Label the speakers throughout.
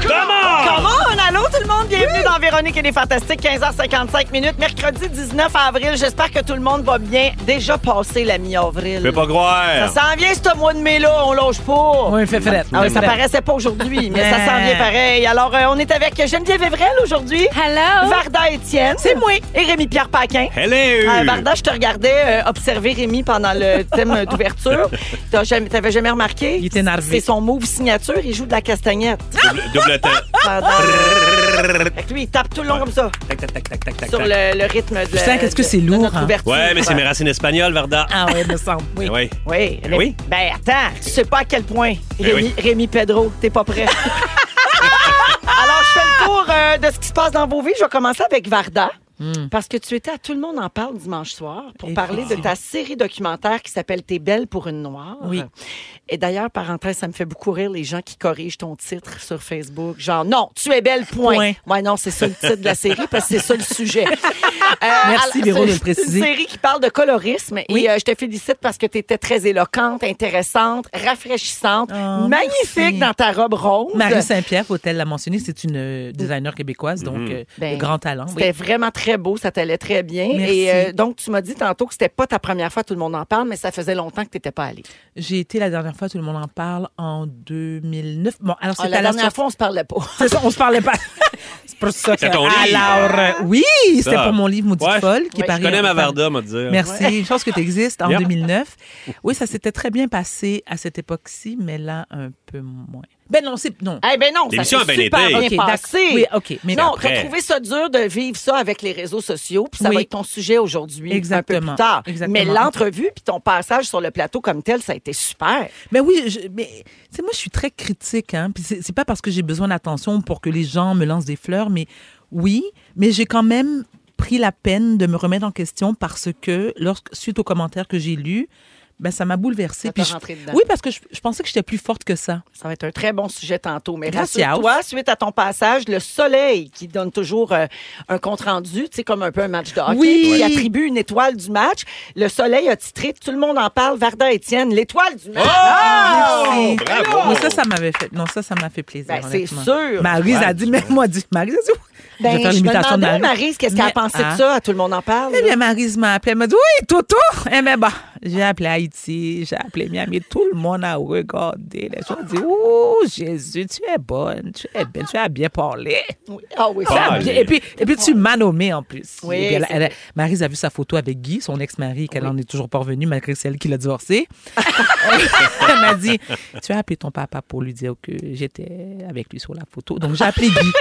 Speaker 1: Comment on allô tout le monde? Bienvenue dans Véronique et les Fantastiques, 15h55 minutes, mercredi 19 avril. J'espère que tout le monde va bien. Déjà passé la mi-avril.
Speaker 2: Je peux pas
Speaker 1: Ça
Speaker 2: croire.
Speaker 1: s'en vient ce mois de mai-là, on loge pas.
Speaker 3: Oui, il fait frette.
Speaker 1: Ah oui, ça
Speaker 3: Fait frette.
Speaker 1: paraissait pas aujourd'hui, mais ça s'en vient pareil. Alors, euh, on est avec Geneviève Evrel aujourd'hui,
Speaker 4: Hello!
Speaker 1: Varda Étienne. C'est moi. Et Rémi-Pierre Paquin.
Speaker 2: Hello.
Speaker 1: Euh, Varda, je te regardais euh, observer Rémi pendant le thème d'ouverture. T'as jamais- T'avais jamais remarqué?
Speaker 3: Il était énervé.
Speaker 1: C'est son move signature, il joue de la castagnette.
Speaker 2: Double, double temps.
Speaker 1: Pendant-
Speaker 2: ah!
Speaker 1: Fait que lui, il tape tout le long comme ça.
Speaker 2: Tac, tac, tac, tac, tac, tac,
Speaker 1: sur
Speaker 2: tac.
Speaker 1: le, le rythme de la.
Speaker 3: Putain, qu'est-ce que
Speaker 1: de-
Speaker 3: c'est
Speaker 1: de
Speaker 3: lourd,
Speaker 1: notre
Speaker 3: hein.
Speaker 1: ouverture.
Speaker 2: Ouais, mais c'est mes racines espagnoles, Varda.
Speaker 3: Ah oui, me semble. Oui.
Speaker 2: Eh Oui.
Speaker 1: Oui,
Speaker 2: Ben
Speaker 1: mais-
Speaker 2: oui.
Speaker 1: Ben attends, tu sais pas à quel point.
Speaker 3: Eh
Speaker 2: Ben
Speaker 1: Rémi,
Speaker 2: oui.
Speaker 1: Rémi Pedro, t'es pas prêt. Alors, je fais le tour euh, de ce qui se passe dans vos vies. Je vais commencer avec Varda.
Speaker 3: Hmm.
Speaker 1: Parce que tu étais à Tout le monde en parle dimanche soir pour parler de ta série documentaire qui s'appelle T'es belle pour une noire.
Speaker 3: Oui.
Speaker 1: Et d'ailleurs, parenthèse, ça me fait beaucoup rire les gens qui corrigent ton titre sur Facebook. Genre, non, tu es belle, point.
Speaker 3: Point.
Speaker 1: Ouais, non, c'est ça le titre de la série parce que c'est ça le sujet. Euh,
Speaker 3: Merci, Véro, de le
Speaker 1: c'est
Speaker 3: préciser.
Speaker 1: Une série qui parle de colorisme.
Speaker 3: Oui.
Speaker 1: Et euh, je te félicite parce que tu étais très éloquente, intéressante, rafraîchissante,
Speaker 3: Oh,
Speaker 1: magnifique
Speaker 3: merci.
Speaker 1: dans ta robe rose.
Speaker 3: Marie Saint-Pierre, faut-elle la mentionner, c'est une euh, designer québécoise, donc
Speaker 2: Mm-hmm.
Speaker 3: euh,
Speaker 1: Ben,
Speaker 3: de grand talent. oui.
Speaker 1: C'était vraiment très beau, ça t'allait très bien.
Speaker 3: Merci.
Speaker 1: Et euh, donc, tu m'as dit tantôt que c'était pas ta première fois, tout le monde en parle, mais ça faisait longtemps que t'étais pas allée.
Speaker 3: J'ai été la dernière fois, tout le monde en parle, en 2009. Bon, alors
Speaker 1: Ah,
Speaker 3: c'était
Speaker 1: la
Speaker 3: à la
Speaker 1: dernière
Speaker 3: sortie.
Speaker 1: fois, on se parlait pas.
Speaker 3: C'est ça, on se parlait pas. c'est pour ça que.
Speaker 2: C'est ton livre.
Speaker 3: Alors, euh, oui, c'était
Speaker 2: Ça.
Speaker 3: pour mon livre Maudite
Speaker 2: Ouais.
Speaker 3: folle qui
Speaker 1: Ouais.
Speaker 3: paraît.
Speaker 2: Je connais
Speaker 3: en-
Speaker 2: ma Varda, m'a dit.
Speaker 3: Merci. Une chance que tu existes en
Speaker 2: Yep.
Speaker 3: 2009. Oui, ça s'était très bien passé à cette époque-ci, mais là, un peu moins. Ben non, c'est. Non.
Speaker 1: Eh ben non, ça
Speaker 2: L'émission
Speaker 1: s'est
Speaker 2: a bien
Speaker 1: super
Speaker 2: été.
Speaker 1: bien
Speaker 2: Ok,
Speaker 3: d'accord.
Speaker 1: passé.
Speaker 3: Oui, OK. Mais
Speaker 1: non,
Speaker 2: après-
Speaker 1: t'as trouvé ça dur de vivre ça avec les réseaux sociaux, puis ça
Speaker 3: Oui.
Speaker 1: va être ton sujet aujourd'hui, un peu
Speaker 3: Exactement.
Speaker 1: plus tard.
Speaker 3: Exactement.
Speaker 1: Mais l'entrevue puis ton passage sur le plateau comme tel, ça a été super.
Speaker 3: Mais Ben oui, je, mais tu sais, moi, je suis très critique. Hein? Puis c'est c'est pas parce que j'ai besoin d'attention pour que les gens me lancent des fleurs, mais oui, mais j'ai quand même pris la peine de me remettre en question parce que lorsque, suite aux commentaires que j'ai lus, ben ça m'a bouleversée.
Speaker 1: Ça
Speaker 3: Puis
Speaker 1: t'a
Speaker 3: je-
Speaker 1: rentré dedans.
Speaker 3: oui, parce que je, je pensais que j'étais plus forte que ça.
Speaker 1: Ça va être un très bon sujet tantôt. Mais
Speaker 3: Gracias.
Speaker 1: rassure-toi, suite à ton passage, le soleil qui donne toujours euh, un compte-rendu, tu sais, comme un peu un match de hockey,
Speaker 3: Oui.
Speaker 1: puis qui attribue une étoile du match. Le soleil a titré, tout le monde en parle, Varda Étienne, l'étoile du match. Ah!
Speaker 2: Oh! Bravo!
Speaker 3: Mais ça, ça m'avait fait. Non, ça, ça m'a fait plaisir.
Speaker 1: Ben, c'est
Speaker 3: honnêtement.
Speaker 1: sûr.
Speaker 3: Maryse a
Speaker 2: Ouais,
Speaker 3: dit, mais moi, dit, Maryse a dit,
Speaker 1: Ben,
Speaker 3: vais faire
Speaker 1: je me
Speaker 3: l'imitation de
Speaker 1: demandais à
Speaker 3: Maryse.
Speaker 1: Maryse qu'est-ce qu'elle
Speaker 3: Mais,
Speaker 1: pensait
Speaker 3: ah.
Speaker 1: de ça, à tout le monde en parle.
Speaker 3: Eh bien, Maryse m'a appelé. Elle m'a dit Oui, Toto. Eh bien, bah, j'ai appelé Haïti, j'ai appelé Miami. Tout le monde a regardé. Les gens ont dit Oh, Jésus, tu es bonne, tu es belle, tu as bien parlé.
Speaker 1: Oui. Ah oui,
Speaker 3: Tu as
Speaker 1: ça.
Speaker 2: Ah,
Speaker 3: bien-
Speaker 2: oui.
Speaker 3: Et puis, et puis tu m'as nommé en plus.
Speaker 1: Oui,
Speaker 3: Et puis, elle-
Speaker 1: c'est
Speaker 3: elle- Maryse a vu sa photo avec Guy, son ex-mari, qu'elle n'en est toujours pas revenue, malgré celle qui l'a divorcé. elle m'a dit Tu as appelé ton papa pour lui dire que j'étais avec lui sur la photo. Donc, j'ai appelé Guy.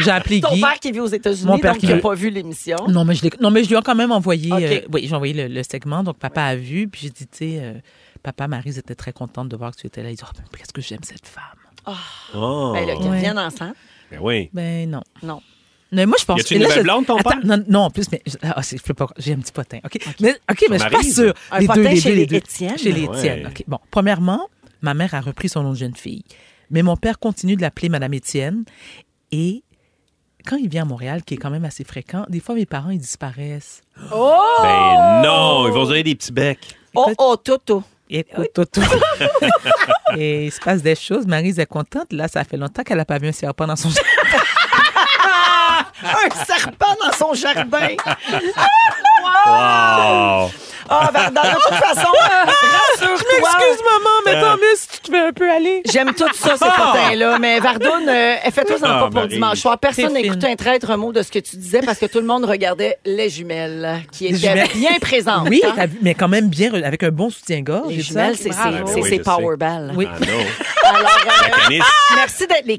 Speaker 3: j'ai appelé
Speaker 1: Ton
Speaker 3: Guy.
Speaker 1: père qui vit aux États-Unis,
Speaker 3: Mon père
Speaker 1: donc
Speaker 3: qui
Speaker 1: qui n'a
Speaker 3: vit-
Speaker 1: pas vu l'émission.
Speaker 3: Non, mais je l'ai, non, mais je lui ai quand même envoyé.
Speaker 1: Oh. Ok.
Speaker 3: euh, oui, j'ai envoyé le, le segment. Donc, papa a vu. Puis j'ai dit, tu sais, euh, papa, Marie était très contente de voir que tu étais là. Il dit, oh, ben, qu'est-ce que j'aime cette femme.
Speaker 2: Oh.
Speaker 1: Ben, là, qu'ils
Speaker 3: Ouais.
Speaker 1: viennent ensemble.
Speaker 2: Ben oui.
Speaker 3: Ben non.
Speaker 1: Non.
Speaker 3: Mais moi, je pense
Speaker 2: Y a-tu
Speaker 3: mais
Speaker 2: une
Speaker 3: là,
Speaker 2: nouvelle
Speaker 3: je-
Speaker 2: blonde, ton
Speaker 3: Attends,
Speaker 2: père?
Speaker 3: Non, non, en plus, mais je- ah, c'est- je peux pas. J'ai un petit potin. OK. Mais, OK, mais je suis pas
Speaker 2: Maryse? Ah
Speaker 3: sûre.
Speaker 1: Un potin chez les Étienne?
Speaker 3: Chez les
Speaker 2: Ouais.
Speaker 3: Étienne. OK. Bon, premièrement, ma mère a repris son nom de jeune fille. Mais mon père continue de l'appeler Madame Étienne. Et quand il vient à Montréal, qui est quand même assez fréquent, des fois, mes parents, ils disparaissent.
Speaker 2: Ben non, ils vont se donner des petits becs.
Speaker 1: Oh, oh, Toto.
Speaker 3: Et, Toto. et il se passe des choses. Maryse est contente. Là, ça fait longtemps qu'elle n'a pas vu un serpent dans son jardin.
Speaker 1: Un serpent dans son jardin.
Speaker 2: Wow!
Speaker 1: Ah, ben, dans- de toute façon, rassure-toi.
Speaker 3: maman, mais tant mieux si tu veux un peu aller.
Speaker 1: J'aime tout ça, ce potin-là. Mais Vardoune, euh, elle fait tout en
Speaker 2: Ah,
Speaker 1: pas pour
Speaker 2: Marie.
Speaker 1: dimanche soir. Personne
Speaker 3: T'es
Speaker 1: n'a
Speaker 3: fine.
Speaker 1: écouté un traître mot de ce que tu disais parce que tout le monde regardait les jumelles qui étaient
Speaker 3: jumelles.
Speaker 1: bien présentes.
Speaker 3: Ah Oui,
Speaker 1: hein.
Speaker 3: t'as vu, mais quand même bien, re- avec un bon soutien-gorge. et
Speaker 1: Les
Speaker 3: tout
Speaker 1: jumelles,
Speaker 3: ça.
Speaker 1: c'est
Speaker 3: Bravo.
Speaker 1: c'est-
Speaker 2: Ben
Speaker 1: c'est
Speaker 2: oui,
Speaker 1: ses
Speaker 2: je sais.
Speaker 1: powerballs.
Speaker 3: Oui.
Speaker 2: Ah non.
Speaker 1: Alors, euh,
Speaker 2: La canisse.
Speaker 1: merci d'être les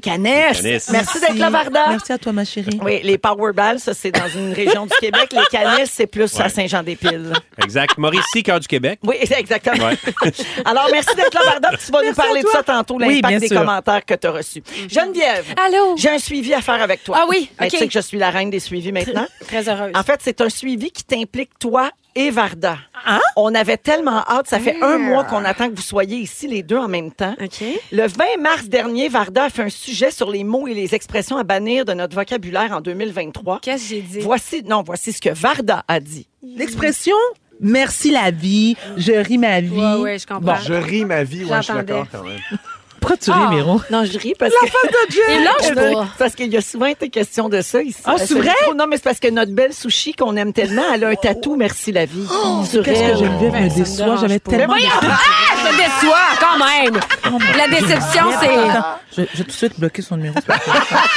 Speaker 2: Les
Speaker 1: canesses.
Speaker 2: canesses.
Speaker 1: Merci d'être là, Varda.
Speaker 3: Merci à toi, ma chérie.
Speaker 1: Oui, les powerballs, ça, c'est dans une région du Québec. Les canesses, c'est plus à
Speaker 2: Ouais.
Speaker 1: Saint-Jean-des-Piles.
Speaker 2: Exact. Mauricie, cœur du Québec.
Speaker 1: Oui, exactement.
Speaker 2: Ouais.
Speaker 1: Alors, merci d'être là, Varda. puis Tu vas nous
Speaker 3: Merci à
Speaker 1: parler de
Speaker 3: toi.
Speaker 1: ça tantôt,
Speaker 3: Oui,
Speaker 1: l'impact
Speaker 3: bien
Speaker 1: des
Speaker 3: sûr.
Speaker 1: commentaires que tu as reçus. Geneviève.
Speaker 4: Mhm. Allô?
Speaker 1: J'ai un suivi à faire avec toi.
Speaker 4: Ah oui,
Speaker 1: Ben, Tu
Speaker 4: ok.
Speaker 1: sais que je suis la reine des suivis maintenant.
Speaker 4: Très heureuse.
Speaker 1: En fait, c'est un suivi qui t'implique toi et Varda.
Speaker 4: Hein?
Speaker 1: On avait tellement hâte. Ça fait un mois qu'on attend que vous soyez ici les deux en même temps.
Speaker 4: Ah! OK.
Speaker 1: Le 20 mars dernier, Varda a fait un sujet sur les mots et les expressions à bannir de notre vocabulaire en 2023.
Speaker 4: Qu'est-ce que j'ai dit?
Speaker 1: Voici, non, voici ce que Varda a dit.
Speaker 3: L'expression merci la vie, je ris ma vie.
Speaker 4: Ouais, ouais, je comprends.
Speaker 3: Bon,
Speaker 5: Je ris ma vie, ouais, je suis
Speaker 4: J'entendais.
Speaker 5: d'accord quand même.
Speaker 3: pourquoi tu
Speaker 4: Ah!
Speaker 3: ris, Véro?
Speaker 4: Non, je ris parce
Speaker 3: La
Speaker 4: que...
Speaker 3: face de Jen!
Speaker 4: Il me lâche pas.
Speaker 1: Parce qu'il y a souvent été question de ça ici.
Speaker 3: Ah, c'est
Speaker 1: Sur le
Speaker 3: vrai?
Speaker 1: micro. oh Non, mais c'est parce que notre belle sushi qu'on aime tellement, elle a un tatou, merci la vie.
Speaker 4: Oh,
Speaker 1: sur
Speaker 3: Qu'est-ce
Speaker 1: elle.
Speaker 3: que Geneviève
Speaker 4: Ben,
Speaker 3: me
Speaker 4: ça me
Speaker 3: déçoit?
Speaker 4: dérange
Speaker 3: J'avais
Speaker 4: pas.
Speaker 3: tellement...
Speaker 4: Mais voyons! Ah, je te déçois, quand même! La déception, c'est...
Speaker 3: Attends, je, je vais tout de suite bloquer son numéro. c'est pas grave.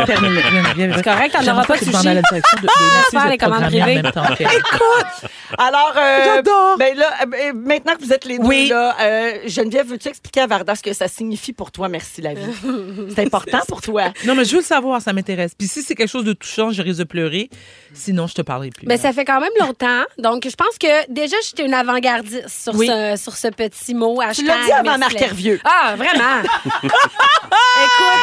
Speaker 3: non, termine-le, Geneviève.
Speaker 4: C'est correct, on
Speaker 3: J'aimerais
Speaker 4: n'aura pas
Speaker 3: que
Speaker 4: de
Speaker 3: tu demandes
Speaker 4: sushi.
Speaker 3: à la direction de, de
Speaker 4: faire
Speaker 3: de
Speaker 4: les commandes
Speaker 3: programmer en
Speaker 4: privées.
Speaker 3: même temps, ok.
Speaker 1: Alors, euh,
Speaker 3: J'adore.
Speaker 1: Ben là, euh, ben, maintenant que vous êtes les deux
Speaker 3: Oui.
Speaker 1: là, euh, Geneviève, veux-tu expliquer à Varda ce que ça signifie pour toi Merci la vie C'est important pour toi.
Speaker 3: Non, mais je veux le savoir, ça m'intéresse. Puis si c'est quelque chose de touchant, je risque de pleurer. Sinon, je te parlerai plus.
Speaker 4: Mais Ben, ça fait quand même longtemps. Donc, je pense que déjà, j'étais une avant-gardiste sur,
Speaker 3: Oui.
Speaker 4: ce, sur ce petit mot.
Speaker 1: Tu l'as dit avant Marc Hervieux.
Speaker 4: Ah, vraiment? Écoute,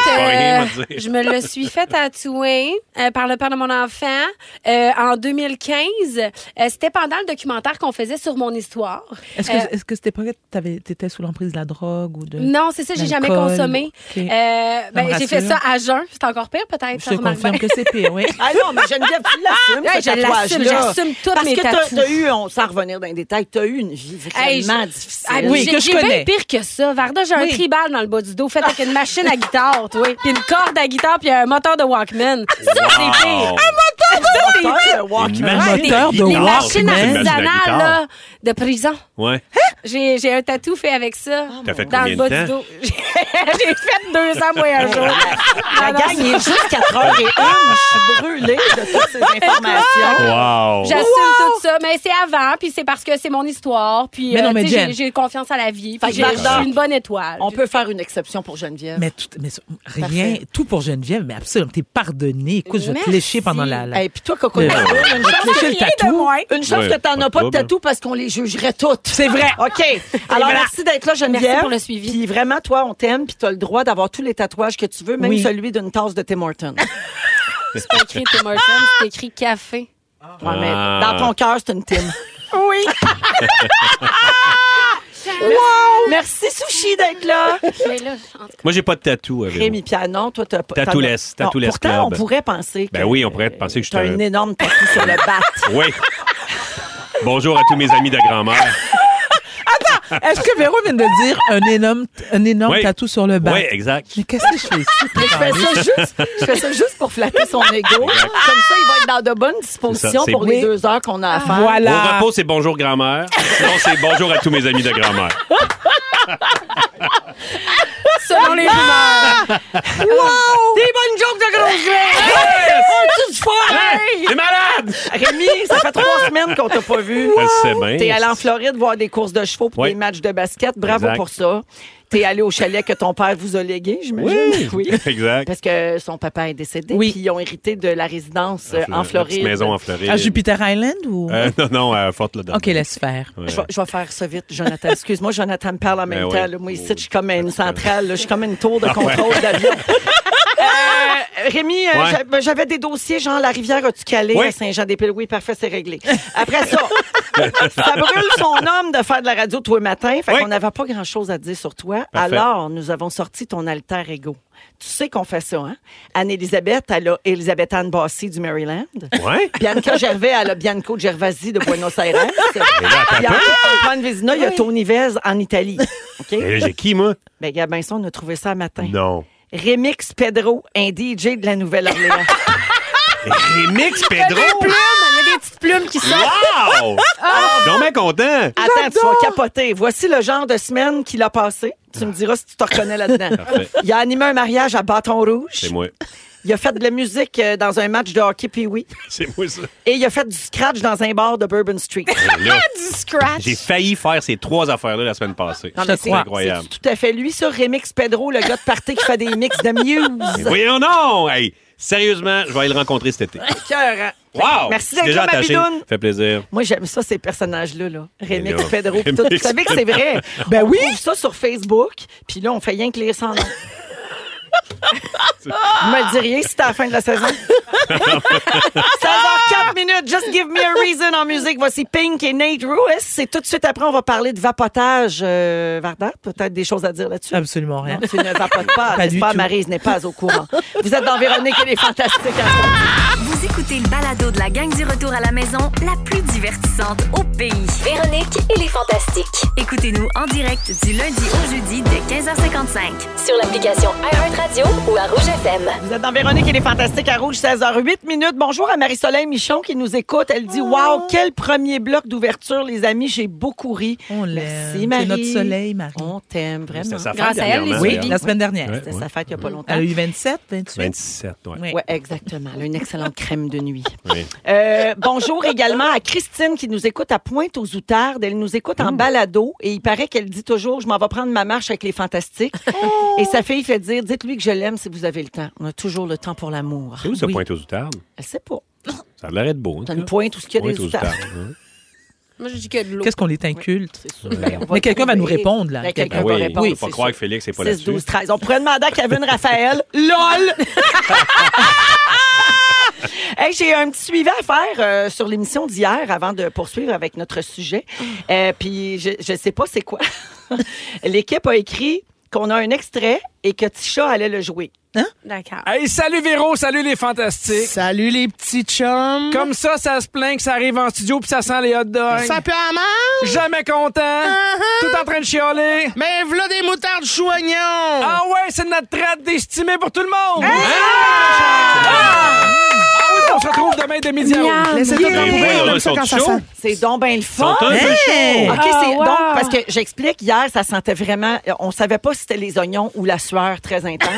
Speaker 2: J'ai pas rien
Speaker 4: euh,
Speaker 2: à dire.
Speaker 4: je me le suis fait tatouer euh, par le père de mon enfant euh, en 2015. Euh, C'était pendant le documentaire qu'on faisait sur mon histoire.
Speaker 3: Est-ce
Speaker 4: Euh,
Speaker 3: que, est-ce que c'était pas que t'avais- t'étais sous l'emprise de la drogue ou de.
Speaker 4: Non, c'est ça, j'ai jamais
Speaker 3: L'alcool,
Speaker 4: consommé.
Speaker 3: ok.
Speaker 4: Euh, ben,
Speaker 3: me
Speaker 4: j'ai fait ça
Speaker 3: rassure.
Speaker 4: à jeun. C'est encore pire, peut-être.
Speaker 3: Je
Speaker 4: ça
Speaker 3: te
Speaker 4: remarque
Speaker 3: confirme
Speaker 4: bien.
Speaker 3: que c'est pire, oui.
Speaker 1: Ah non, mais Geneviève, tu l'assumes
Speaker 4: Ouais,
Speaker 1: ce
Speaker 4: je l'assume,
Speaker 1: tatouage-là.
Speaker 4: j'assume tous
Speaker 1: Parce
Speaker 4: mes
Speaker 1: que t'as-
Speaker 4: tatous.
Speaker 1: t'as eu, on s'en revenir dans les détails, t'as eu une vie
Speaker 4: Hey,
Speaker 1: vraiment
Speaker 4: je-
Speaker 1: difficile.
Speaker 4: Ah, mais
Speaker 3: Oui,
Speaker 4: j'ai-
Speaker 3: que je
Speaker 4: J'ai bien
Speaker 3: connais.
Speaker 4: pire que ça. Varda, j'ai un
Speaker 3: Oui.
Speaker 4: tribal dans le bas du dos, fait avec une machine à guitare, toi. Puis une corde à guitare, puis un moteur de Walkman. Ça, c'est Ah, pire.
Speaker 2: Wow.
Speaker 1: Attends, le Walkman.
Speaker 2: Imagine
Speaker 3: Ouais,
Speaker 2: la
Speaker 3: moteur de
Speaker 4: Les
Speaker 2: guitare,
Speaker 4: machines
Speaker 3: Walkman.
Speaker 2: c'est une machine à
Speaker 4: artisanales,
Speaker 2: guitare.
Speaker 4: là, de prison.
Speaker 2: Ouais.
Speaker 4: J'ai j'ai un tatou fait avec ça.
Speaker 2: T'as fait
Speaker 4: dans
Speaker 2: combien
Speaker 4: le
Speaker 2: de
Speaker 4: bas du
Speaker 2: temps?
Speaker 4: dos. J'ai fait deux ans, moi, un jour.
Speaker 1: La
Speaker 4: Non, non,
Speaker 1: gang il est juste 4h01. Je suis brûlée de toutes ces informations.
Speaker 2: Wow.
Speaker 4: J'assume tout ça, mais c'est avant, puis c'est parce que c'est mon histoire, puis
Speaker 3: Mais non,
Speaker 4: euh,
Speaker 3: mais
Speaker 4: tu sais,
Speaker 3: Jen.
Speaker 4: j'ai j'ai confiance à la vie,
Speaker 1: Fait
Speaker 4: puis
Speaker 1: que
Speaker 4: j'ai- je
Speaker 1: Varda,
Speaker 4: suis une bonne étoile.
Speaker 1: On peut faire une exception pour Geneviève.
Speaker 3: Mais, tout, mais rien, tout pour Geneviève, mais absolument, t'es pardonné. Écoute, je vais te
Speaker 4: Merci.
Speaker 3: lécher pendant la. la...
Speaker 1: Et puis toi, Coco,
Speaker 3: Le-
Speaker 1: t'as une
Speaker 3: te lécher le tatou.
Speaker 1: Une chance
Speaker 2: Ouais,
Speaker 1: que t'en
Speaker 2: pas
Speaker 1: as
Speaker 2: de
Speaker 1: pas de
Speaker 2: trouble.
Speaker 1: tatou parce qu'on les jugerait toutes.
Speaker 3: C'est vrai.
Speaker 1: OK. Alors,
Speaker 3: voilà.
Speaker 1: merci d'être là, Geneviève.
Speaker 4: Merci pour le suivi.
Speaker 1: Puis vraiment, toi, on t'aime, puis t'as le droit d'avoir tous les tatouages que tu veux, même
Speaker 3: Oui.
Speaker 1: celui d'une tasse de Tim Hortons.
Speaker 4: C'est pas écrit Tim Hortons, c'est écrit café.
Speaker 1: Ouais, mais
Speaker 2: Ah.
Speaker 1: dans ton cœur, c'est une Tim.
Speaker 4: Oui.
Speaker 1: Merci, Sushi, d'être là.
Speaker 4: Mais là, en tout
Speaker 2: Moi, j'ai pas de tatou. euh, Véro.
Speaker 1: Rémi Pianon, toi, t'as pas.
Speaker 2: Tatouless,
Speaker 1: t'en as- Non,
Speaker 2: Tatouless
Speaker 1: Pourtant, on
Speaker 2: Club.
Speaker 1: pourrait penser que
Speaker 2: Ben oui, on pourrait penser que je
Speaker 1: t'as
Speaker 2: suis
Speaker 1: un
Speaker 2: un-
Speaker 1: énorme tatou sur le bat.
Speaker 2: Oui. Bonjour à tous mes amis de grand-mère.
Speaker 3: Est-ce que Véro vient de dire un énorme, un énorme
Speaker 2: Oui.
Speaker 3: tatou sur le bas?
Speaker 2: Oui, exact.
Speaker 3: Mais qu'est-ce que je fais ici?
Speaker 1: Mais je fais ça juste, je fais ça juste pour flatter son ego. Comme ça, il va être dans de bonnes dispositions
Speaker 2: c'est-
Speaker 1: pour les
Speaker 3: oui.
Speaker 1: deux heures qu'on a à faire.
Speaker 2: Au
Speaker 3: Voilà.
Speaker 2: repos, c'est bonjour grand-mère. Sinon, c'est bonjour à tous mes amis de grand-mère.
Speaker 4: cas, selon les
Speaker 1: Des bonnes jokes de grosse gueule! Oh, tu te fous!
Speaker 2: T'es malade!
Speaker 1: Rémi, ça fait trois semaines qu'on t'a pas vu.
Speaker 2: Je sais bien.
Speaker 1: T'es allé en Floride voir des courses de chevaux pour
Speaker 2: Oui.
Speaker 1: des matchs de basket. Bravo
Speaker 2: Exact.
Speaker 1: pour ça. T'es allé au chalet que ton père vous a légué, j'imagine.
Speaker 2: Oui. Exact.
Speaker 1: Parce que son papa est décédé,
Speaker 3: Oui.
Speaker 1: puis ils ont hérité de la résidence euh,
Speaker 2: La- la
Speaker 1: en
Speaker 2: Ah, petite
Speaker 1: Floride.
Speaker 2: maison en Floride.
Speaker 3: À Jupiter Island ou.
Speaker 2: Euh, non, non, à Fort Lauderdale.
Speaker 3: ok, laisse faire.
Speaker 2: Ouais.
Speaker 1: Je vais, je vais faire ça vite, Jonathan. Excuse-moi, Jonathan me parle en même
Speaker 2: Ben
Speaker 1: temps.
Speaker 2: oui.
Speaker 1: là. Moi, ici,
Speaker 2: Oh.
Speaker 1: je suis comme une centrale. là. Je suis comme une tour de
Speaker 2: Ah
Speaker 1: contrôle d'avion. Euh, Rémi, euh,
Speaker 2: Ouais.
Speaker 1: j'a- ben, j'avais des dossiers, genre la rivière a-tu calé
Speaker 2: Oui.
Speaker 1: à Saint-Jean-des-Piles? Oui, parfait, c'est réglé. Après ça, ça brûle son homme de faire de la radio tous les matins. Fait
Speaker 2: Oui.
Speaker 1: qu'on n'avait pas grand-chose à dire sur toi.
Speaker 2: Parfait.
Speaker 1: Alors, nous avons sorti ton alter ego. Tu sais qu'on fait ça, hein? Anne-Élisabeth, elle a Elisabeth-Anne Bossy du Maryland.
Speaker 2: Ouais?
Speaker 1: Bianca Gervais, elle a Bianco Gervasi de Buenos Aires.
Speaker 2: Mais là, attends un
Speaker 1: Puis en
Speaker 2: peu.
Speaker 1: plus, Antoine Vézina, il y a Tony Vez en Italie. OK?
Speaker 2: Mais là, Euh, j'ai qui, moi?
Speaker 1: Ben, Gabin, ça, on a trouvé ça un matin.
Speaker 2: Non.
Speaker 1: Remix Pedro, un DJ de la Nouvelle-Orléans.
Speaker 2: Ah, Remix Pedro?
Speaker 4: Il y a des petites plumes qui sortent.
Speaker 2: Wow! Je suis donc bien content.
Speaker 1: Attends, tu vas capoter. Voici le genre de semaine qu'il a passé. Tu me diras si tu te reconnais là-dedans.
Speaker 2: Parfait.
Speaker 1: Il a animé un mariage à Bâton Rouge.
Speaker 2: C'est moi.
Speaker 1: Il a fait de la musique euh, dans un match de hockey pee-wee.
Speaker 2: C'est moi, ça.
Speaker 1: Et il a fait du scratch dans un bar de Bourbon Street.
Speaker 2: Et là,
Speaker 4: Du scratch.
Speaker 2: j'ai failli faire ces trois affaires-là la semaine passée.
Speaker 1: Non, mais
Speaker 3: te
Speaker 1: c'est-
Speaker 3: crois.
Speaker 2: Incroyable.
Speaker 1: C'est tout à fait lui, ça. Remix Pedro, le gars de party qui fait des mix de muse.
Speaker 2: Voyons non! Hey, Sérieusement, je vais aller le rencontrer cet été.
Speaker 1: Cœur, hein?
Speaker 2: Wow!
Speaker 1: Merci
Speaker 2: Je suis déjà
Speaker 1: d'être là, ma
Speaker 2: attaché.
Speaker 1: bidoune.
Speaker 2: Fait plaisir.
Speaker 1: Moi, j'aime ça, ces personnages-là. Là. Remix,
Speaker 2: là,
Speaker 1: Pedro, pis tout.
Speaker 2: Remix.
Speaker 1: Vous savez que c'est vrai. Ben oui. On trouve ça sur Facebook, puis là, on fait rien que lire sans nom. Vous me le diriez si c'était à la fin de la saison. 16h04 minutes, just give me a reason en musique. Voici Pink et Nate Ruiz. C'est tout de suite après, on va parler de vapotage. Euh, Varda, peut-être des choses à dire là-dessus.
Speaker 3: Absolument rien.
Speaker 1: Non, tu ne vapotes Euh, pas,
Speaker 3: Pas
Speaker 1: n'est-ce
Speaker 3: du
Speaker 1: pas?
Speaker 3: tout.
Speaker 1: Maryse n'est pas au courant. Vous êtes dans Véronique et les Fantastiques.
Speaker 6: Vous écoutez le balado de la gang du retour à la maison, la plus divertissante au pays.
Speaker 7: Véronique et les Fantastiques.
Speaker 6: Écoutez-nous en direct du lundi au jeudi dès 15h55.
Speaker 7: Sur l'application iHeartRadio ou à Rouge FM.
Speaker 1: Vous êtes dans Véronique et les Fantastiques à Rouge, 16h08 minutes. Bonjour à Marie-Soleil Michon qui nous écoute. Elle dit
Speaker 3: Ah.
Speaker 1: Wow, quel premier bloc d'ouverture, les amis, j'ai beaucoup ri.
Speaker 3: On l'aime.
Speaker 1: Merci,
Speaker 3: C'est
Speaker 1: Marie.
Speaker 3: notre soleil, Marie.
Speaker 1: On t'aime vraiment.
Speaker 2: C'était sa
Speaker 1: C'était
Speaker 4: Grâce
Speaker 2: fête
Speaker 4: à elle,
Speaker 2: dernièrement,
Speaker 4: les
Speaker 3: Oui,
Speaker 2: d'ailleurs.
Speaker 3: la semaine dernière.
Speaker 2: Ouais, ouais.
Speaker 1: sa fête il n'y a pas longtemps.
Speaker 3: Elle a eu 27, 28.
Speaker 2: 27, ouais.
Speaker 3: Ouais.
Speaker 1: Oui, exactement. Elle a une excellente crème de nuit.
Speaker 2: Oui.
Speaker 1: Euh, bonjour également à Christine qui nous écoute à Pointe aux Outardes. Elle nous écoute
Speaker 3: Mmh.
Speaker 1: en balado et il paraît qu'elle dit toujours Je m'en vais prendre ma marche avec les fantastiques.
Speaker 3: Oh.
Speaker 1: Et sa fille fait dire Dites-lui que je l'aime si vous avez le temps. On a toujours le temps pour l'amour.
Speaker 2: C'est où ça
Speaker 3: Oui.
Speaker 2: pointe aux outardes?
Speaker 1: Elle sait pas.
Speaker 2: Ça a l'air d'être beau. en
Speaker 1: T'as
Speaker 2: tout
Speaker 1: une
Speaker 2: cas.
Speaker 1: pointe où ce qu'il y a
Speaker 2: Pointe
Speaker 1: des
Speaker 2: aux
Speaker 1: outardes.
Speaker 2: outardes, hein.
Speaker 4: Moi, je dis que de l'eau.
Speaker 3: Qu'est-ce qu'on est inculte?
Speaker 1: C'est sûr. Ben, on va
Speaker 3: Mais quelqu'un va
Speaker 1: trouver.
Speaker 3: nous répondre, là.
Speaker 1: Ben,
Speaker 2: Ah
Speaker 1: quelqu'un va
Speaker 2: oui,
Speaker 1: répondre.
Speaker 2: faut pas
Speaker 1: c'est
Speaker 2: croire
Speaker 1: sûr.
Speaker 2: que Félix n'est pas
Speaker 1: 6,
Speaker 2: là-dessus.
Speaker 1: 12, 13. On pourrait demander à Kevin Raphaël. LOL! Hey, j'ai un petit suivi à faire euh, sur l'émission d'hier avant de poursuivre avec notre sujet. Euh, Puis je ne sais pas c'est quoi. L'équipe a écrit qu'on a un extrait et que Tisha allait le jouer.
Speaker 4: D'accord.
Speaker 5: Hey, salut Véro, salut les fantastiques.
Speaker 8: Salut les petits chums.
Speaker 5: Comme ça, ça se plaint que ça arrive en studio puis ça sent les hot dogs.
Speaker 8: Ça peut à marche?
Speaker 5: Jamais content.
Speaker 3: Uh-huh.
Speaker 5: Tout en train de chialer.
Speaker 8: Mais v'là des moutardes
Speaker 3: Oh.
Speaker 8: choignons.
Speaker 5: Ah ouais, c'est notre traite d'estimer pour tout le monde. Hein? Ah oui, on se retrouve demain dès midi à rouge.
Speaker 8: Laissez-toi
Speaker 2: Yeah.
Speaker 8: tomber,
Speaker 2: Ouais,
Speaker 8: on aime
Speaker 2: Ben ils
Speaker 8: ça
Speaker 2: sont
Speaker 8: quand ça
Speaker 2: chauds.
Speaker 8: sent.
Speaker 1: C'est donc bien le
Speaker 2: Ils
Speaker 1: fun.
Speaker 2: sont un peu
Speaker 3: Hey!
Speaker 2: chauds.
Speaker 1: Oh, OK,
Speaker 4: Ah,
Speaker 1: c'est donc parce que j'explique hier, ça sentait vraiment on savait pas si c'était les oignons ou la sueur très intense.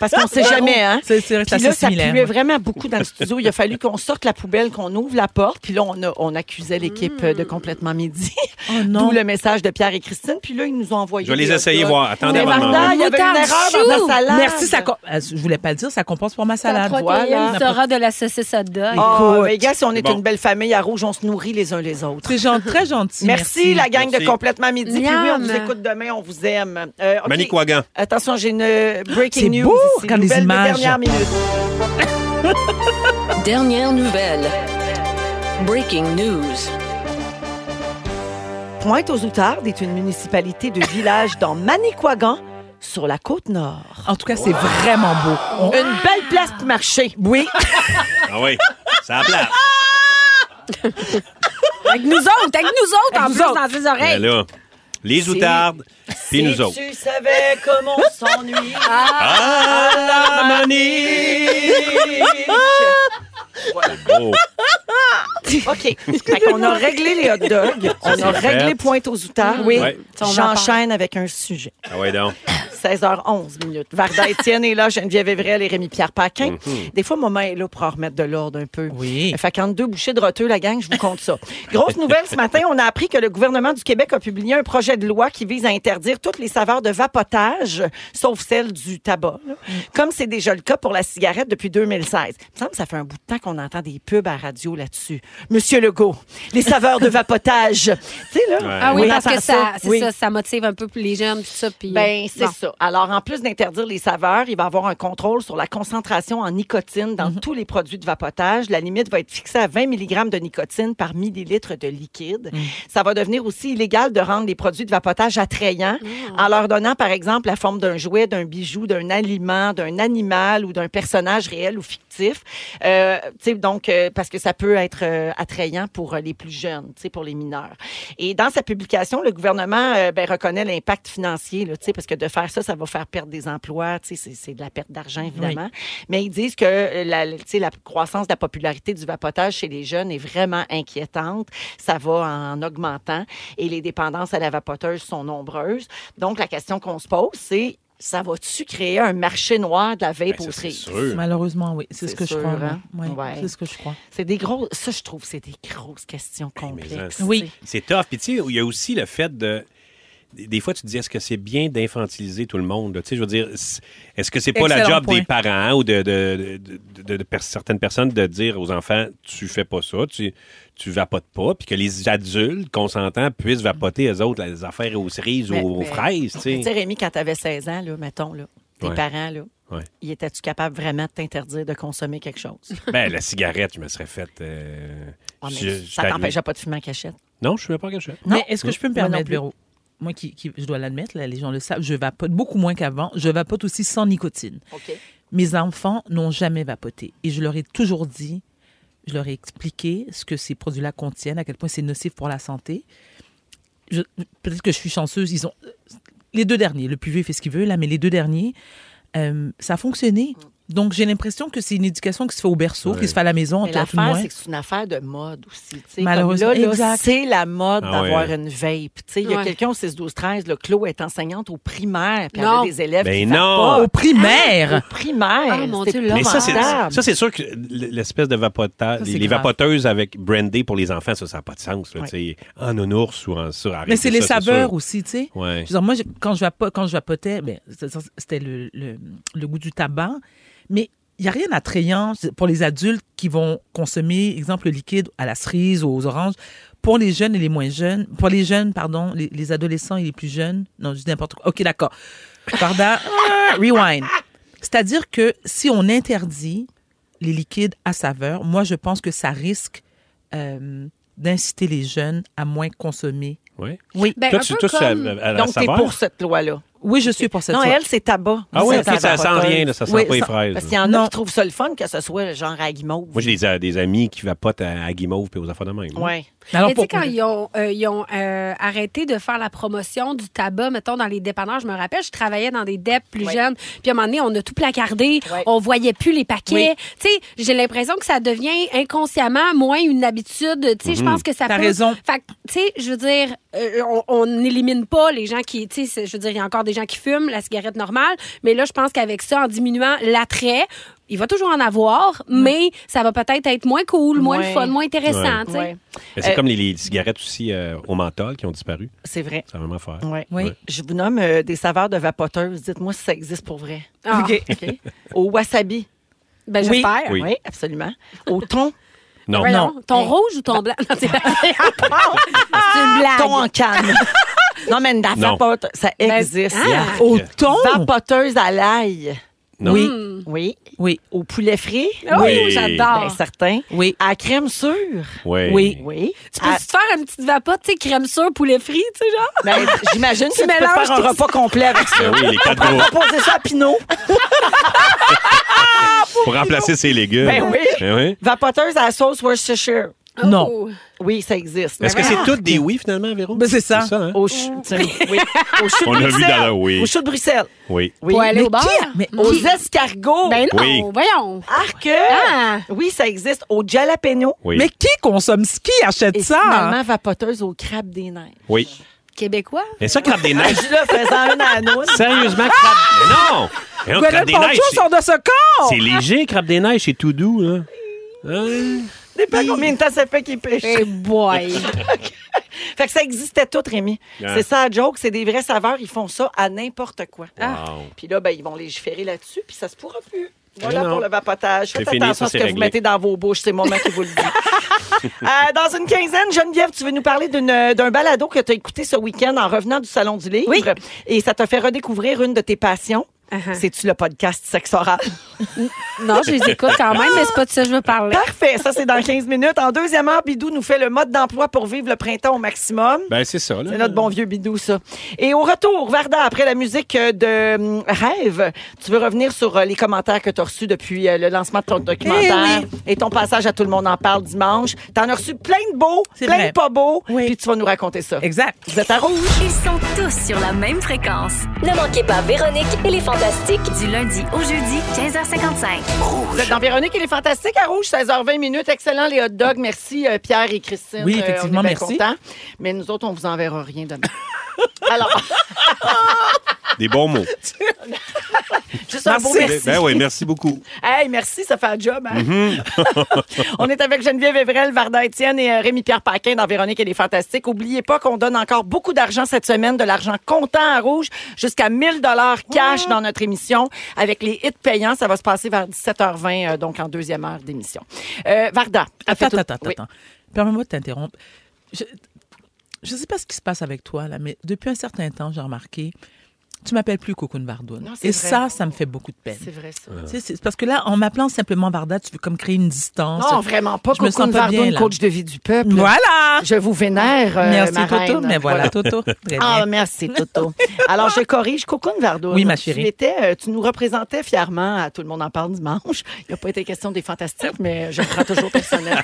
Speaker 1: Parce qu'on sait jamais, hein?
Speaker 3: C'est sûr, c'est
Speaker 1: Puis là,
Speaker 3: assez
Speaker 1: ça
Speaker 3: similaire.
Speaker 1: puait vraiment beaucoup dans le studio. Il a fallu qu'on sorte la poubelle, qu'on ouvre la porte. Puis là, on, a- on accusait l'équipe euh, de complètement midi.
Speaker 3: Oh
Speaker 1: D'où
Speaker 3: non.
Speaker 1: le message de Pierre et Christine. Puis là, ils nous ont envoyé.
Speaker 2: Je vais les
Speaker 1: des
Speaker 2: essayer
Speaker 1: hot dogs.
Speaker 2: voir. Attendez
Speaker 1: Mais
Speaker 2: avant de
Speaker 1: Varda,
Speaker 2: m'en
Speaker 1: il y avait une
Speaker 4: Moutarde
Speaker 1: erreur dans
Speaker 4: chou.
Speaker 1: ta salade.
Speaker 3: Merci, ça. com- Ah, Je voulais pas le dire, ça compense pour ma salade.
Speaker 4: Ta
Speaker 1: voilà.
Speaker 4: protéine sera de la saucisse hot dog.
Speaker 1: Oh,
Speaker 3: Écoute.
Speaker 1: mais gars, si on est
Speaker 2: Bon.
Speaker 1: une belle famille à rouge, on se nourrit les uns les autres.
Speaker 3: C'est gen- très gentil.
Speaker 1: Merci, la gang
Speaker 2: Merci.
Speaker 1: de Complètement Midi. Puis oui, on
Speaker 4: Miam.
Speaker 1: vous écoute demain, on vous aime. Euh, OK.
Speaker 2: Manny Kouagan.
Speaker 1: Attention, j'ai une euh, breaking
Speaker 3: C'est
Speaker 1: news.
Speaker 3: beau,
Speaker 1: ici.
Speaker 3: regarde les
Speaker 1: Nouvelle de
Speaker 3: images.
Speaker 1: Dernière minute.
Speaker 7: Dernière nouvelle. Breaking news.
Speaker 1: Pointe aux Outardes est une municipalité de village dans Manicouagan, sur la côte nord.
Speaker 3: En tout cas, c'est vraiment beau. On-
Speaker 1: Une belle place pour marcher. Oui.
Speaker 2: Ah oui, ça a place.
Speaker 4: Avec nous autres, avec nous autres, Ben en plus, dans ses
Speaker 2: Mais
Speaker 4: oreilles.
Speaker 2: là, les outardes, puis nous autres.
Speaker 1: tu savais comment on s'ennuie.
Speaker 2: Ah, la Oh,
Speaker 1: OK. Fait on a réglé les hot dogs. On a
Speaker 2: c'est
Speaker 1: réglé
Speaker 2: fait.
Speaker 1: Pointe aux Outardes.
Speaker 2: Oui. Ouais.
Speaker 1: J'enchaîne avec un sujet.
Speaker 2: ah ouais donc.
Speaker 1: 16h11 minutes. Varda Étienne est là, Geneviève Évrel et Rémi-Pierre Paquin. Des fois, maman est là pour en remettre de l'ordre un peu.
Speaker 3: Oui.
Speaker 1: Fait qu'entre deux bouchées de roteux, la gang, je vous compte ça. Grosse nouvelle ce matin, on a appris que le gouvernement du Québec a publié un projet de loi qui vise à interdire toutes les saveurs de vapotage, sauf celle du tabac. là. Comme c'est déjà le cas pour la cigarette depuis 2016. Il me semble que ça fait un bout de temps qu'on entend des pubs à radio là-dessus. Monsieur Legault, les saveurs de vapotage. tu sais, là.
Speaker 2: Ouais.
Speaker 4: Ah oui,
Speaker 1: on
Speaker 4: parce
Speaker 1: entend
Speaker 4: que ça, c'est
Speaker 1: Oui.
Speaker 4: ça, ça motive un peu plus les jeunes, tout ça. Puis, euh,
Speaker 1: Ben, c'est
Speaker 4: bon.
Speaker 1: ça. Alors, en plus d'interdire les saveurs, il va y avoir un contrôle sur la concentration en nicotine dans tous les produits de vapotage. La limite va être fixée à 20 mg de nicotine par millilitre de liquide. Ça va devenir aussi illégal de rendre les produits de vapotage attrayants en leur donnant, par exemple, la forme d'un jouet, d'un bijou, d'un aliment, d'un animal ou d'un personnage réel ou fictif. Euh, tu sais, donc, euh, parce que ça peut être euh, attrayant pour euh, les plus jeunes, tu sais, pour les mineurs. Et dans sa publication, le gouvernement euh, ben, reconnaît l'impact financier, là, tu sais, parce que de faire ça, ça va faire perdre des emplois, tu sais, c'est- c'est de la perte d'argent, évidemment. Mais ils disent que euh, la, tu sais, la croissance de la popularité du vapotage chez les jeunes est vraiment inquiétante. Ça va en augmentant et les dépendances à la vapoteuse sont nombreuses. Donc, la question qu'on se pose, c'est ça va-tu créer un marché noir de la
Speaker 2: Ben,
Speaker 1: vape
Speaker 2: ça,
Speaker 1: aux
Speaker 2: c'est
Speaker 1: cerises?
Speaker 2: sûr.
Speaker 3: Malheureusement, oui, c'est
Speaker 1: C'est
Speaker 3: ce que
Speaker 1: sûr,
Speaker 3: je crois.
Speaker 1: hein?
Speaker 3: moi. Oui,
Speaker 1: Ouais.
Speaker 3: C'est ce que je crois.
Speaker 1: C'est des gros. Ça, je trouve, c'est des grosses questions
Speaker 2: Ben, mais hein, ça,
Speaker 1: complexes.
Speaker 3: Oui.
Speaker 2: C'est tough. Puis tu sais, il y a aussi le fait de... des- des fois, tu te dis, est-ce que c'est bien d'infantiliser tout le monde? là? Tu sais, je veux dire, c- est-ce que c'est pas la
Speaker 3: Excellent
Speaker 2: job
Speaker 3: point.
Speaker 2: des parents ou de, de, de- de- de- de per- certaines personnes de dire aux enfants, tu fais pas ça, tu, tu vapotes pas, puis que les adultes consentants puissent vapoter eux autres les affaires aux cerises
Speaker 1: Mais-
Speaker 2: ou aux
Speaker 1: mais-
Speaker 2: fraises, tu
Speaker 1: Tu sais,
Speaker 2: sais.
Speaker 1: Rémi, quand t'avais 16 ans, là, mettons, là, tes
Speaker 2: Ouais.
Speaker 1: parents, là,
Speaker 2: Ouais.
Speaker 1: ils étaient-tu capable vraiment de t'interdire de consommer quelque chose?
Speaker 2: Ben, la cigarette, je me serais faite. euh,
Speaker 1: Ah, mais
Speaker 2: je- je
Speaker 1: ça
Speaker 2: t'admets.
Speaker 1: t'empêchait pas de fumer en cachette.
Speaker 2: Non, je suis pas caché.
Speaker 3: Mais est-ce que je peux me
Speaker 1: Moi non
Speaker 3: permettre,
Speaker 1: plus.
Speaker 3: Véro? Moi, qui, qui- je dois l'admettre, là, les gens le savent, je vapote beaucoup moins qu'avant. Je vapote aussi sans nicotine. Mes enfants n'ont jamais vapoté. Et je leur ai toujours dit, je leur ai expliqué ce que ces produits-là contiennent, à quel point c'est nocif pour la santé. Je- Peut-être que je suis chanceuse. Ils ont les deux derniers. Le plus vieux fait ce qu'il veut là, mais les deux derniers, euh, ça a fonctionné. Donc j'ai l'impression que c'est une éducation qui se fait au berceau, qui se fait à la maison.
Speaker 1: Mais
Speaker 3: à tout le
Speaker 1: l'affaire,
Speaker 3: moins.
Speaker 1: c'est que c'est une affaire de mode aussi. tu sais.
Speaker 3: Malheureusement,
Speaker 1: Comme là, là,
Speaker 3: exact.
Speaker 1: c'est la mode
Speaker 2: Ah
Speaker 1: d'avoir
Speaker 2: ouais.
Speaker 1: une vape. Tu sais, Il y a
Speaker 4: Ouais.
Speaker 1: quelqu'un au 6-12-13, le Chloé est enseignante au primaire, puis elle
Speaker 4: Non.
Speaker 1: a des élèves
Speaker 2: Ben
Speaker 1: qui
Speaker 2: non.
Speaker 3: Oh, Au
Speaker 1: vapent
Speaker 3: primaire.
Speaker 1: au primaire.
Speaker 4: Ah, mon
Speaker 1: C'était
Speaker 4: Dieu, là,
Speaker 2: Mais ça, c'est
Speaker 1: épouvantable.
Speaker 2: ça, c'est sûr que l'espèce de vapotage,
Speaker 3: c'est
Speaker 2: les, les
Speaker 3: grave.
Speaker 2: vapoteuses avec brandy pour les enfants, ça, ça n'a pas de sens. là,
Speaker 1: Ouais.
Speaker 2: tu sais. En nounours ou en ça.
Speaker 3: Mais c'est les saveurs
Speaker 2: ou
Speaker 3: aussi, tu sais.
Speaker 2: Ouais.
Speaker 3: Je veux dire, moi, j'ai- quand je, vapo- quand je vapotais, ben, c'est- c'est- c'était le, le- le goût du tabac. Mais il n'y a rien d'attrayant pour les adultes qui vont consommer, exemple, le liquide à la cerise ou aux oranges. Pour les jeunes et les moins jeunes, pour les jeunes, pardon, les, les adolescents et les plus jeunes, non, je dis n'importe quoi. OK, d'accord. Pardon, Ah, rewind. C'est-à-dire que si on interdit les liquides à saveur, moi, je pense que ça risque euh, d'inciter les jeunes à moins consommer.
Speaker 2: Ouais.
Speaker 3: Oui,
Speaker 4: Ben,
Speaker 2: Toi,
Speaker 4: un
Speaker 2: tu
Speaker 4: peu
Speaker 2: touches à,
Speaker 4: comme-
Speaker 2: à la
Speaker 1: Donc, t'es
Speaker 2: saveur.
Speaker 1: pour cette loi-là.
Speaker 3: oui, je suis pour cette
Speaker 1: Non,
Speaker 3: loi.
Speaker 1: elle, c'est tabac.
Speaker 2: Ah oui,
Speaker 1: C'est
Speaker 2: ok,
Speaker 1: la
Speaker 2: ça sent
Speaker 1: vapoteuse.
Speaker 2: rien, là, ça sent
Speaker 3: Oui,
Speaker 2: pas les
Speaker 3: ça-
Speaker 2: fraises.
Speaker 1: Parce qu'il y en
Speaker 3: Non.
Speaker 1: a qui trouvent ça le fun que ce soit genre à guimauve.
Speaker 2: Moi, j'ai des, des amis qui vapotent à, à Guimauve et aux affaires de même. hein. là.
Speaker 1: Ouais.
Speaker 3: Alors,
Speaker 4: Mais tu sais,
Speaker 3: pour-
Speaker 4: quand ils ont, euh, ils ont, euh, arrêté de faire la promotion du tabac, mettons, dans les dépanneurs, je me rappelle, je travaillais dans des DEP plus
Speaker 1: Ouais.
Speaker 4: jeunes. Puis à un moment donné, on a tout placardé.
Speaker 1: Ouais.
Speaker 4: On voyait plus les paquets. Tu sais, j'ai l'impression que ça devient inconsciemment moins une habitude. Tu sais, je pense que ça
Speaker 3: T'as
Speaker 4: peut...
Speaker 3: raison.
Speaker 4: Fait que, tu sais, je veux dire, euh, on- on n'élimine pas les gens qui... Tu sais, c'est- je veux dire, il y a encore des gens qui fument la cigarette normale. Mais là, je pense qu'avec ça, en diminuant l'attrait... Il va toujours en avoir, mais ça va peut-être être moins cool, moins
Speaker 1: Ouais.
Speaker 4: le fun, moins intéressant.
Speaker 2: Ouais.
Speaker 4: tu sais.
Speaker 1: Ouais.
Speaker 2: Mais C'est
Speaker 1: Euh,
Speaker 2: comme les, les cigarettes aussi euh, au menthol qui ont disparu.
Speaker 1: C'est vrai.
Speaker 2: C'est la même affaire.
Speaker 1: Ouais.
Speaker 3: Oui.
Speaker 1: Je vous nomme euh, des saveurs de vapoteuse. Dites-moi si ça existe pour vrai.
Speaker 4: Ah.
Speaker 1: OK. Au wasabi.
Speaker 4: Ben,
Speaker 1: Oui.
Speaker 4: j'espère.
Speaker 2: Oui.
Speaker 1: Oui, absolument. Au thon.
Speaker 2: Non.
Speaker 4: Voyons, Ton rouge ou ton blanc? Non, c'est pas- C'est une blague.
Speaker 1: Thon en canne. non, mais une
Speaker 2: Non.
Speaker 1: vapoteuse, ça existe.
Speaker 2: ah!
Speaker 3: Au
Speaker 2: que-
Speaker 3: thon?
Speaker 1: Vapoteuse à l'ail. Mm.
Speaker 2: Non.
Speaker 3: Oui,
Speaker 1: Oui.
Speaker 3: oui,
Speaker 1: Au poulet frit.
Speaker 4: Oh,
Speaker 2: Oui.
Speaker 4: j'adore.
Speaker 1: Bien certain.
Speaker 3: oui.
Speaker 1: À crème sûre.
Speaker 2: Ouais.
Speaker 3: Oui.
Speaker 1: Oui.
Speaker 4: tu peux
Speaker 1: À-
Speaker 4: te faire une petite vapote, tu sais, crème sûre, poulet frit, tu sais, genre?
Speaker 1: Ben, J'imagine que tu peux te
Speaker 4: mélanges
Speaker 1: faire
Speaker 4: tout
Speaker 1: un
Speaker 4: ça.
Speaker 1: repas complet avec ça.
Speaker 2: Ben oui, les quatre gros.
Speaker 1: Poser ça à Pinot.
Speaker 2: Pour remplacer ses légumes.
Speaker 1: Ben oui.
Speaker 2: Ben oui.
Speaker 1: Vapoteuse à la sauce Worcestershire.
Speaker 3: Non.
Speaker 4: Oh.
Speaker 1: Oui, ça existe.
Speaker 2: Est-ce que c'est toutes des oui, finalement, Véro?
Speaker 3: Ben, c'est ça.
Speaker 2: hein?
Speaker 1: Au
Speaker 4: Mm.
Speaker 1: chou, tiens, oui. Au chou de
Speaker 2: On l'a vu
Speaker 1: Bruxelles.
Speaker 2: dans la- oui.
Speaker 1: Au chou de Bruxelles.
Speaker 2: Oui.
Speaker 1: Oui.
Speaker 4: Pour aller
Speaker 3: Mais
Speaker 4: au bar?
Speaker 3: qui- mais
Speaker 1: Aux escargots.
Speaker 4: Ben non,
Speaker 2: Oui.
Speaker 4: voyons.
Speaker 1: Arc.
Speaker 4: Ah.
Speaker 1: Oui, ça existe. Au jalapeno.
Speaker 2: Oui.
Speaker 3: Mais qui consomme, qui achète
Speaker 1: Et
Speaker 3: ça?
Speaker 1: finalement, vapoteuse au crabe des neiges.
Speaker 2: Oui.
Speaker 4: Québécois?
Speaker 2: Mais ça, crabe des
Speaker 1: Ah,
Speaker 2: neiges.
Speaker 1: Je là, faisant une à nous.
Speaker 2: Sérieusement, crabe. Mais non! Mais on
Speaker 3: Gwyneth
Speaker 2: crabe des neiges.
Speaker 3: Paltrow
Speaker 2: c'est-
Speaker 3: sort de ce corps!
Speaker 2: C'est léger, crabe des neiges, c'est tout doux, là. Hein?
Speaker 1: Dépend combien de temps ça fait qu'ils pêchent.
Speaker 4: Eh boy.
Speaker 1: Fait que ça existait tout, Rémi.
Speaker 2: Ah.
Speaker 1: C'est ça la joke, c'est des vrais saveurs, ils font ça à n'importe quoi.
Speaker 2: Wow.
Speaker 1: Puis là, ben, ils vont légiférer là-dessus, puis ça se pourra plus. Voilà
Speaker 2: Eh non.
Speaker 1: pour le vapotage.
Speaker 2: C'est
Speaker 1: Faites
Speaker 2: fini, ça,
Speaker 1: attention à ce
Speaker 2: c'est
Speaker 1: que vous
Speaker 2: réglé.
Speaker 1: mettez dans vos bouches, c'est moi qui vous le dis. Euh, dans une quinzaine, Geneviève, tu veux nous parler d'une- euh, d'un balado que tu as écouté ce week-end en revenant du Salon du Livre.
Speaker 4: Oui.
Speaker 1: Et ça t'a fait redécouvrir une de tes passions.
Speaker 4: Uh-huh.
Speaker 1: C'est-tu le podcast sexe oral?
Speaker 4: Non, je les écoute quand même, mais c'est pas de ça que je veux parler.
Speaker 1: Parfait, ça c'est dans 15 minutes. En deuxième heure, Bidou nous fait le mode d'emploi pour vivre le printemps au maximum.
Speaker 2: Ben, c'est ça, là.
Speaker 1: C'est notre bon vieux bidou, ça. Et au retour, Varda, après la musique euh, de hum, Rêve, tu veux revenir sur euh, les commentaires que tu as reçus depuis euh, le lancement de
Speaker 3: Eh
Speaker 1: ton documentaire et ton passage à Tout le monde en parle dimanche. Tu en as reçu plein de beaux,
Speaker 3: C'est
Speaker 1: plein
Speaker 3: vrai.
Speaker 1: de pas beaux,
Speaker 3: Oui.
Speaker 1: puis tu vas nous raconter ça.
Speaker 3: Exact.
Speaker 1: Vous êtes à rouge.
Speaker 6: Ils sont tous sur la même fréquence.
Speaker 7: Ne manquez pas Véronique et les Fantastiques.
Speaker 6: Du lundi au jeudi, 15h55.
Speaker 1: Vous êtes dans Véronique et les Fantastiques à Rouge, 16h20 minutes. Excellent les hot dogs. Merci euh, Pierre et Christine.
Speaker 3: Oui,
Speaker 1: Euh,
Speaker 3: effectivement,
Speaker 1: on est bien
Speaker 3: merci.
Speaker 1: contents. Mais nous autres, on vous enverra rien demain. Alors.
Speaker 2: Des bons mots.
Speaker 1: Juste un beau merci.
Speaker 2: Ben oui, merci beaucoup.
Speaker 1: Hey, merci, ça fait un job. hein?
Speaker 3: Mm-hmm.
Speaker 1: on est avec Geneviève Evrel, Varda Étienne et euh, Rémi-Pierre Paquin dans Véronique et les Fantastiques. Oubliez pas qu'on donne encore beaucoup d'argent cette semaine, de l'argent comptant à rouge, jusqu'à 1000 dollars cash dans notre émission. Avec les hits payants, ça va se passer vers 17h20, euh, donc en deuxième heure d'émission. Euh, Varda. t'as fait
Speaker 3: Attends,
Speaker 1: tout-
Speaker 3: attends, attends.
Speaker 1: Oui.
Speaker 3: attends. Permets-moi de t'interrompre. Je ne sais pas ce qui se passe avec toi, là, mais depuis un certain temps, j'ai remarqué, tu m'appelles plus Cocoon Vardoune.
Speaker 1: Non, c'est
Speaker 3: Et
Speaker 1: vrai.
Speaker 3: ça, ça me fait beaucoup de peine.
Speaker 1: C'est vrai, ça.
Speaker 3: Tu sais, C'est parce que là, en m'appelant simplement Varda, tu veux comme créer une distance.
Speaker 1: Non, vraiment pas.
Speaker 3: Je me
Speaker 1: Cocoon
Speaker 3: sens pas bien,
Speaker 1: Vardoune,
Speaker 3: là.
Speaker 1: coach de vie du peuple.
Speaker 3: Voilà!
Speaker 1: Je vous vénère, euh,
Speaker 3: Merci
Speaker 1: ma
Speaker 3: Toto,
Speaker 1: reine.
Speaker 3: mais voilà Toto. Très
Speaker 1: Ah,
Speaker 3: bien.
Speaker 1: merci, Toto. Alors, je corrige Cocoon Vardoune.
Speaker 3: Oui, ma chérie.
Speaker 1: Tu, étais, euh, tu nous représentais fièrement à Tout le monde en parle dimanche. Il n'y a pas été question des fantastiques, mais je le prends toujours personnel.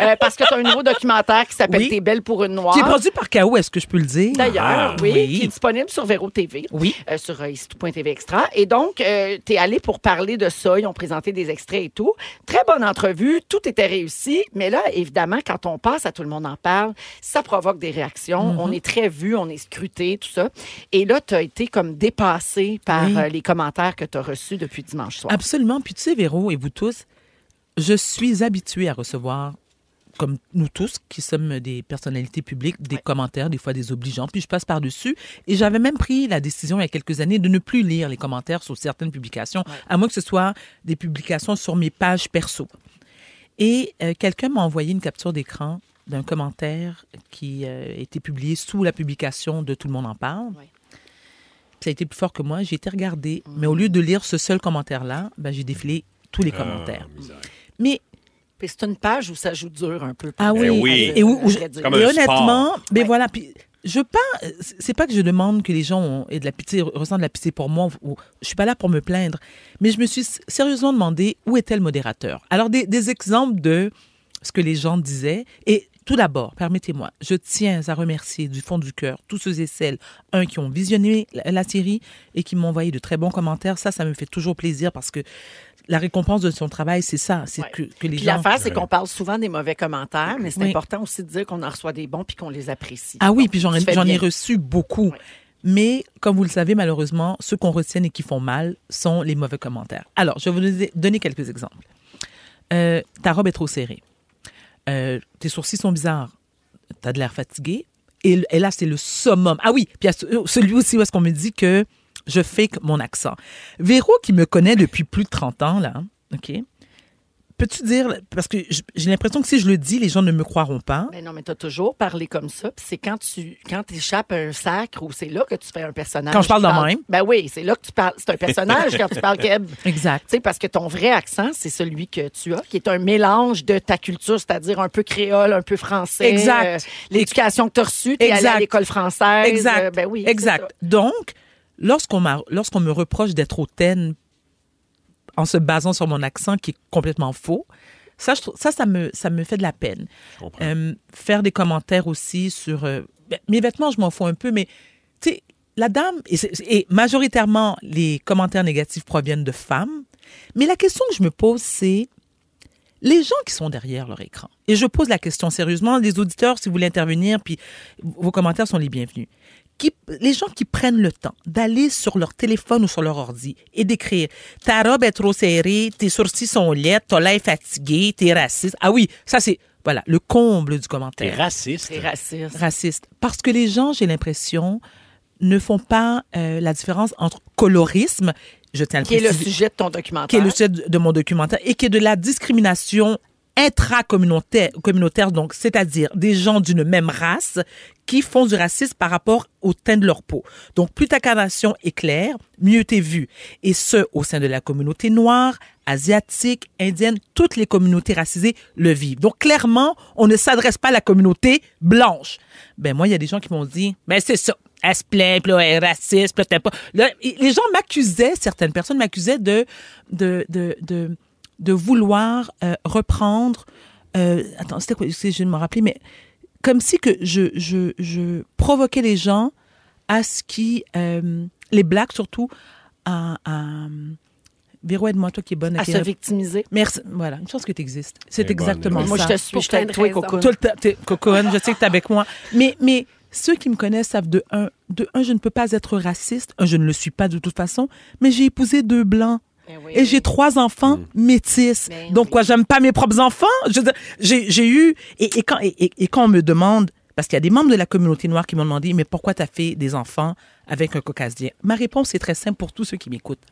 Speaker 1: Euh, parce que tu as un nouveau documentaire qui s'appelle
Speaker 3: Oui.
Speaker 1: T'es belle pour une noire.
Speaker 3: Qui est produit par K.O., est-ce que je peux le dire? Ah,
Speaker 1: D'ailleurs, oui,
Speaker 3: oui.
Speaker 1: qui est disponible sur Véro TV,
Speaker 3: Oui.
Speaker 1: euh, sur euh, ici tout.tv Extra. Et donc, tu es allé pour parler de ça. Ils ont présenté des extraits et tout. Très bonne entrevue. Tout était réussi. Mais là, évidemment, quand on passe à Tout le monde en parle, ça provoque des réactions. On est très vu, on est scruté, tout ça. Et là, tu as été comme dépassé par
Speaker 3: Oui.
Speaker 1: euh, les commentaires que tu as reçus depuis dimanche soir.
Speaker 3: Absolument. Puis tu sais, Véro et vous tous, je suis habituée à recevoir, comme nous tous qui sommes des personnalités publiques, des commentaires, des fois des obligeants, puis je passe par-dessus. Et j'avais même pris la décision il y a quelques années de ne plus lire les commentaires sur certaines publications, à moins que ce soit des publications sur mes pages perso. Et euh, quelqu'un m'a envoyé une capture d'écran d'un commentaire qui euh, a été publié sous la publication de Tout le monde en parle.
Speaker 1: Ouais.
Speaker 3: Ça a été plus fort que moi. J'ai été regardée, mais au lieu de lire ce seul commentaire-là, ben, j'ai défilé tous les commentaires. Mais
Speaker 1: Puis c'est une page où ça joue dur un peu. euh,
Speaker 3: ah oui,
Speaker 2: Eh oui.
Speaker 3: et où- où je-
Speaker 1: À vrai dire.
Speaker 2: Comme
Speaker 3: et
Speaker 2: un
Speaker 3: honnêtement,
Speaker 2: sport.
Speaker 3: ben voilà, puis je pas c'est pas que je demande que les gens ont- aient de la pitié ressentent de la pitié pour moi ou- je suis pas là pour me plaindre, mais je me suis s- sérieusement demandé où était le modérateur. Alors des, des exemples de ce que les gens disaient et tout d'abord, permettez-moi, je tiens à remercier du fond du cœur tous ceux et celles, un, qui ont visionné la, la série et qui m'ont envoyé de très bons commentaires. Ça, ça me fait toujours plaisir parce que la récompense de son travail, c'est ça, c'est
Speaker 1: Ouais.
Speaker 3: que, que les
Speaker 1: Puis
Speaker 3: gens... euh,
Speaker 1: l'affaire, c'est qu'on parle souvent des mauvais commentaires, mais c'est
Speaker 3: Oui.
Speaker 1: important aussi de dire qu'on en reçoit des bons puis qu'on les apprécie.
Speaker 3: Ah oui,
Speaker 1: Donc,
Speaker 3: puis j'en ai,
Speaker 1: tu fais
Speaker 3: j'en ai
Speaker 1: bien.
Speaker 3: reçu beaucoup.
Speaker 1: Ouais.
Speaker 3: Mais comme vous le savez, malheureusement, ceux qu'on retient et qui font mal sont les mauvais commentaires. Alors, je vais vous donner- donner quelques exemples. Euh, ta robe est trop serrée. Euh, tes sourcils sont bizarres. T'as de l'air fatigué. Et, l- et là, c'est le summum. Ah oui, puis il y a ce- celui aussi où est-ce qu'on me dit que je fake mon accent. Véro, qui me connaît depuis plus de 30 ans, là, hein, OK? Peux-tu dire, parce que j- j'ai l'impression que si je le dis, les gens ne me croiront pas.
Speaker 1: Mais Ben non, mais t'as toujours parlé comme ça. Puis c'est quand tu quand t'échappes à un sacre ou c'est là que tu fais un personnage.
Speaker 3: Quand je parle
Speaker 1: Tu
Speaker 3: de
Speaker 1: parles-
Speaker 3: même.
Speaker 1: Ben oui, c'est là que tu parles. C'est un personnage quand tu parles Keb. Tu
Speaker 3: Exact.
Speaker 1: sais, parce que ton vrai accent, c'est celui que tu as, qui est un mélange de ta culture, c'est-à-dire un peu créole, un peu français. euh,
Speaker 3: Exact.
Speaker 1: L'éducation que tu as reçue, t'es allé
Speaker 3: Exact.
Speaker 1: à l'école française.
Speaker 3: Exact.
Speaker 1: Euh, ben oui. c'est
Speaker 3: exact. Donc, lorsqu'on m'a- lorsqu'on me reproche d'être hautaine en se basant sur mon accent qui est complètement faux, ça, je trouve- ça, ça me, ça me fait de la peine. Euh, faire des commentaires aussi sur euh, ben, mes vêtements, je m'en fous un peu, mais tu sais, la dame et, c'est- et majoritairement les commentaires négatifs proviennent de femmes. Mais la question que je me pose, c'est les gens qui sont derrière leur écran. Et je pose la question sérieusement, les auditeurs, si vous voulez intervenir, puis vos commentaires sont les bienvenus. Qui, les gens qui prennent le temps d'aller sur leur téléphone ou sur leur ordi et d'écrire « Ta robe est trop serrée, tes sourcils sont laids, ton l'air fatigué, t'es raciste. » Ah oui, ça c'est voilà le comble du
Speaker 2: T'es
Speaker 3: commentaire
Speaker 2: raciste.
Speaker 1: ça. T'es raciste.
Speaker 3: raciste. Parce que les gens, j'ai l'impression, ne font pas euh, la différence entre colorisme, je tiens à le
Speaker 1: Qui est le
Speaker 3: préciser,
Speaker 1: sujet de ton documentaire.
Speaker 3: qui est le sujet de de mon documentaire et qui est de la discrimination intracommunautaire, communautaire, donc c'est-à-dire des gens d'une même race qui font du racisme par rapport au teint de leur peau. Donc plus ta carnation est claire, mieux t'es vu. Et ce, au sein de la communauté noire, asiatique, indienne, toutes les communautés racisées le vivent. Donc clairement, on ne s'adresse pas à la communauté blanche. Ben moi, il y a des gens qui m'ont dit, ben c'est ça, elle se plaint, puis là, elle est raciste, puis là, t'aimes pas. Là, et les gens m'accusaient, certaines personnes m'accusaient de, de, de, de, de vouloir euh, reprendre. euh, attends, c'était quoi? Je vais me rappeler, mais comme si que je, je, je provoquais les gens à ce qui. euh, les blacks surtout, à. à Véro, aide-moi, toi qui es bonne
Speaker 1: À
Speaker 3: qui
Speaker 1: se
Speaker 3: est-
Speaker 1: victimiser.
Speaker 3: Merci. Voilà, une chance que tu existes. C'est
Speaker 2: Elle est bonne,
Speaker 3: exactement
Speaker 2: elle est
Speaker 3: ça.
Speaker 1: Moi, je te suis,
Speaker 4: Pour
Speaker 1: je suis avec
Speaker 4: plein de
Speaker 1: toi,
Speaker 4: raisons.
Speaker 1: Cocoon.
Speaker 3: Tout le temps, t'es- Cocoon, je sais que t'es avec moi. Mais, mais Ceux qui me connaissent savent de un, de un, je ne peux pas être raciste. Un, je ne le suis pas de toute façon, mais j'ai épousé deux blancs. Et j'ai trois enfants métis. Donc, quoi, j'aime pas mes propres enfants? Je veux dire, J'ai j'ai eu. Et, et quand, et, et- et quand on me demande, parce qu'il y a des membres de la communauté noire qui m'ont demandé, mais pourquoi t'as fait des enfants avec un caucasien? Ma réponse est très simple pour tous ceux qui m'écoutent.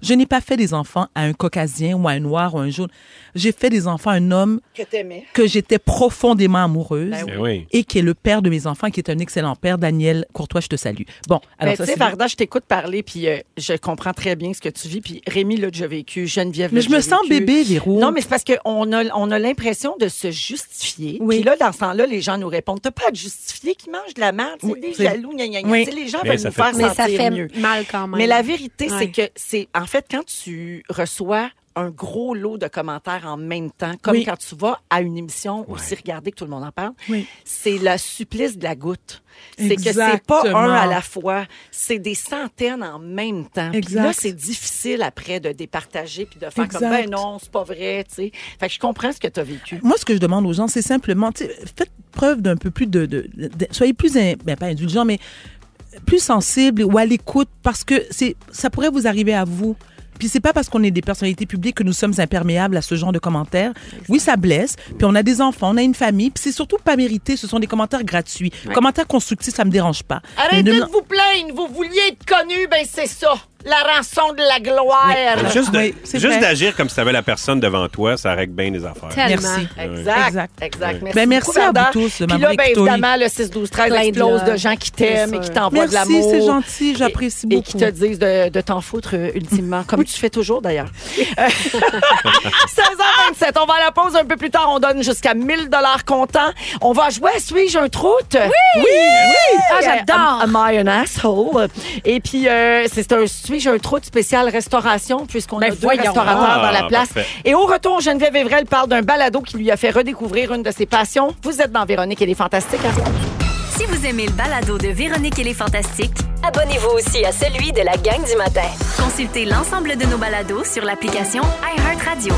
Speaker 3: Je n'ai pas fait des enfants à un caucasien ou à un noir ou à un jaune. J'ai fait des enfants à un homme
Speaker 1: Que t'aimais.
Speaker 3: que j'étais profondément amoureuse
Speaker 2: Ben oui.
Speaker 3: et qui est le père de mes enfants, qui est un excellent père, Daniel Courtois, je te salue. Bon, alors
Speaker 1: Ben,
Speaker 3: ça,
Speaker 1: tu sais,
Speaker 3: c'est-
Speaker 1: Varda, je t'écoute parler, puis euh, je comprends très bien ce que tu vis. Puis Rémi l'a déjà vécu, Geneviève
Speaker 3: Mais
Speaker 1: l'a
Speaker 3: je me
Speaker 1: déjà
Speaker 3: sens
Speaker 1: vécu.
Speaker 3: bébé, Véro.
Speaker 1: Non, mais c'est parce qu'on a, on a l'impression de se justifier.
Speaker 3: Oui.
Speaker 1: Puis là, dans ce temps-là, les gens nous répondent T'as pas à te justifier qui mange de la merde, c'est des
Speaker 3: c'est-
Speaker 1: jaloux, gna, gna, gna.
Speaker 3: Oui.
Speaker 1: Tu sais, Les gens
Speaker 2: Mais
Speaker 1: veulent
Speaker 2: ça
Speaker 1: nous
Speaker 2: fait
Speaker 1: faire
Speaker 2: peur.
Speaker 4: Mais ça
Speaker 1: sentir
Speaker 4: fait
Speaker 1: mieux.
Speaker 4: mal quand même.
Speaker 1: Mais la vérité,
Speaker 4: Ouais.
Speaker 1: c'est que c'est. En fait, quand tu reçois un gros lot de commentaires en même temps, comme
Speaker 3: Oui.
Speaker 1: quand tu vas à une émission aussi regardée que tout le monde en parle,
Speaker 3: Oui.
Speaker 1: c'est le supplice de la goutte. C'est que c'est pas
Speaker 3: Exactement.
Speaker 1: un à la fois, c'est des centaines en même temps. Puis
Speaker 3: Exact.
Speaker 1: là, c'est difficile après de départager puis de faire comme
Speaker 3: Exact.
Speaker 1: ben non, c'est pas vrai, tu sais. Fait que je comprends ce que tu as vécu.
Speaker 3: Moi, ce que je demande aux gens, c'est simplement, tu sais, faites preuve d'un peu plus de, de- de- soyez plus, in- ben, pas indulgents, mais plus sensibles ou à l'écoute, parce que c'est, ça pourrait vous arriver à vous. Puis c'est pas parce qu'on est des personnalités publiques que nous sommes imperméables à ce genre de commentaires. Oui, ça blesse. Puis on a des enfants, on a une famille. Puis c'est surtout pas mérité. Ce sont des commentaires gratuits. Commentaires constructifs, ça me dérange pas. Mais
Speaker 1: Arrêtez
Speaker 3: ne me-
Speaker 1: de vous plaindre, vous vouliez être connu, ben c'est ça, la rançon de la gloire.
Speaker 2: Juste de-
Speaker 3: Oui, c'est
Speaker 2: juste
Speaker 3: vrai.
Speaker 2: d'agir comme si t'avais la personne devant toi, ça règle bien les affaires.
Speaker 4: Tellement.
Speaker 3: Merci.
Speaker 1: Exact.
Speaker 3: Exact.
Speaker 1: Exact. Merci,
Speaker 3: Ben, merci
Speaker 1: beaucoup,
Speaker 3: à vous
Speaker 1: Varda.
Speaker 3: tous de
Speaker 1: Puis
Speaker 3: m'avoir
Speaker 1: là, ben,
Speaker 3: écouté.
Speaker 1: évidemment, le 6-12-13
Speaker 4: Plein de
Speaker 1: explose de
Speaker 4: love.
Speaker 1: gens qui t'aiment
Speaker 4: C'est
Speaker 1: et qui
Speaker 4: sûr.
Speaker 1: t'envoient de
Speaker 3: Merci,
Speaker 1: l'amour.
Speaker 3: c'est gentil. J'apprécie
Speaker 1: Et- Et qui
Speaker 3: beaucoup.
Speaker 1: te disent de, de t'en foutre euh, ultimement, comme tu fais toujours d'ailleurs. Euh, 16h27, on va à la pause un peu plus tard. On donne jusqu'à 1000 dollars comptant. On va jouer à Suis-je un troute? Oui! Oui!
Speaker 4: Ah, j'adore.
Speaker 1: Euh, Am, am I an asshole? Et puis, euh, c'est un Suis-je un troute spécial restauration, puisqu'on a
Speaker 4: Ben,
Speaker 1: deux
Speaker 4: voyons.
Speaker 1: restaurateurs
Speaker 2: Ah,
Speaker 1: dans la place.
Speaker 2: parfait.
Speaker 1: Et au retour, Geneviève Evrel parle d'un balado qui lui a fait redécouvrir une de ses passions. Vous êtes dans Véronique et les Fantastiques. à Rouge.
Speaker 6: Si vous aimez le balado de Véronique et les Fantastiques,
Speaker 7: Abonnez-vous aussi à celui de la gang du matin.
Speaker 6: consultez l'ensemble de nos balados sur l'application iHeartRadio.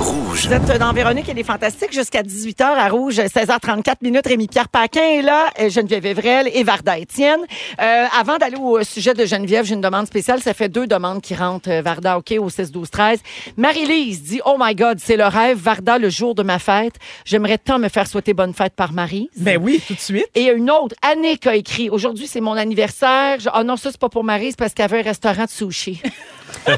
Speaker 1: Vous êtes euh, dans Véronique et les Fantastiques jusqu'à 18h à Rouge, 16h34 minutes. Rémi-Pierre Paquin est là, euh, Geneviève Evrel et Varda Étienne. Euh, avant d'aller au euh, sujet de Geneviève, j'ai une demande spéciale. Ça fait deux demandes qui rentrent, euh, Varda, OK, au 6-12-13. Marie-Lise dit « Oh my God, c'est le rêve, Varda, le jour de ma fête. J'aimerais tant me faire souhaiter bonne fête par Marie. »
Speaker 3: Ben oui, tout de suite.
Speaker 1: Et il y a une autre, Annick a écrit Aujourd'hui, c'est mon anniversaire. Je- Ah non, ça, c'est pas pour Marie, c'est parce qu'elle avait un restaurant de sushi. Euh,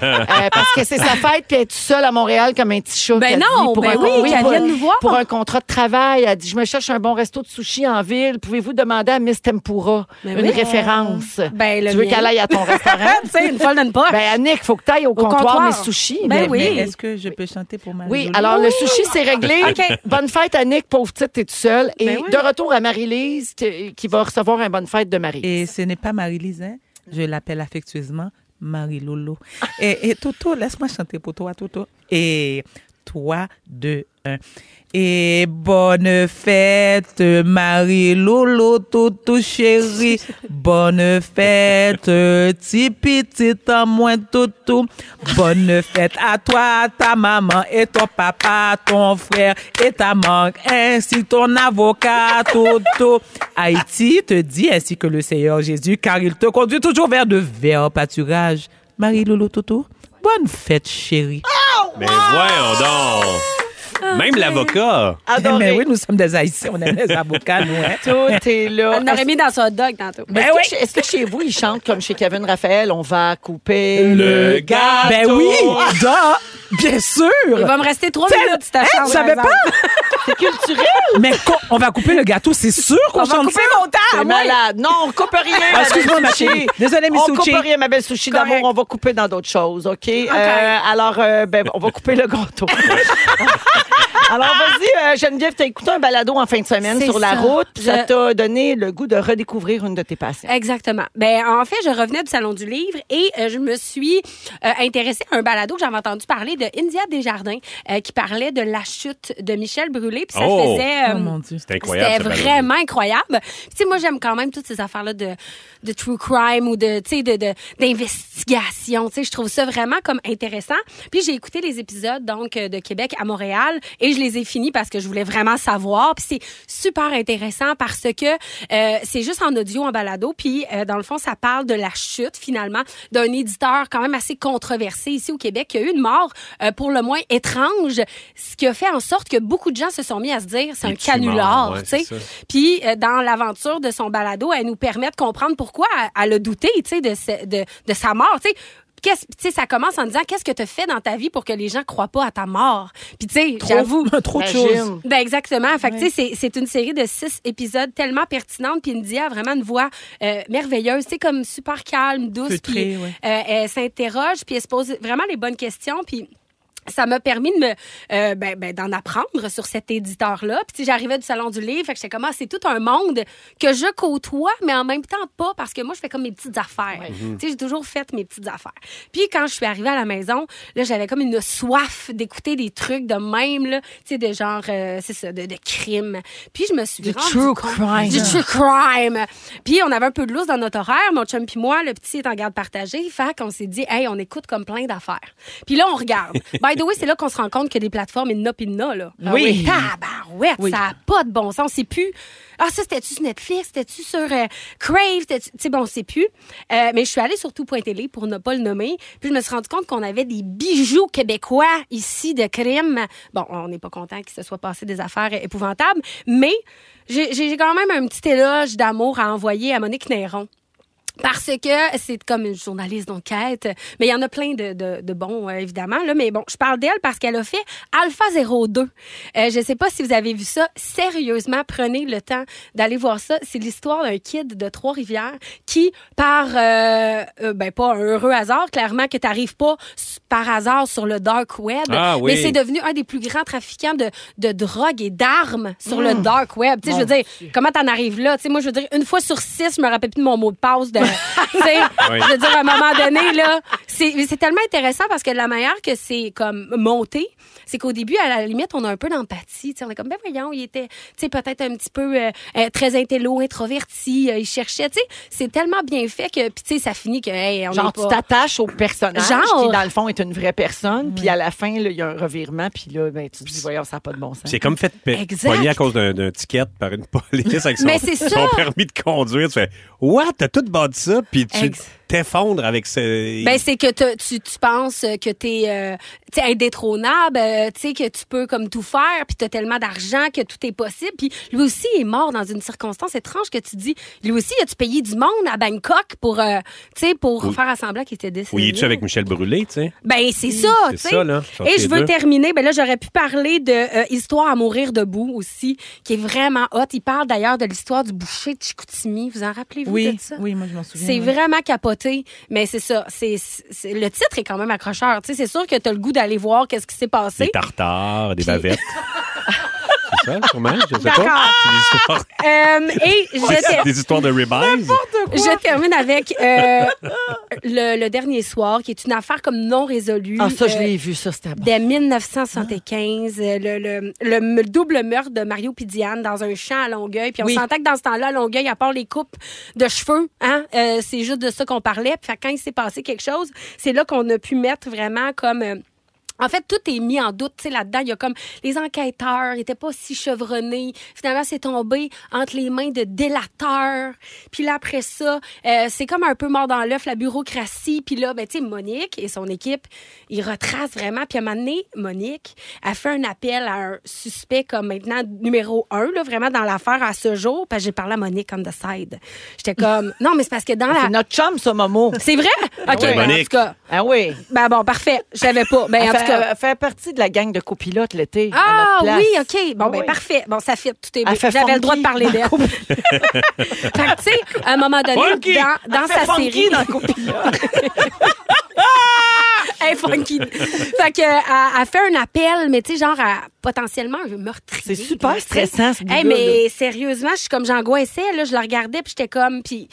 Speaker 1: parce que c'est sa fête, puis elle est toute seule à Montréal comme un petit chat.
Speaker 4: Ben
Speaker 1: qu'elle
Speaker 4: non,
Speaker 1: dit, pour
Speaker 4: ben
Speaker 1: un
Speaker 4: oui,
Speaker 1: con-
Speaker 4: qu'elle
Speaker 1: pour-
Speaker 4: vienne nous voir.
Speaker 1: Pour un contrat de travail. Elle dit Je me cherche un bon resto de sushi en ville. Pouvez-vous demander à Miss Tempura
Speaker 4: Ben
Speaker 1: une
Speaker 4: oui.
Speaker 1: référence
Speaker 4: Ben, le
Speaker 1: Tu veux
Speaker 4: mien.
Speaker 1: qu'elle aille à ton restaurant
Speaker 4: Tu sais, Hein? une folle d'une poche.
Speaker 1: Ben, Annick, faut que tu ailles au, comptoir,
Speaker 4: comptoir.
Speaker 1: Miss Sushi.
Speaker 4: Ben
Speaker 1: mais-
Speaker 4: oui.
Speaker 3: Mais Est-ce que je peux chanter pour ma
Speaker 1: oui,
Speaker 3: Lolo?
Speaker 1: alors le sushi, c'est réglé.
Speaker 4: OK.
Speaker 1: Bonne fête, Annick. Pauvre petite, t'es toute seule. Et
Speaker 4: Ben oui.
Speaker 1: de retour à Marie-Lise, qui, qui va recevoir un bonne fête de Marie.
Speaker 3: Et ce n'est pas Marie-Lise, hein. je l'appelle affectueusement Marie-Lolo. Et, et Toto, laisse-moi chanter pour toi, Toto. Et toi, deux, un. Et bonne fête, Marie-Lolo, Toto chérie. Bonne fête, petit petit en moins, Toto. Bonne fête à toi, ta maman et ton papa, ton frère et ta manque, ainsi ton avocat, Toto. Haïti te dit ainsi que le Seigneur Jésus, car il te conduit toujours vers de verts pâturages. Marie-Lolo Toto, bonne fête, chérie.
Speaker 4: Ah,
Speaker 2: Mais voyons donc! Même l'avocat!
Speaker 1: Adoré.
Speaker 3: Eh, Mais oui, nous sommes des Haïtiens, on aime les avocats, nous. hein.
Speaker 1: Tout est là. Ah,
Speaker 4: On aurait mis dans son hot dog tantôt.
Speaker 1: Est-ce que, chez- est-ce que chez vous, ils chantent comme chez Kevin Raphaël, on va couper
Speaker 2: Le gâteau.
Speaker 3: Ben oui, da, bien
Speaker 4: Il
Speaker 3: sûr.
Speaker 4: va me rester trois
Speaker 3: Tel-
Speaker 4: minutes si t'as
Speaker 3: Hey,
Speaker 4: chance,
Speaker 3: hein, tu
Speaker 4: par
Speaker 3: savais
Speaker 4: exemple.
Speaker 1: C'est culturel.
Speaker 3: Mais qu'on- on va couper le gâteau, c'est sûr qu'on
Speaker 4: On va
Speaker 3: chante
Speaker 4: couper Ah
Speaker 3: ça.
Speaker 4: mon temps,
Speaker 1: C'est
Speaker 4: à moi.
Speaker 1: malade. Non, on coupe rien. ma
Speaker 3: Ah, excuse-moi,
Speaker 1: belle
Speaker 3: ma
Speaker 1: sushi.
Speaker 3: chérie. Désolée, Miss
Speaker 1: On
Speaker 3: Sushi.
Speaker 1: coupe rien, ma belle sushi d'amour.
Speaker 4: Correct.
Speaker 1: On va couper dans d'autres choses, OK? Euh, alors, euh, ben, on va couper le gâteau. alors, vas-y, euh, Geneviève, t'as écouté un balado en fin de semaine
Speaker 4: C'est
Speaker 1: sur la
Speaker 4: ça.
Speaker 1: route. Ça
Speaker 4: Je-
Speaker 1: t'a donné le goût de redécouvrir une de tes passions.
Speaker 4: Exactement. Ben en fait, je revenais du salon du livre et euh, je me suis euh, intéressée à un balado que j'avais entendu parler de India Desjardins euh, qui parlait de la chute de Michel Brûlé puis ça
Speaker 2: Oh!
Speaker 4: faisait euh,
Speaker 3: Oh mon Dieu.
Speaker 2: C'est incroyable. ce
Speaker 4: C'était
Speaker 2: balado.
Speaker 4: vraiment incroyable. Puis, Tu sais, moi, j'aime quand même toutes ces affaires-là de, de true crime ou de, tu sais, de, de- d'investigation. Tu sais, je trouve ça vraiment comme intéressant. Puis j'ai écouté les épisodes, donc, euh, de Québec à Montréal et je les ai finis parce que que je voulais vraiment savoir. Puis c'est super intéressant parce que euh, c'est juste en audio, en balado. Puis euh, dans le fond, ça parle de la chute finalement d'un éditeur quand même assez controversé ici au Québec qui a eu une mort euh, pour le moins étrange, ce qui a fait en sorte que beaucoup de gens se sont mis à se dire c'est un
Speaker 2: Es-tu mort?
Speaker 4: canular,
Speaker 2: Ouais,
Speaker 4: tu sais.
Speaker 2: c'est ça.
Speaker 4: Puis euh, dans l'aventure de son balado, elle nous permet de comprendre pourquoi elle, elle a douté, tu sais, de, ce- de, de sa mort, tu sais. Qu'est-ce- tu sais, ça commence en disant qu'est-ce que tu fait dans ta vie pour que les gens croient pas à ta mort. Puis tu sais, j'avoue,
Speaker 3: Trop de choses.
Speaker 1: Imagine.
Speaker 4: ben exactement. Fait que, tu sais, c'est- c'est une série de six épisodes tellement pertinente, puis India a vraiment une voix euh, merveilleuse. C'est comme super calme, douce,
Speaker 3: Feutrée,
Speaker 4: puis
Speaker 3: ouais.
Speaker 4: euh, elle s'interroge, puis elle se pose vraiment les bonnes questions, puis ça m'a permis de me euh, ben, ben, d'en apprendre sur cet éditeur là puis tu sais, j'arrivais du salon du livre fait que j'étais comme Ah, c'est tout un monde que je côtoie mais en même temps pas parce que moi je fais comme mes petites affaires
Speaker 3: Mhm.
Speaker 4: tu sais j'ai toujours fait mes petites affaires puis quand je suis arrivée à la maison là j'avais comme une soif d'écouter des trucs de même là tu sais de genre euh, c'est ça de, de crime puis je me suis du
Speaker 3: true crime.
Speaker 4: du true crime puis on avait un peu de lousse dans notre horaire mon chum puis moi le petit est en garde partagée fait qu'on s'est dit hey on écoute comme plein d'affaires puis là on regarde by the way c'est là qu'on se rend compte que des plateformes il y en a puis il y en a là Ah oui tabarouette ça a pas de bon sens c'est plus ah ça c'était tu sur Netflix c'était tu sur euh, Crave c'était tu sais bon c'est plus Euh, mais je suis allée sur tout.tv pour ne pas le nommer puis je me suis rendu compte qu'on avait des bijoux québécois ici de crime bon on n'est pas content qu'il se soit passé des affaires épouvantables mais j'ai j'ai quand même un petit éloge d'amour à envoyer à Monique Néron. Parce que c'est comme une journaliste d'enquête, mais il y en a plein de, de, de bons, euh, évidemment. Là, mais bon, je parle d'elle parce qu'elle a fait Alpha 02. Euh, je ne sais pas si vous avez vu ça. Sérieusement, prenez le temps d'aller voir ça. C'est l'histoire d'un kid de Trois-Rivières qui, par, euh, euh, ben pas un heureux hasard, clairement que tu n'arrives pas s- par hasard sur le dark web,
Speaker 2: Ah oui.
Speaker 4: mais c'est devenu un des plus grands trafiquants de, de drogue et d'armes sur le
Speaker 1: Hmm.
Speaker 4: dark web. Tu sais, je veux dire, comment t'en arrives là? Tu sais, moi, je veux dire, une fois sur six, je me rappelle plus de mon mot de passe. De, tu sais,
Speaker 2: Oui.
Speaker 4: Je veux dire, à un moment donné, là, c'est mais c'est tellement intéressant parce que la manière que c'est comme monté, c'est qu'au début, à la limite, on a un peu d'empathie. Tu sais, on est comme, ben voyons, il était, tu sais, peut-être un petit peu euh, euh, très intello, introverti, euh, il cherchait, tu sais, c'est tellement bien fait que, puis tu sais, ça finit que, hey, on
Speaker 1: Genre,
Speaker 4: est
Speaker 1: tu
Speaker 4: pas-
Speaker 1: t'attaches au personnage
Speaker 4: Genre.
Speaker 1: qui, dans le fond, est une vraie personne. Puis à la fin, là, il y a un revirement. Puis là, ben, tu te dis, voyons, ça n'a pas de bon sens.
Speaker 2: C'est comme fait pe-
Speaker 4: Exact.
Speaker 2: pogner à cause d'un d'un ticket par une police avec son,
Speaker 4: Mais c'est ça.
Speaker 2: son permis de conduire. Tu fais What? T'as tout bâti ça, puis tu
Speaker 4: Ex-
Speaker 2: t'effondres avec ce.
Speaker 4: Ben, c'est que t'as- tu, tu penses que t'es euh, t'sais, indétrônable, euh, t'sais, que tu peux comme tout faire, puis t'as tellement d'argent que tout est possible. Puis lui aussi est mort dans une circonstance étrange que tu dis. Lui aussi, a-tu payé du monde à Bangkok pour, euh, t'sais, pour
Speaker 2: Oui.
Speaker 4: faire à semblant qu'il était décédé?
Speaker 2: Ou es-tu avec Michel Brûlé, tu sais?
Speaker 4: Ben, c'est ça,
Speaker 2: C'est
Speaker 4: tu
Speaker 2: ça, là.
Speaker 4: Et
Speaker 2: Sortir
Speaker 4: je veux
Speaker 2: d'eux.
Speaker 4: terminer. Ben là, j'aurais pu parler de euh, Histoire à mourir debout aussi, qui est vraiment hot. Il parle d'ailleurs de l'histoire du boucher de Chicoutimi. Vous en rappelez-vous
Speaker 3: Oui,
Speaker 4: de ça?
Speaker 3: oui, moi je m'en souviens.
Speaker 4: C'est
Speaker 3: oui.
Speaker 4: vraiment capoté, mais c'est ça. C'est, c'est- le titre est quand même accrocheur. Tu sais, c'est sûr que tu as le goût d'aller voir qu'est-ce qui s'est
Speaker 2: Des
Speaker 4: passé.
Speaker 2: tartares, des bavettes. c'est ça, sûrement? Je sais pas. C'est
Speaker 4: Euh, et je,
Speaker 2: des histoires-
Speaker 4: ter-
Speaker 2: des histoires de ribeyes.
Speaker 4: je termine avec euh, le, le dernier soir, qui est une affaire comme non résolue.
Speaker 1: Ah, ça, je
Speaker 4: Euh,
Speaker 1: l'ai vu, ça, c'était bon.
Speaker 4: Dès 1975, euh, le, le, le m- double meurtre de Mario Pidiane dans un champ à Longueuil. Puis on
Speaker 3: Oui.
Speaker 4: s'entend que dans ce temps-là, à Longueuil, à part les coupes de cheveux, hein, euh, c'est juste de ça qu'on parlait. Puis fait que quand il s'est passé quelque chose, c'est là qu'on a pu mettre vraiment comme... euh, en fait, tout est mis en doute, tu sais, là-dedans. Il y a comme les enquêteurs n'étaient pas si chevronnés. Finalement, c'est tombé entre les mains de délateurs. Puis là, après ça, euh, c'est comme un peu mort dans l'œuf, la bureaucratie. Puis là, ben, tu sais, Monique et son équipe, ils retracent vraiment. Puis à un moment donné, Monique a fait un appel à un suspect comme maintenant numéro un, là, vraiment dans l'affaire à ce jour. Puis j'ai parlé à Monique on the side. J'étais comme, non, mais c'est parce que dans
Speaker 1: C'est
Speaker 4: la...
Speaker 1: notre chum, ça, Momo.
Speaker 4: C'est vrai? OK,
Speaker 2: oui,
Speaker 4: ben, en
Speaker 2: Monique.
Speaker 4: tout cas...
Speaker 1: Ah oui.
Speaker 4: Ben bon, parfait. Je savais pas. Ben, en
Speaker 1: Elle
Speaker 4: tout cas...
Speaker 1: fait, elle fait partie de la gang de copilotes l'été. à
Speaker 4: Ah
Speaker 1: notre place.
Speaker 4: oui, OK. Bon, ben
Speaker 1: Oui.
Speaker 4: parfait. Bon, ça fit. Tout est
Speaker 1: Elle
Speaker 4: beau.
Speaker 1: fait
Speaker 4: J'avais le droit de
Speaker 1: funky
Speaker 4: parler d'elle.
Speaker 1: dans
Speaker 4: fait que, tu sais, à un moment donné,
Speaker 2: Funky.
Speaker 4: dans, dans
Speaker 1: Elle fait
Speaker 4: sa
Speaker 1: funky
Speaker 4: série...
Speaker 1: dans le copilote.
Speaker 4: Elle est funky. fait que, euh, elle, elle fait un appel, mais tu sais, genre, à potentiellement un meurtrier.
Speaker 1: C'est super
Speaker 4: Tu sais.
Speaker 1: stressant, ce
Speaker 4: Hey,
Speaker 1: bout-là,
Speaker 4: mais sérieusement, je suis comme j'angoissais. Là, je la regardais, puis j'étais comme... Puis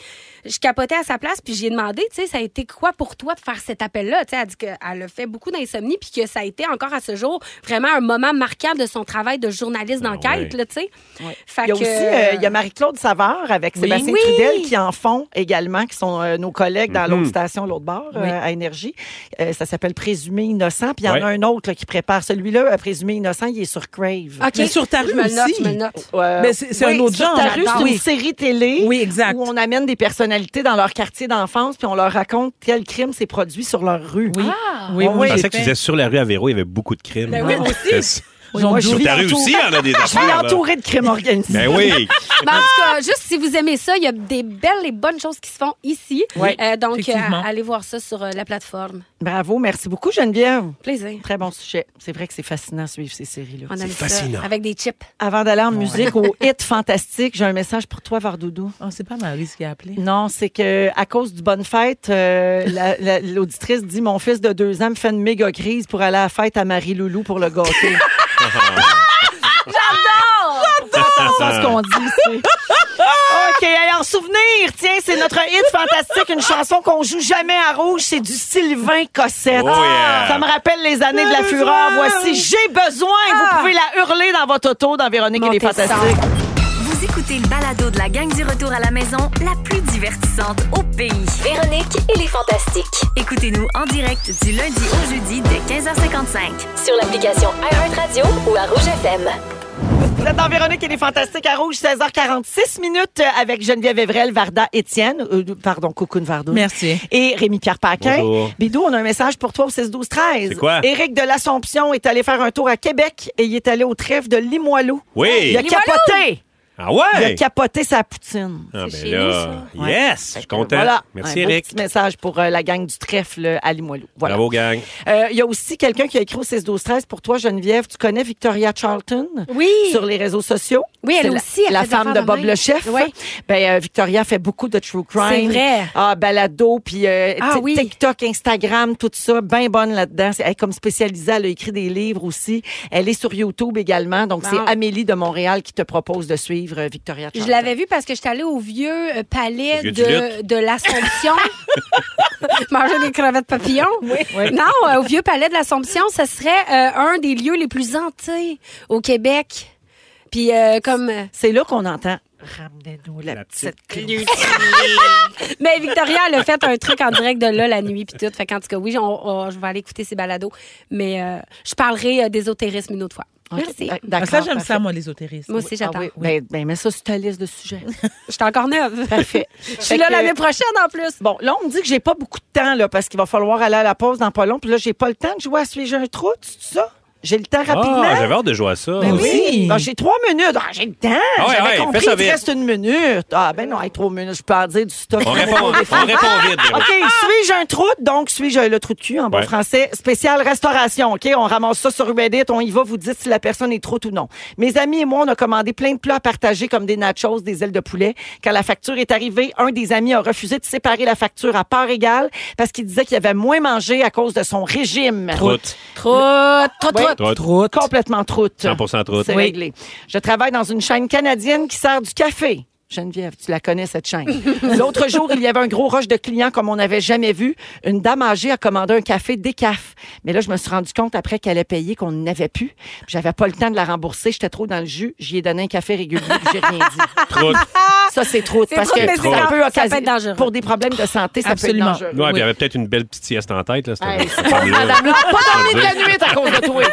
Speaker 4: je capotais à sa place, puis j'ai demandé, tu sais, ça a été quoi pour toi de faire cet appel-là? Tu sais, elle dit qu'elle a fait beaucoup d'insomnie, puis que ça a été encore à ce jour vraiment un moment marquant de son travail de journaliste
Speaker 2: Ah,
Speaker 4: d'enquête,
Speaker 2: ouais.
Speaker 4: là, tu sais. Fait
Speaker 1: Il y a
Speaker 4: que-
Speaker 1: aussi euh, il y a Marie-Claude Savard avec Sébastien
Speaker 4: Oui.
Speaker 1: Trudel qui en font également, qui sont euh, nos collègues dans
Speaker 3: Mm-hmm.
Speaker 2: Mhm.
Speaker 1: l'autre station, l'autre bar, euh, à Énergie. Euh, ça s'appelle s'appelle Présumé innocent, puis il y en
Speaker 2: Ouais.
Speaker 1: a un autre là, qui prépare. Celui-là, euh, Présumé innocent, il est sur Crave.
Speaker 4: OK.
Speaker 3: Mais sur ta rue
Speaker 4: je me le note,
Speaker 3: aussi.
Speaker 4: je me le note.
Speaker 1: Euh,
Speaker 3: Mais c'est- c'est
Speaker 1: oui,
Speaker 3: un autre
Speaker 1: sur
Speaker 3: genre,
Speaker 1: ta rue,
Speaker 3: j'adore.
Speaker 1: c'est une
Speaker 3: Oui.
Speaker 1: série télé
Speaker 3: Oui, exact.
Speaker 1: où on amène des personnalités dans leur quartier d'enfance, puis on leur raconte quel crime s'est produit sur leur rue.
Speaker 3: Oui. Oui,
Speaker 1: Ah,
Speaker 2: Je
Speaker 1: oui.
Speaker 3: j'ai
Speaker 2: pensais que tu
Speaker 3: fait.
Speaker 2: disais sur la rue à Véro, il y avait beaucoup de crimes.
Speaker 4: Ben oui, moi
Speaker 2: C'est ça.
Speaker 3: Ils ont
Speaker 1: Moi,
Speaker 3: douze-
Speaker 1: je
Speaker 2: Sur
Speaker 1: vis
Speaker 2: ta rue
Speaker 1: entour-
Speaker 2: aussi, il y en a des
Speaker 1: Je suis
Speaker 2: affaires. là.
Speaker 1: entourée de crimes organisés.
Speaker 2: Ben oui.
Speaker 4: Ben, en tout cas, juste si vous aimez ça, il y a des belles et bonnes choses qui se font ici.
Speaker 1: Oui,
Speaker 4: Euh, donc, euh,
Speaker 3: effectivement.
Speaker 4: allez voir ça sur euh, la plateforme.
Speaker 1: Bravo, merci beaucoup Geneviève.
Speaker 4: Plaisir.
Speaker 1: Très bon sujet. C'est vrai que c'est fascinant de suivre ces séries-là.
Speaker 4: On aime
Speaker 2: fascinant.
Speaker 4: ça. Avec des chips.
Speaker 1: Avant d'aller en musique au hit fantastique, j'ai un message pour toi, Vardoudou.
Speaker 3: Oh, c'est pas Maurice qui a appelé.
Speaker 1: Non, c'est que à cause du bonne fête, euh, la- la- l'auditrice dit mon fils de deux ans me fait une méga crise pour aller à la fête à Marie Loulou pour le gâter. Attention
Speaker 2: Ah,
Speaker 1: à ce qu'on dit ici. OK, hey, en souvenir, tiens, c'est notre hit fantastique, une chanson qu'on joue jamais à rouge, c'est du Sylvain Cossette.
Speaker 2: Oh, yeah.
Speaker 1: Ça me rappelle les années de la fureur. Voici J'ai besoin.
Speaker 2: Ah.
Speaker 1: Vous pouvez la hurler dans votre auto dans Véronique et les
Speaker 4: Montez le son.
Speaker 1: Fantastiques.
Speaker 6: Vous écoutez le balado de la gang du retour à la maison, la plus divertissante au pays.
Speaker 7: Véronique et les Fantastiques.
Speaker 6: Écoutez-nous en direct du lundi au jeudi dès 15h55.
Speaker 7: Sur l'application iHeartRadio ou à Rouge FM.
Speaker 1: Vous êtes dans Véronique et les Fantastiques à Rouge, 16h46 minutes euh, avec Geneviève Evrel, Varda Étienne, euh, pardon, Cocoon Vardo.
Speaker 3: Merci.
Speaker 1: Et Rémi-Pierre Paquin.
Speaker 2: Bonjour.
Speaker 1: Bidou, on a un message pour toi au 16-12-13.
Speaker 2: C'est quoi?
Speaker 1: Éric de l'Assomption est allé faire un tour à Québec et il est allé au trève de Limoilou.
Speaker 2: Oui.
Speaker 1: Il a capoté.
Speaker 2: Ah
Speaker 1: Il a
Speaker 2: ouais.
Speaker 1: capoté sa poutine.
Speaker 2: Ah
Speaker 4: C'est
Speaker 2: ben
Speaker 4: chez
Speaker 2: là.
Speaker 1: nous, ça.
Speaker 2: Yes. Je suis content.
Speaker 1: Voilà.
Speaker 2: Merci
Speaker 1: un beau
Speaker 2: Eric.
Speaker 1: petit message pour euh, la gang du trèfle euh, à Limoilou. Voilà.
Speaker 2: Bravo gang.
Speaker 1: Euh, Il y a aussi quelqu'un qui a écrit au 16-12-13 pour toi, Geneviève. Tu connais Victoria Charlton?
Speaker 4: Oui.
Speaker 1: Sur les réseaux sociaux.
Speaker 4: Oui, elle
Speaker 1: C'est la-
Speaker 4: aussi, elle
Speaker 1: la
Speaker 4: fait des
Speaker 1: femme de
Speaker 4: affaires de
Speaker 1: Bob
Speaker 4: même.
Speaker 1: le chef.
Speaker 4: Oui.
Speaker 1: Ben, euh, Victoria fait beaucoup de true crime.
Speaker 4: C'est vrai.
Speaker 1: Ah, balado, puis euh,
Speaker 4: Ah
Speaker 1: t-
Speaker 4: oui.
Speaker 1: TikTok, Instagram, tout ça. Bien bonne là-dedans. C'est- Elle est comme spécialisée. Elle a écrit des livres aussi. Elle est sur YouTube également. Donc,
Speaker 4: Bon.
Speaker 1: c'est Amélie de Montréal qui te propose de suivre euh, Victoria Charlton.
Speaker 4: Je l'avais vu parce que j'étais allée au vieux euh, palais
Speaker 2: Au vieux
Speaker 4: de,
Speaker 2: Tulipe.
Speaker 4: de l'Assomption. Manger des crevettes papillons. Non, euh, au vieux palais de l'Assomption, ce serait euh, un des lieux les plus hantés au Québec. Puis euh, comme euh,
Speaker 1: C'est là qu'on entend Ramenez-nous la,
Speaker 2: La
Speaker 1: petite
Speaker 2: petite
Speaker 1: clé.
Speaker 4: mais Victoria elle a fait un truc en direct de là la nuit puis tout. Fait qu'en tout cas oui, on- on- je vais aller écouter ses balados, mais euh, je parlerai euh, d'ésotérisme une autre fois.
Speaker 1: Ok,
Speaker 4: Merci.
Speaker 1: d'ac-
Speaker 3: Ah,
Speaker 1: D'accord.
Speaker 3: ça, j'aime
Speaker 1: parfait.
Speaker 3: ça, moi, l'ésotérisme.
Speaker 4: Moi aussi j'attends.
Speaker 1: Ah oui, Ben, ben, mets ça sur ta liste de sujets.
Speaker 4: Je suis encore neuve.
Speaker 1: Parfait.
Speaker 4: Je suis là l'année prochaine en plus.
Speaker 1: Bon, là, on me dit que j'ai pas beaucoup de temps, là, parce qu'il va falloir aller à la pause dans pas long. Puis là, j'ai pas le temps de jouer à Suis-je un trou, tu sais ça? J'ai le temps rapidement.
Speaker 2: Ah, j'avais hâte de jouer à ça.
Speaker 3: Ben oui.
Speaker 1: Ah, j'ai trois minutes. Ah, j'ai le temps.
Speaker 2: Ah ouais,
Speaker 1: J'avais
Speaker 2: ouais,
Speaker 1: compris
Speaker 2: fais ça
Speaker 1: qu'il te
Speaker 2: vite.
Speaker 1: reste une minute. Ah, ben non, hey, trois minutes, je peux en dire du stock.
Speaker 2: On répond, on répond vite. Véro.
Speaker 1: OK, suis-je un trou? Donc, suis-je le trou de cul en bon
Speaker 2: Ah! Ouais.
Speaker 1: français? Spécial restauration, OK? On ramasse ça sur Reddit, on y va, vous dites si la personne est troute ou non. Mes amis et moi, on a commandé plein de plats à partager comme des nachos, des ailes de poulet. Quand la facture est arrivée, un des amis a refusé de séparer la facture à part égale parce qu'il disait qu'il avait moins mangé à cause de son régime.
Speaker 2: Troute.
Speaker 4: Troute, troute,
Speaker 1: Oui.
Speaker 4: troute.
Speaker 2: Troute.
Speaker 3: Troute.
Speaker 1: Complètement troute.
Speaker 2: 100% troute.
Speaker 1: C'est
Speaker 2: Oui.
Speaker 1: réglé. Je travaille dans une chaîne canadienne qui sert du café. Geneviève, tu la connais, cette chaîne. L'autre jour, il y avait un gros rush de clients comme on n'avait jamais vu. Une dame âgée a commandé un café décaf. Mais là, je me suis rendu compte après qu'elle allait payer qu'on n'avait plus. J'avais pas le temps de la rembourser. J'étais trop dans le jus. J'y ai donné un café régulier puis j'ai rien dit.
Speaker 2: Troute.
Speaker 1: Ça, c'est trop.
Speaker 4: C'est
Speaker 1: Parce
Speaker 4: trop,
Speaker 1: que
Speaker 4: mais
Speaker 2: c'est
Speaker 1: ça
Speaker 4: grave.
Speaker 1: peut,
Speaker 4: Ça peut
Speaker 1: occasionner-
Speaker 4: être dangereux.
Speaker 1: Pour des problèmes de santé, ça
Speaker 3: Absolument.
Speaker 1: peut être dangereux.
Speaker 2: Ouais,
Speaker 3: Oui.
Speaker 2: puis il y avait peut-être une belle petite sieste en tête. Là, c'était-
Speaker 1: Hey,
Speaker 2: c'était pas mieux.
Speaker 1: Madame, là, pas dormi de la
Speaker 2: Dieu.
Speaker 1: nuit à cause de toi.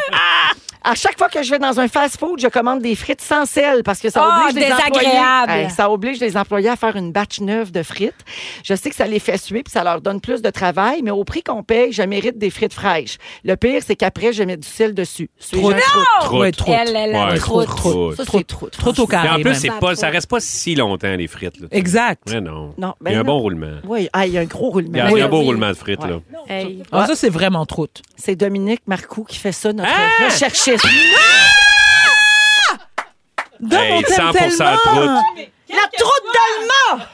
Speaker 1: À chaque fois que je vais dans un fast-food, je commande des frites sans sel parce que ça
Speaker 4: Ah,
Speaker 1: oblige les employés.
Speaker 4: désagréable.
Speaker 1: ça oblige les employés à faire une batch neuve de frites. Je sais que ça les fait suer puis ça leur donne plus de travail, mais au prix qu'on paye, je mérite des frites fraîches. Le pire, c'est qu'après, je mets du sel dessus. Suis-je un croûte?
Speaker 2: Troute.
Speaker 3: Ouais, troute.
Speaker 4: Elle, elle, elle,
Speaker 2: Ouais,
Speaker 4: troute.
Speaker 2: troute.
Speaker 1: Ça, c'est trop.
Speaker 3: Trop au
Speaker 2: Puis
Speaker 3: carré.
Speaker 2: en plus,
Speaker 3: même.
Speaker 2: c'est
Speaker 4: même.
Speaker 2: pas, ça reste pas si longtemps, les frites. Là.
Speaker 3: Exact.
Speaker 2: Mais non.
Speaker 1: Non, ben
Speaker 2: il y a un
Speaker 1: là-
Speaker 2: bon roulement.
Speaker 1: Oui, ah, il y a un gros
Speaker 2: Il y
Speaker 1: roulement.
Speaker 2: a il y a un
Speaker 4: oui,
Speaker 2: bon
Speaker 4: oui.
Speaker 2: roulement de frites.
Speaker 1: Ouais.
Speaker 2: là.
Speaker 4: Hey.
Speaker 3: Ah, ça, c'est vraiment troute.
Speaker 1: C'est Dominique Marcoux qui fait ça, notre recherchiste. Ah!
Speaker 3: Dom,
Speaker 2: Hey,
Speaker 3: on t'aime
Speaker 2: 100%
Speaker 3: tellement.
Speaker 1: La troute d'Allemand!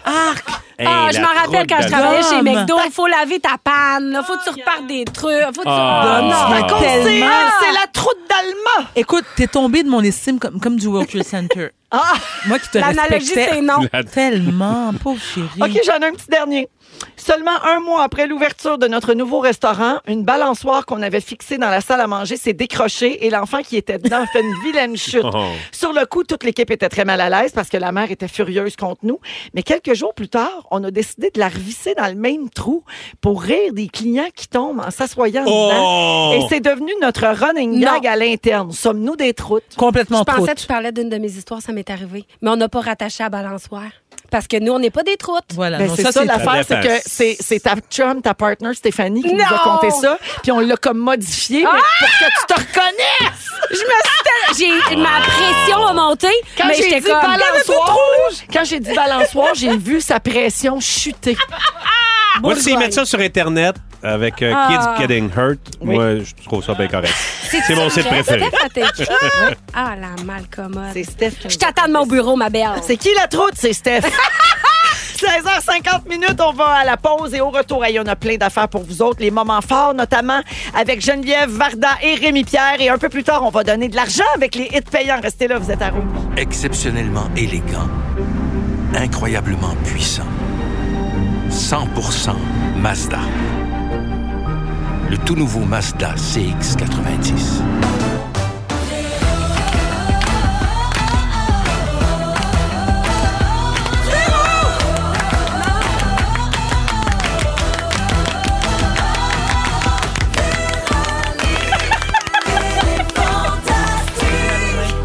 Speaker 2: Hey,
Speaker 4: Ah,
Speaker 2: la
Speaker 4: je m'en rappelle
Speaker 2: troute
Speaker 4: quand je
Speaker 2: de-
Speaker 4: travaillais chez
Speaker 3: Dom.
Speaker 4: McDo, faut laver ta panne, là, faut que
Speaker 1: Ah,
Speaker 4: tu repartes des trucs, faut que tu...
Speaker 2: Ah.
Speaker 4: Oh,
Speaker 3: Ah,
Speaker 1: Ma
Speaker 3: tellement.
Speaker 1: conseillère, c'est la troute d'Allemand!
Speaker 3: Écoute, t'es tombé de mon estime comme, comme du Wilkins Center.
Speaker 1: Ah!
Speaker 3: Moi qui te
Speaker 4: L'analogie,
Speaker 3: respectais
Speaker 4: c'est non.
Speaker 2: La-
Speaker 3: tellement, pauvre chérie.
Speaker 1: OK, j'en ai un petit dernier. Seulement un mois après l'ouverture de notre nouveau restaurant, une balançoire qu'on avait fixée dans la salle à manger s'est décrochée et l'enfant qui était dedans fait une vilaine chute.
Speaker 2: Oh.
Speaker 1: Sur le coup, toute l'équipe était très mal à l'aise parce que la mère était furieuse contre nous. Mais quelques jours plus tard, on a décidé de la revisser dans le même trou pour rire des clients qui tombent en s'assoyant dedans.
Speaker 2: Oh!
Speaker 1: Et c'est devenu notre running
Speaker 4: Non.
Speaker 1: gag à l'interne. Sommes-nous des troutes?
Speaker 3: Complètement
Speaker 4: Je pensais que
Speaker 3: proute.
Speaker 4: tu parlais d'une de mes histoires, ça m'est arrivé. Mais on n'a pas rattaché à balançoire. Parce que nous, on n'est pas des troutes.
Speaker 3: Voilà,
Speaker 1: Ben,
Speaker 3: non,
Speaker 1: c'est
Speaker 3: ça,
Speaker 1: ça,
Speaker 3: c'est
Speaker 2: la-
Speaker 1: l'affaire, c'est
Speaker 2: Ça
Speaker 1: que
Speaker 2: dépend.
Speaker 1: c'est, c'est ta chum, ta partner Stéphanie qui nous a
Speaker 4: Non!
Speaker 1: conté ça, puis on l'a comme modifié mais pour que tu te reconnaisses.
Speaker 4: Je me suis tell- j'ai ma pression a monté,
Speaker 1: Quand
Speaker 4: mais
Speaker 1: j'ai
Speaker 4: j'étais
Speaker 1: dit
Speaker 4: comme
Speaker 1: balançoire, quand j'ai dit balançoire, j'ai vu sa pression chuter.
Speaker 2: Moi, s'ils mettent ça sur Internet avec euh,
Speaker 4: Ah.
Speaker 2: Kids Getting Hurt, moi, je trouve ça bien correct. C'est mon site préféré.
Speaker 4: Steph, à tes cris. Ah la malcommode.
Speaker 1: C'est Steph. qui-
Speaker 4: Je t'attends de mon bureau, ma belle.
Speaker 1: C'est qui la troute? C'est Steph. 16h50 minutes, on va à la pause et au retour, hey, on a plein d'affaires pour vous autres, les moments forts notamment avec Geneviève Varda et Rémi Pierre et un peu plus tard, on va donner de l'argent avec les hits payants. Restez là, vous êtes à rouge.
Speaker 9: exceptionnellement élégant, incroyablement puissant. 100% Mazda. Le tout nouveau Mazda CX90.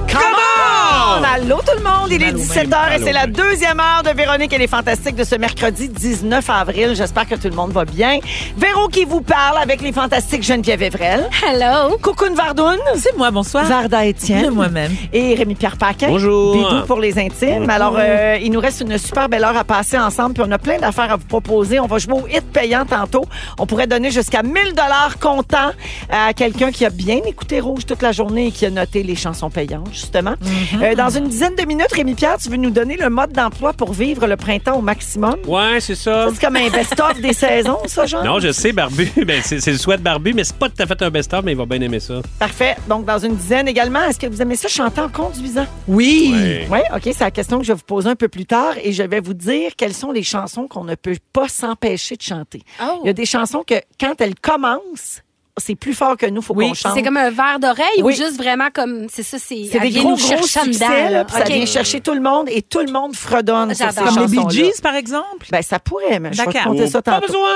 Speaker 1: Come on! Allô tout le monde, il est
Speaker 3: Allô,
Speaker 1: 17h et
Speaker 2: allô,
Speaker 1: c'est la
Speaker 2: même.
Speaker 1: deuxième heure de Véronique et les Fantastiques de ce mercredi 19 avril. J'espère que tout le monde va bien. Véro qui vous parle avec les Fantastiques Geneviève Evrel.
Speaker 4: Hello.
Speaker 1: Coucoune Vardoun.
Speaker 3: C'est moi, bonsoir.
Speaker 1: Varda Étienne.
Speaker 3: C'est moi-même.
Speaker 1: Et Rémi-Pierre Paquin.
Speaker 2: Bonjour.
Speaker 1: Bidou pour les intimes. Alors, euh, il nous reste une super belle heure à passer ensemble, puis on a plein d'affaires à vous proposer. On va jouer au hit payant tantôt. On pourrait donner jusqu'à 1000 dollars comptant à quelqu'un qui a bien écouté Rouge toute la journée et qui a noté les chansons payantes, justement.
Speaker 2: Mhm.
Speaker 1: Euh, dans une dizaine de minutes, Rémi-Pierre, tu veux nous donner le mode d'emploi pour vivre le printemps au maximum?
Speaker 2: Ouais, c'est ça.
Speaker 1: Ça, C'est comme un best-of des saisons, ça, genre?
Speaker 2: Non, je sais, Barbu. Ben, c'est c'est le souhait de Barbu, mais c'est pas tout à fait un best-of, mais il va bien aimer ça.
Speaker 1: Parfait. Donc, dans une dizaine également, est-ce que vous aimez ça chanter en conduisant?
Speaker 3: Oui.
Speaker 2: Ouais.
Speaker 1: Oui, OK, c'est la question que je vais vous poser un peu plus tard et je vais vous dire quelles sont les chansons qu'on ne peut pas s'empêcher de chanter.
Speaker 4: Oh.
Speaker 1: Il y a des chansons que, quand elles commencent, c'est plus fort que nous, faut qu'on chante.
Speaker 4: C'est comme un verre d'oreille
Speaker 1: Oui.
Speaker 4: ou juste vraiment comme c'est ça c'est
Speaker 1: C'est
Speaker 4: elle
Speaker 1: des
Speaker 4: vient
Speaker 1: gros,
Speaker 4: nous
Speaker 1: gros
Speaker 4: chercher en dedans,
Speaker 1: succès, là,
Speaker 4: là.
Speaker 1: puis ça
Speaker 4: OK.
Speaker 1: vient chercher tout le monde et tout le monde fredonne sur ces
Speaker 4: J'adore.
Speaker 3: Comme les
Speaker 1: chansons-là.
Speaker 3: Bee Gees, par exemple.
Speaker 1: Ben, ça pourrait, mais je vais te
Speaker 3: D'accord.
Speaker 1: compter ça
Speaker 2: Pas
Speaker 1: tantôt.
Speaker 2: besoin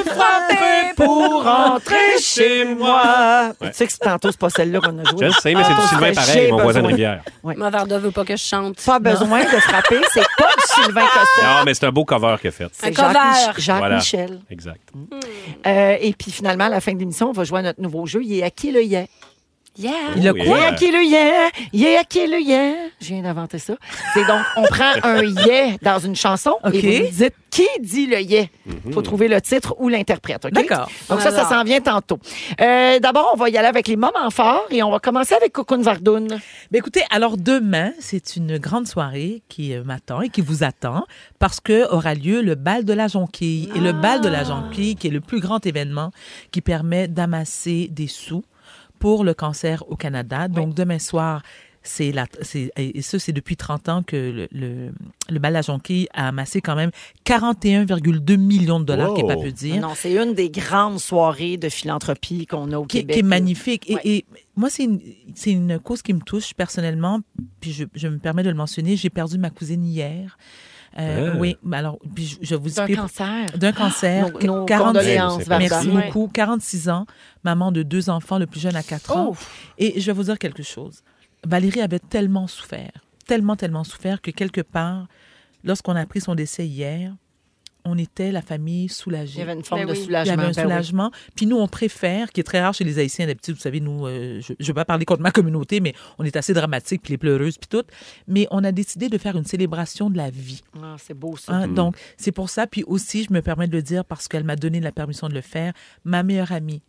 Speaker 2: de frapper
Speaker 1: Pour entrer chez moi.
Speaker 2: Ouais.
Speaker 1: Tu sais que c'est tantôt, c'est pas celle-là qu'on a
Speaker 2: Je
Speaker 1: joué.
Speaker 2: le sais, mais c'est du
Speaker 1: Ah,
Speaker 2: Sylvain
Speaker 1: j'ai
Speaker 2: pareil, mon voisin de
Speaker 1: besoin.
Speaker 2: rivière.
Speaker 4: Mon verre d'eau veut pas que je chante.
Speaker 1: Pas besoin de frapper, c'est pas du Sylvain Costa.
Speaker 2: Non, mais c'est un beau cover qu'il a fait.
Speaker 1: C'est
Speaker 4: Un cover.
Speaker 1: Jacques Mich- Jacques
Speaker 2: Voilà.
Speaker 1: Michel.
Speaker 2: Exact.
Speaker 1: Euh, et puis finalement, à la fin de l'émission, on va jouer à notre nouveau jeu. Il est à qui le yeah?
Speaker 4: Yeah.
Speaker 3: Il a
Speaker 2: Oui,
Speaker 1: Il est à
Speaker 2: euh,
Speaker 1: qui le yeah? Il est à qui le yeah? Je viens d'inventer ça. C'est donc, on prend un yeah dans une chanson
Speaker 3: OK.
Speaker 1: et vous nous dites qui dit le yeah.
Speaker 3: Mhm.
Speaker 1: Il faut trouver le titre ou l'interprète. OK?
Speaker 3: D'accord.
Speaker 1: Donc ça, ça
Speaker 4: Alors.
Speaker 1: s'en vient tantôt. Euh, D'abord, on va y aller avec les moments forts et on va commencer avec Cocoon Vardoun.
Speaker 3: Ben, écoutez, alors demain, c'est une grande soirée qui euh, m'attend et qui vous attend parce que aura lieu le bal de la jonquille. Et le bal de la jonquille, qui est le plus grand événement qui permet d'amasser des sous pour le cancer au Canada. Donc demain soir, c'est la, c'est, et et ce, c'est depuis 30 ans que le, le, le bal de la jonquille a amassé quand même 41,2 millions de dollars, qui n'est pas
Speaker 2: Wow.
Speaker 3: peu dire
Speaker 1: Non, c'est une des grandes soirées de philanthropie qu'on a au
Speaker 3: qui,
Speaker 1: Québec. Euh,
Speaker 3: qui est magnifique. Et,
Speaker 1: Ouais.
Speaker 3: et moi, c'est une, c'est une cause qui me touche personnellement, puis je, je me permets de le mentionner. J'ai perdu ma cousine hier. Euh,
Speaker 2: Ah.
Speaker 3: Oui, mais alors, puis je, je vous
Speaker 1: D'un
Speaker 3: explique.
Speaker 1: cancer.
Speaker 3: D'un cancer.
Speaker 1: Nos- nos
Speaker 3: 40
Speaker 1: condoléances,
Speaker 2: Varda.
Speaker 3: Merci
Speaker 4: Ouais.
Speaker 3: beaucoup. 46 ans, maman de deux enfants, le plus jeune à 4 ans.
Speaker 1: Oh.
Speaker 3: Et je vais vous dire quelque chose. Valérie avait tellement souffert, tellement, tellement souffert que quelque part, lorsqu'on a pris son décès hier, on était la famille soulagée.
Speaker 1: Il y avait une forme
Speaker 4: Ben
Speaker 1: de
Speaker 4: oui.
Speaker 3: Il y
Speaker 1: soulagement.
Speaker 3: avait un
Speaker 1: Ben oui.
Speaker 3: soulagement. Puis nous, on préfère, qui est très rare chez les Haïtiens d'habitude, vous savez, nous, euh, je ne veux pas parler contre ma communauté, mais on est assez dramatique, puis les pleureuses, puis tout. Mais on a décidé de faire une célébration de la vie.
Speaker 1: Ah, c'est beau ça.
Speaker 2: Mm.
Speaker 3: Hein, Donc, c'est pour ça. Puis aussi, je me permets de le dire parce qu'elle m'a donné la permission de le faire. Ma meilleure amie,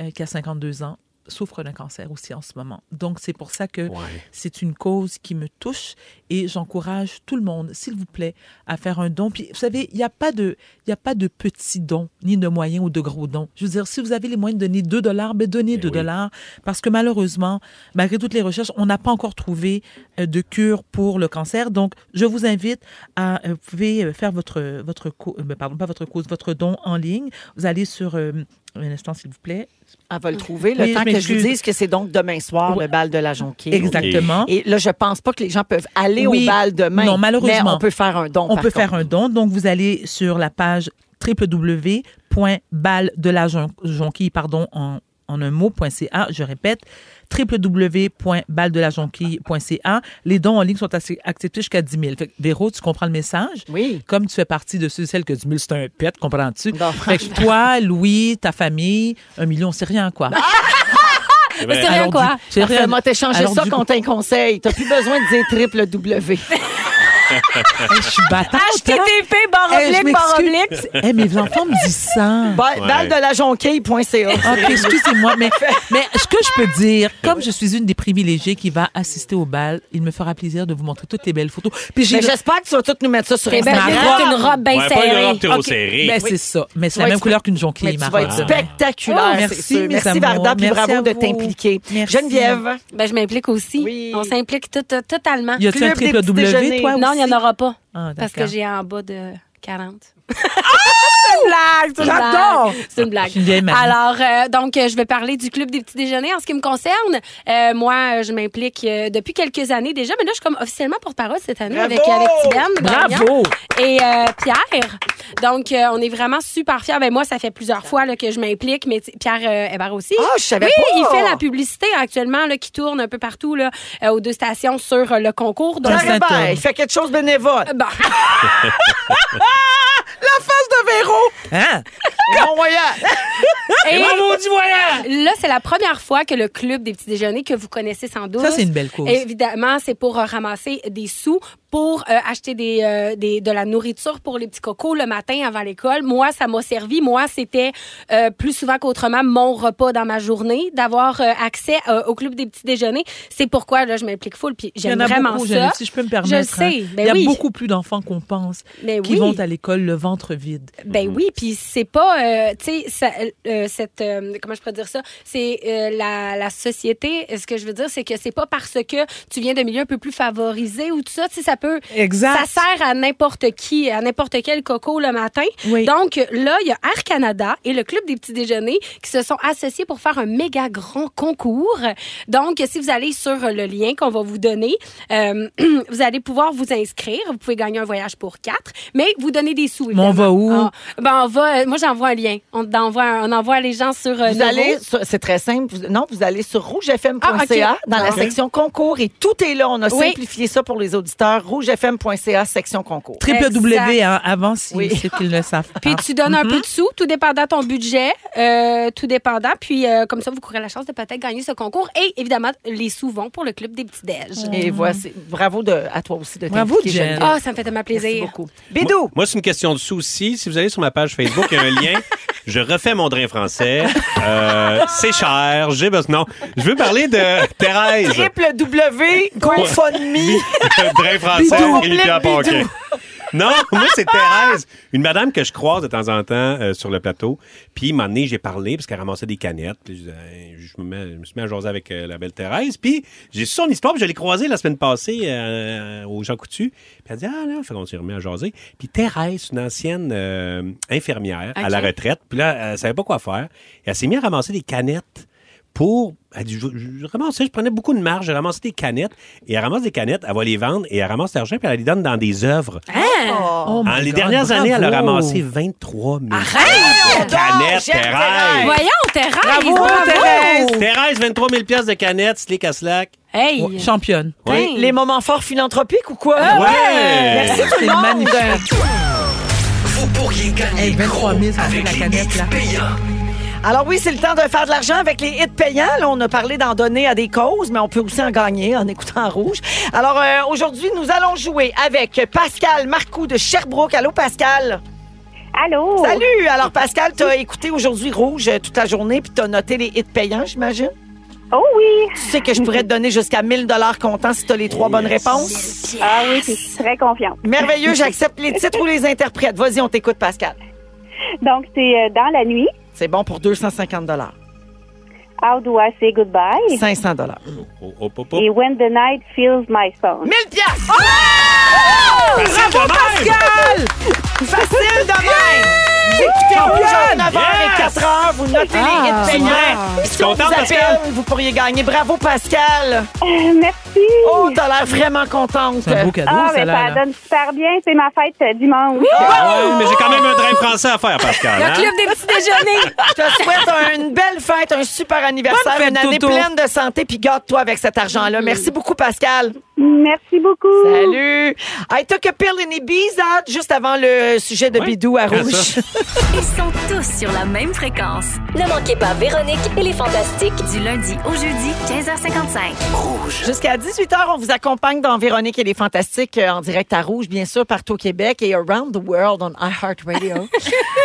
Speaker 3: euh, qui a 52 ans, souffre d'un cancer aussi en ce moment. Donc, c'est pour ça que
Speaker 2: Ouais.
Speaker 3: c'est une cause qui me touche et j'encourage tout le monde, s'il vous plaît, à faire un don. Puis, vous savez, il n'y a pas de, il y a pas de petits dons, ni de moyens ou de gros dons. Je veux dire, si vous avez les moyens de donner 2 dollars, ben donnez 2
Speaker 2: Eh oui.
Speaker 3: dollars. Parce que malheureusement, malgré toutes les recherches, on n'a pas encore trouvé euh, de cure pour le cancer. Donc, je vous invite à, euh, vous pouvez euh, faire votre, votre, co- euh, pardon, pas votre cause, votre don en ligne. Vous allez sur, euh, un instant, s'il vous plaît.
Speaker 1: Elle Ah, va le trouver le
Speaker 3: Oui,
Speaker 1: temps
Speaker 3: je
Speaker 1: que je vous
Speaker 3: m'excuse.
Speaker 1: dise que c'est donc demain soir le bal de la Jonquière.
Speaker 3: Exactement.
Speaker 1: Et là, je pense pas que les gens peuvent aller
Speaker 3: Oui.
Speaker 1: au bal demain.
Speaker 3: Non, malheureusement.
Speaker 1: Mais on peut faire un don.
Speaker 3: On
Speaker 1: par
Speaker 3: peut
Speaker 1: contre.
Speaker 3: faire un don. Donc, vous allez sur la page www.balledelajonquille, pardon, en, en un mot.ca. Je répète, www.balledelajonquille.ca. Les dons en ligne sont assez- acceptés jusqu'à 10 000. Fait que, Véro, tu comprends le message?
Speaker 1: Oui.
Speaker 3: Comme tu fais partie de ceux et celles que 10 000, c'est un pet, comprends-tu?
Speaker 1: Non,
Speaker 3: Fait que toi, Louis, ta famille, un million, c'est rien, quoi.
Speaker 1: Ah,
Speaker 2: C'est
Speaker 4: Mais
Speaker 2: vrai.
Speaker 4: c'est rien,
Speaker 3: Alors,
Speaker 4: quoi.
Speaker 3: du- c'est rien.
Speaker 1: Moi, t'as changé
Speaker 3: Alors,
Speaker 1: ça
Speaker 3: du
Speaker 1: contre un conseil. T'as plus besoin de dire triple W.
Speaker 3: coup, Je suis battante. hein?
Speaker 4: HTTP, barre
Speaker 1: Ah,
Speaker 3: Hey, je
Speaker 4: oblique, barre
Speaker 3: m'excuse.
Speaker 4: oblique.
Speaker 3: Hey, mais les enfants me disent ça.
Speaker 1: Eh,
Speaker 3: Ah,
Speaker 1: Ba- Balle de la jonquille.ca.
Speaker 3: OK, excusez-moi, mais, mais ce que je peux dire, comme je suis une des privilégiées qui va assister au bal, il me fera plaisir de vous montrer toutes les belles photos. Puis j'ai.
Speaker 1: Mais J'espère que tu vas toutes nous mettre ça sur
Speaker 4: Eh ben,
Speaker 1: Instagram.
Speaker 4: j'ai
Speaker 3: robe.
Speaker 4: une robe bien
Speaker 2: Ouais, pas une
Speaker 4: serrée.
Speaker 2: robe trop
Speaker 3: OK,
Speaker 2: serrée.
Speaker 3: ben, c'est ça. Mais c'est la
Speaker 1: vas
Speaker 3: même
Speaker 1: être-
Speaker 3: couleur qu'une jonquille,
Speaker 1: Mais tu vas être
Speaker 3: Marotte.
Speaker 1: spectaculaire.
Speaker 3: Oh,
Speaker 1: c'est
Speaker 3: merci,
Speaker 1: sûr.
Speaker 3: mes
Speaker 1: Merci,
Speaker 3: amours.
Speaker 1: Varda, puis
Speaker 3: Merci à
Speaker 1: bravo de
Speaker 3: vous.
Speaker 1: t'impliquer.
Speaker 3: Merci.
Speaker 1: Geneviève,
Speaker 4: Ben, je m'implique aussi.
Speaker 1: Oui.
Speaker 4: On s'implique tout- tout- totalement.
Speaker 3: Y a-tu
Speaker 1: Club
Speaker 3: un
Speaker 1: des
Speaker 3: triple
Speaker 1: petits
Speaker 3: W,
Speaker 1: déjeuners.
Speaker 3: toi?
Speaker 4: Non, il
Speaker 3: aussi?
Speaker 4: n'y en aura pas.
Speaker 3: Ah,
Speaker 4: parce que
Speaker 3: d'accord.
Speaker 4: j'ai en bas de 40. Ah! C'est une blague,
Speaker 3: J'adore!
Speaker 4: C'est une blague.
Speaker 3: Je suis une vieille mamie.
Speaker 4: Alors, euh, donc, euh, je vais parler du Club des petits déjeuners. En ce qui me concerne, euh, moi, euh, je m'implique euh, depuis quelques années déjà, mais là, je suis comme officiellement porte-parole cette année avec, avec Tiberne
Speaker 3: Bravo!
Speaker 4: et euh, Pierre. Donc, euh, on est vraiment super fiers. Ben, moi, ça fait plusieurs fois là, que je m'implique, mais tu- Pierre euh, Hébert aussi.
Speaker 1: Ah, je savais
Speaker 4: oui,
Speaker 1: pas.
Speaker 4: il fait la publicité actuellement là, qui tourne un peu partout là, euh, aux deux stations sur euh, le concours. Donc, euh,
Speaker 3: Dans
Speaker 1: Pierre
Speaker 3: Saint-Anne.
Speaker 1: Hébert, il fait quelque chose de bénévole.
Speaker 4: bon.
Speaker 1: de Véro.
Speaker 3: Hein?
Speaker 1: Bon voyage.
Speaker 4: Et-
Speaker 5: du voyage!
Speaker 4: Là, c'est la première fois que le club des petits déjeuners que vous connaissez sans doute.
Speaker 3: Ça, c'est une belle cause.
Speaker 4: Évidemment, c'est pour euh, ramasser des sous pour euh, acheter des, euh, des- de la nourriture pour les petits cocos le matin avant l'école. Moi, ça m'a servi. Moi, c'était euh, plus souvent qu'autrement mon repas dans ma journée, d'avoir euh, accès euh, au club des petits déjeuners. C'est pourquoi là, je m'implique full puis
Speaker 3: Il y en
Speaker 4: j'aime
Speaker 3: a
Speaker 4: vraiment
Speaker 3: beaucoup,
Speaker 4: ça.
Speaker 3: Geneviève, si je peux me permettre.
Speaker 4: Je le sais,
Speaker 3: hein.
Speaker 4: ben
Speaker 3: Il y a
Speaker 4: oui.
Speaker 3: beaucoup plus d'enfants qu'on pense
Speaker 4: Mais
Speaker 3: qui
Speaker 4: oui.
Speaker 3: vont à l'école le ventre vide.
Speaker 4: Ben oui, puis c'est pas, euh, tu sais, ça, euh, cette, euh, comment je pourrais dire ça, c'est euh, la, la société. Ce que je veux dire, c'est que c'est pas parce que tu viens de milieu un peu plus favorisé ou tout ça, tu sais, ça peut,
Speaker 3: Exact.
Speaker 4: ça sert à n'importe qui, à n'importe quel coco le matin.
Speaker 3: Oui.
Speaker 4: Donc là, il y a Air Canada et le Club des petits déjeuners qui se sont associés pour faire un méga grand concours. Donc, si vous allez sur le lien qu'on va vous donner, euh, vous allez pouvoir vous inscrire. Vous pouvez gagner un voyage pour quatre, mais vous donnez des sous.
Speaker 3: Mais on
Speaker 4: évidemment.
Speaker 3: va où?
Speaker 4: Ah, ben on va. euh, moi, j'envoie un lien. On envoie, un- on envoie les gens sur. euh,
Speaker 1: Vous
Speaker 4: Novo.
Speaker 1: allez, sur- c'est très simple. Vous- non, vous allez sur rougefm.ca
Speaker 4: Ah, ok.
Speaker 1: dans la
Speaker 4: Ok.
Speaker 1: section concours et tout est là. On a
Speaker 4: Oui.
Speaker 1: simplifié ça pour les auditeurs. rougefm.ca section concours.
Speaker 3: Triple W,
Speaker 4: Exact.
Speaker 3: hein, avant, si
Speaker 1: Oui.
Speaker 3: ceux qui ne le savent pas.
Speaker 4: Puis tu donnes
Speaker 3: Ah.
Speaker 4: un
Speaker 3: Mhm.
Speaker 4: peu de sous, tout dépendant de ton budget, euh, tout dépendant. Puis euh, comme ça, vous courez la chance de peut-être gagner ce concours. Et évidemment, les sous vont pour le club des petits déj.
Speaker 1: Et voici. Bravo de, à toi aussi de
Speaker 3: Bravo,
Speaker 1: t'impliquer,
Speaker 3: Jen.
Speaker 1: Geneviève.
Speaker 4: Ah, ça me fait tellement plaisir.
Speaker 1: Merci beaucoup. Bidou.
Speaker 2: Moi, c'est une question de souci. Si vous allez sur ma page Facebook, il y a un lien. Je refais mon drain français. Euh, c'est cher. J'ai besoin. Non, je veux parler de Thérèse.
Speaker 1: Triple W, GoFundMe.
Speaker 2: drain français,
Speaker 1: Bidou.
Speaker 2: Émilie Pierre
Speaker 1: Bidou.
Speaker 2: Paquin. Non, moi, c'est Thérèse, une madame que je croise de temps en temps euh, sur le plateau. Puis, un moment donné, j'ai parlé parce qu'elle ramassait des canettes. Puis, je, disais, Hey, je me, mets- je me suis mis à jaser avec euh, la belle Thérèse. Puis, j'ai su son histoire. Puis, je l'ai croisée la semaine passée euh, au Jean Coutu. Puis, elle dit, ah là, fait qu'on s'est remis à jaser. Puis, Thérèse, une ancienne euh, infirmière à
Speaker 4: Ok.
Speaker 2: la retraite. Puis là, elle savait pas quoi faire. Et elle s'est mise à ramasser des canettes pour. Elle dit, je, je ramassais, je prenais beaucoup de marge, je ramassais des canettes. Et elle ramasse des canettes, elle va les vendre et elle ramasse l'argent puis elle les donne dans des œuvres.
Speaker 4: Hein?
Speaker 3: Oh my
Speaker 2: en Ah. Hein, les
Speaker 3: God,
Speaker 2: dernières années, elle a
Speaker 3: bravo.
Speaker 2: ramassé 23 000 de canettes,
Speaker 1: J'aime
Speaker 2: Thérèse!
Speaker 4: Voyons, Thérèse!
Speaker 1: Bravo, Thérèse.
Speaker 2: Thérèse, 23 000 piastres de canettes, slick à slack.
Speaker 4: Hey! euh,
Speaker 3: Ouais, Championne. Hein?
Speaker 2: Oui.
Speaker 1: Les moments forts philanthropiques ou quoi?
Speaker 2: Ah,
Speaker 1: Ah
Speaker 2: Euh,
Speaker 1: Merci tout
Speaker 3: C'est
Speaker 1: le monde.
Speaker 3: magnifique.
Speaker 9: Vous pourriez gagner
Speaker 3: Hey, 23 000, ça
Speaker 9: gros
Speaker 3: fait
Speaker 9: avec
Speaker 3: la
Speaker 9: les
Speaker 3: canette,
Speaker 9: hits
Speaker 3: là.
Speaker 9: payants.
Speaker 1: Alors oui, c'est le temps de faire de l'argent avec les hits payants. Là, on a parlé d'en donner à des causes, mais on peut aussi en gagner en écoutant Rouge. Alors euh, aujourd'hui, nous allons jouer avec Pascal Marcoux de Sherbrooke. Allô, Pascal?
Speaker 10: Allô?
Speaker 1: Salut! Alors, Pascal, t'as écouté aujourd'hui Rouge euh, toute la journée, puis t'as noté les hits payants, j'imagine?
Speaker 10: Oh oui!
Speaker 1: Tu sais que je pourrais te donner jusqu'à 1000 dollars comptant si tu as les trois bonnes réponses.
Speaker 10: Ah oui, c'est très confiante.
Speaker 1: Merveilleux, j'accepte les titres ou les interprètes. Vas-y, on t'écoute, Pascal.
Speaker 10: Donc, c'est euh, dans la nuit.
Speaker 1: C'est bon pour 250 dollars,
Speaker 10: How do I say goodbye?
Speaker 1: 500 dollars.
Speaker 2: Oh, oh, oh, oh.
Speaker 10: Et when the night fills my phone.
Speaker 1: 1000 piastres!
Speaker 10: Oh!
Speaker 2: Bravo,
Speaker 1: Pascal! Facile de même! Vous écoutez Rouge entre 9 h et 4 h vous notez
Speaker 3: Ah,
Speaker 1: les hits payants. Puis si on vous
Speaker 2: contente, Pascal?
Speaker 1: appelle, vous pourriez gagner. Bravo, Pascal!
Speaker 10: Euh, merci!
Speaker 1: Oh, t'as l'air vraiment contente.
Speaker 3: C'est un beau cadeau,
Speaker 10: ah,
Speaker 3: ça,
Speaker 10: mais
Speaker 3: là.
Speaker 10: ça donne super bien. C'est ma fête euh, dimanche.
Speaker 2: Ah Ouais, mais j'ai quand même un drain français à faire, Pascal.
Speaker 4: Le
Speaker 2: hein?
Speaker 4: club des petits déjeuners.
Speaker 1: Je te souhaite un- une belle fête, un super anniversaire,
Speaker 3: Bonne fête,
Speaker 1: une année
Speaker 3: Toto.
Speaker 1: pleine de santé, puis garde-toi avec cet
Speaker 2: Mm-hmm.
Speaker 1: argent-là. Merci beaucoup, Pascal.
Speaker 10: Merci beaucoup.
Speaker 1: Salut. I took a pill in Ibiza hein, juste avant le sujet de
Speaker 2: Ouais,
Speaker 1: Bidou à
Speaker 2: après
Speaker 1: rouge.
Speaker 2: ça.
Speaker 6: Ils sont tous sur la même fréquence.
Speaker 7: Ne manquez pas Véronique et les Fantastiques.
Speaker 6: Du lundi au jeudi, 15h55.
Speaker 1: Jusqu'à 18h, on vous accompagne dans Véronique et les Fantastiques euh, en direct à Rouge, bien sûr, partout au Québec et around the world on iHeartRadio.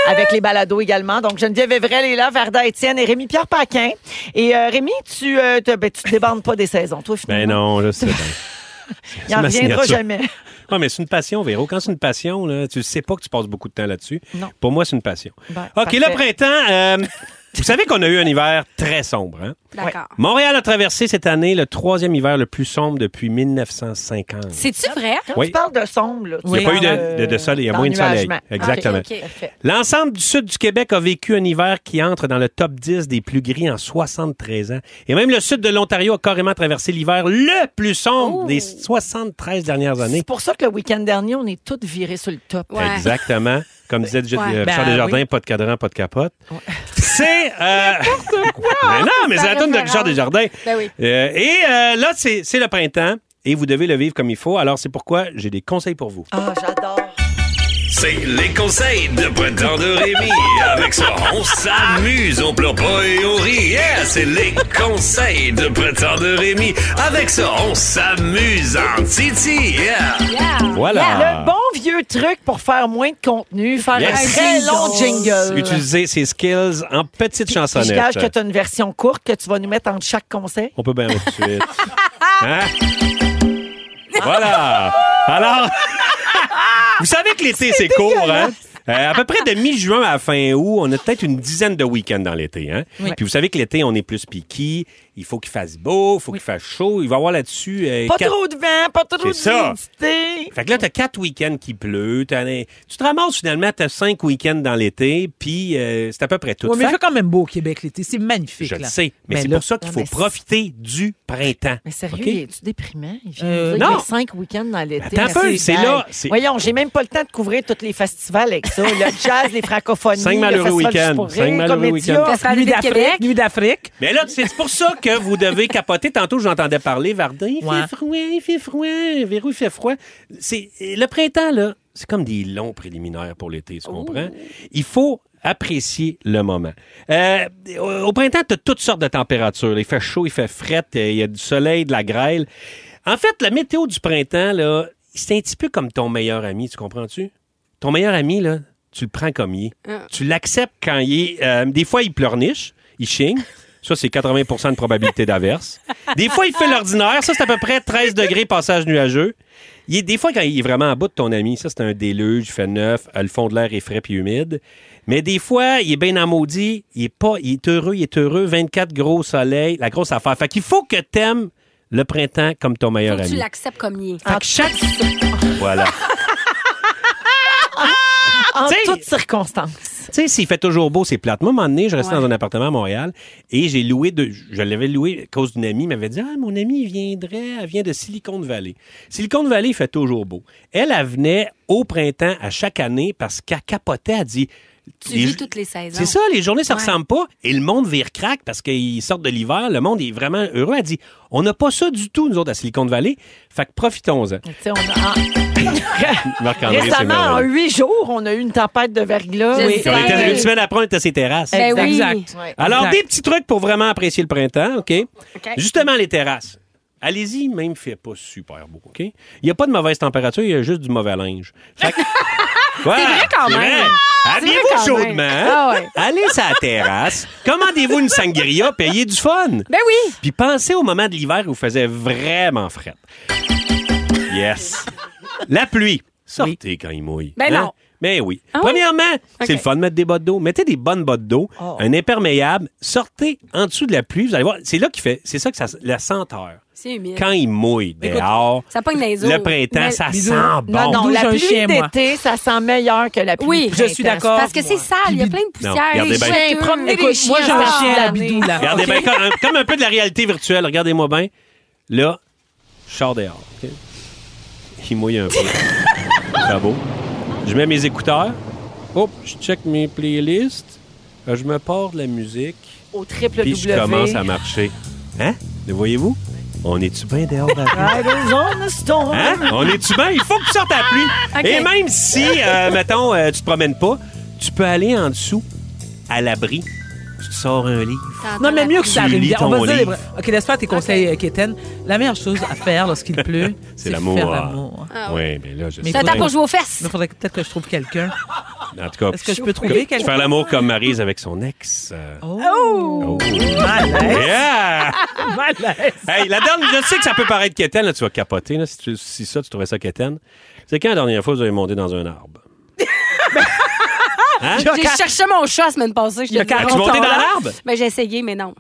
Speaker 1: avec les balados également. Donc, Geneviève Evrel est là, Varda Étienne et Rémi-Pierre Paquin. Et euh, Rémi, tu euh, te, ben, tu te débandes pas des saisons, toi,
Speaker 2: Ben
Speaker 1: finalement.
Speaker 2: non, je sais bien.
Speaker 1: Il en
Speaker 2: ma
Speaker 1: reviendra
Speaker 2: signature.
Speaker 1: jamais.
Speaker 2: Non, mais c'est une passion, Véro. Quand c'est une passion, là, tu sais pas que tu passes beaucoup de temps là-dessus.
Speaker 1: Non.
Speaker 2: Pour moi, c'est une passion.
Speaker 1: Ben,
Speaker 2: OK,
Speaker 1: parfait.
Speaker 2: le printemps, euh, vous savez qu'on a eu un hiver très sombre. Hein?
Speaker 4: D'accord.
Speaker 2: Montréal a traversé cette année le troisième hiver le plus sombre depuis 1950.
Speaker 4: C'est-tu vrai?
Speaker 1: Quand
Speaker 2: Oui.
Speaker 1: tu parles de sombre, là, tu
Speaker 2: Il n'y a pas eu de,
Speaker 1: parles,
Speaker 2: de- de soleil, il y a
Speaker 1: euh,
Speaker 2: moins de soleil.
Speaker 1: d'ennuagement.
Speaker 2: Exactement.
Speaker 4: OK, OK.
Speaker 1: Ah, Parfait.
Speaker 2: L'ensemble du sud du Québec a vécu un hiver qui entre dans le top 10 des plus gris en 73 ans. Et même le sud de l'Ontario a carrément traversé l'hiver le plus sombre des 73 dernières années.
Speaker 1: C'est pour ça que le week-end dernier, on est toutes virées sur le top.
Speaker 4: Ouais.
Speaker 2: Exactement. Comme disait déjà-
Speaker 4: Ouais.
Speaker 2: euh, Richard
Speaker 3: Ben,
Speaker 2: Desjardins, pas de cadran, pas de capote. C'est... euh, Mais non, mais c'est la toune de Richard Desjardins.
Speaker 4: Ben oui.
Speaker 2: Euh, et euh, là, c'est c'est le printemps et vous devez le vivre comme il faut. Alors, c'est pourquoi j'ai des conseils pour vous.
Speaker 1: Ah, j'adore.
Speaker 9: C'est les conseils de printemps de Rémi. Avec ça, on s'amuse, on pleure pas et on rit. Yeah, c'est les conseils de printemps de Rémi. Avec ça, on s'amuse en titi. Yeah.
Speaker 2: Voilà.
Speaker 1: Le bon vieux truc pour faire moins de contenu, faire
Speaker 2: Ah. Yes.
Speaker 1: un très long jingle.
Speaker 2: Utiliser ses skills en petites
Speaker 1: Je
Speaker 2: chansonnettes.
Speaker 1: gage que tu as une version courte que tu vas nous mettre entre chaque conseil.
Speaker 2: On peut bien aller tout de suite. Hein? Voilà. Alors, vous savez que l'été, c'est court, hein? Euh, à peu près de mi-juin à fin août, on a peut-être une dizaine de week-ends dans l'été. Hein? Puis vous savez que l'été, on est plus piqué. Il faut qu'il fasse beau, il faut qu'il fasse chaud. Il va y avoir là-dessus... euh,
Speaker 1: Pas
Speaker 2: quatre-
Speaker 1: trop de vent, pas trop
Speaker 2: C'est ça.
Speaker 1: d'humidité.
Speaker 2: Fait que là, t'as quatre week-ends qui pleut. t'as un- Tu te ramasses finalement, t'as cinq week-ends dans l'été, puis euh, c'est à peu près tout.
Speaker 3: Ouais, mais
Speaker 2: Fait
Speaker 3: il fait quand même beau au Québec l'été. C'est magnifique.
Speaker 2: Je le
Speaker 3: là.
Speaker 2: sais, mais,
Speaker 3: Mais
Speaker 2: c'est
Speaker 3: là-
Speaker 2: pour ça qu'il
Speaker 1: Non,
Speaker 2: faut
Speaker 1: mais c'est-
Speaker 2: profiter du printemps.
Speaker 1: Mais sérieux,
Speaker 2: OK?
Speaker 1: es-tu déprimant? Il vient
Speaker 3: Euh,
Speaker 1: de
Speaker 2: non.
Speaker 1: dire qu'il y a cinq week-ends dans l'été.
Speaker 2: Attends un peu,
Speaker 1: Merci,
Speaker 2: c'est
Speaker 1: Val.
Speaker 2: là, c'est-
Speaker 1: Voyons, j'ai même pas le temps de couvrir tous les festivals avec ça. Le jazz, les francophonies,
Speaker 2: Cinq
Speaker 1: le
Speaker 2: malheureux
Speaker 1: festival
Speaker 2: week-ends,
Speaker 1: Juste pour
Speaker 2: cinq
Speaker 1: rire,
Speaker 2: malheureux
Speaker 1: Comédia.
Speaker 2: weeks-ends.
Speaker 4: Festival
Speaker 3: Nuit
Speaker 4: d'été de Québec.
Speaker 3: d'Afrique. Nuit d'Afrique.
Speaker 2: Mais là, c'est pour ça que vous devez capoter. Tantôt, j'entendais parler, Vardin, il
Speaker 3: Ouais.
Speaker 2: fait froid, il fait froid, Véro, il fait froid. C'est, le printemps, là, c'est comme des longs préliminaires pour l'été, tu comprends? Il faut apprécier le moment. Euh, au au printemps, tu as toutes sortes de températures. Il fait chaud, il fait fret, euh, il y a du soleil, de la grêle. En fait, la météo du printemps, là, c'est un petit peu comme ton meilleur ami, tu comprends-tu? Ton meilleur ami, là, tu le prends comme il est.
Speaker 4: Ah.
Speaker 2: Tu l'acceptes quand il est... euh, des fois, il pleurniche, il chigne. Ça, c'est 80 de probabilité d'averse. Des fois, il fait l'ordinaire. Ça, c'est à peu près 13 degrés passage nuageux. Il est, des fois, quand il est vraiment en bas de ton ami, ça, c'est un déluge, il fait neuf, euh, le fond de l'air est frais puis humide. Mais des fois, il est bien en maudit, il est pas, il est heureux, il est heureux, 24 gros soleil, la grosse affaire. Fait qu'il faut que t'aimes le printemps comme ton meilleur
Speaker 4: Faut que tu
Speaker 2: ami.
Speaker 4: l'acceptes comme il est.
Speaker 3: Ah,
Speaker 2: Fait que chaque... voilà.
Speaker 1: En
Speaker 2: T'sais-
Speaker 1: toutes circonstances.
Speaker 2: Tu sais, s'il fait toujours beau, c'est plate. Moi, à un moment donné, je restais
Speaker 4: Ouais.
Speaker 2: dans un appartement à Montréal et j'ai loué, de, je l'avais loué à cause d'une amie. Elle m'avait dit Ah, mon amie, il viendrait, elle vient de Silicon Valley. Silicon Valley, il fait toujours beau. Elle, elle venait au printemps à chaque année parce qu'elle capotait, elle dit
Speaker 4: Tu
Speaker 2: Les-
Speaker 4: vis toutes les saisons.
Speaker 2: c'est ça, les journées ne se
Speaker 4: Ouais.
Speaker 2: ressemblent pas et le monde vire crack parce qu'ils sortent de l'hiver. Le monde est vraiment heureux. Elle dit On n'a pas ça du tout, nous autres, à Silicon Valley. Fait que profitons-en.
Speaker 1: Tu sais, on a- en-
Speaker 4: ah.
Speaker 2: Marc-André, Ah c'est
Speaker 1: Récemment, en
Speaker 2: merveilleux.
Speaker 1: huit jours, on a eu une tempête de verglas.
Speaker 4: Je
Speaker 1: Oui.
Speaker 4: sais.
Speaker 2: On était- Une
Speaker 4: Hey.
Speaker 2: semaine après, on était à ses terrasses.
Speaker 4: Ben oui.
Speaker 3: Exact.
Speaker 1: Ouais.
Speaker 2: Alors,
Speaker 3: Exact.
Speaker 2: des petits trucs pour vraiment apprécier le printemps, OK? Justement, les terrasses. Allez-y, même fait pas super beau, OK? Il n'y a pas de mauvaise température, il y a juste du mauvais linge. Fait que- Ouais,
Speaker 4: C'est vrai quand
Speaker 2: c'est
Speaker 4: même.
Speaker 2: vrai.
Speaker 4: vrai
Speaker 2: Habillez-vous
Speaker 4: quand même.
Speaker 2: chaudement. hein?
Speaker 4: Ah ouais.
Speaker 2: Allez sur la terrasse. Commandez-vous une sangria, puis ayez du fun.
Speaker 4: Ben oui.
Speaker 2: Puis pensez au moment de l'hiver où il faisait vraiment fret. Yes. La pluie. Sortez quand il mouille.
Speaker 4: Ben non.
Speaker 2: Mais oui.
Speaker 4: Ah oui?
Speaker 2: Premièrement,
Speaker 4: Ok. Oh.
Speaker 2: c'est le fun de mettre des bottes d'eau. Mettez des bonnes bottes d'eau, un imperméable. Sortez en dessous de la pluie. Vous allez voir, c'est là qu'il fait. C'est ça que ça. La senteur.
Speaker 4: C'est humide.
Speaker 2: Quand il mouille dehors,
Speaker 4: ça pogne dans les eaux.
Speaker 2: le printemps,
Speaker 4: Mais-
Speaker 2: ça
Speaker 3: Bisous.
Speaker 2: sent bon.
Speaker 1: Non, non,
Speaker 3: D'où
Speaker 1: la
Speaker 3: j'ai un
Speaker 1: pluie
Speaker 3: chien, moi.
Speaker 1: d'été, ça sent meilleur que la pluie.
Speaker 4: Oui.
Speaker 1: du printemps.
Speaker 3: Je suis d'accord.
Speaker 4: Parce que c'est sale, il y a plein de poussières.
Speaker 2: regardez
Speaker 4: les
Speaker 2: bien.
Speaker 4: cheveux.
Speaker 1: Hey, promenez
Speaker 3: Écoute,
Speaker 1: les
Speaker 3: moi, j'ai un
Speaker 1: chiens
Speaker 3: chien
Speaker 1: cette
Speaker 3: à
Speaker 1: année.
Speaker 3: bidou, là.
Speaker 2: Regardez bien, comme, comme un peu de la réalité virtuelle. Regardez-moi bien. Là, je sors dehors. ok? Il mouille un peu. C'est beau. Je mets mes écouteurs. Hop, je check mes playlists. Euh, Je me pars de la musique.
Speaker 1: Au triple
Speaker 2: Puis je commence à marcher. Hein? Le voyez-vous? On est-tu bien dehors? Marie? Hein? On est-tu bien? Il faut que tu sortes à la pluie. Et même si, euh, mettons, euh, tu te promènes pas, tu peux aller en dessous, à l'abri. Tu te sors un livre.
Speaker 3: Non, mais mieux que ça
Speaker 2: Tu lis
Speaker 3: arrive.
Speaker 2: ton
Speaker 3: On va dire les
Speaker 2: livre.
Speaker 3: vrais- OK, laisse faire tes conseils, euh, Kéten. La meilleure chose à faire lorsqu'il pleut,
Speaker 2: C'est
Speaker 3: c'est
Speaker 2: l'amour.
Speaker 3: faire l'amour.
Speaker 4: Ah
Speaker 2: oui,
Speaker 4: ouais.
Speaker 2: mais là, je
Speaker 3: Mais
Speaker 2: sais.
Speaker 4: C'est un temps pour jouer aux fesses.
Speaker 3: Il faudrait peut-être que je trouve quelqu'un.
Speaker 2: En tout cas,
Speaker 3: Est-ce que je peux trouver
Speaker 2: je fais
Speaker 3: quelqu'un?
Speaker 2: l'amour comme Marise avec son ex. euh, Oh.
Speaker 3: Oh!
Speaker 2: Yeah! Hey, la dernière, je sais que ça peut paraître quétaine, là, tu vas capoter, là, si, tu- si ça, tu trouvais ça quétaine. C'est quand la dernière fois, vous avez monté dans un arbre? Hein?
Speaker 4: J'ai cherché mon chat la semaine passée. Je te dis.
Speaker 2: As-tu monté dans l'arbre?
Speaker 4: Ben, j'ai essayé, mais non.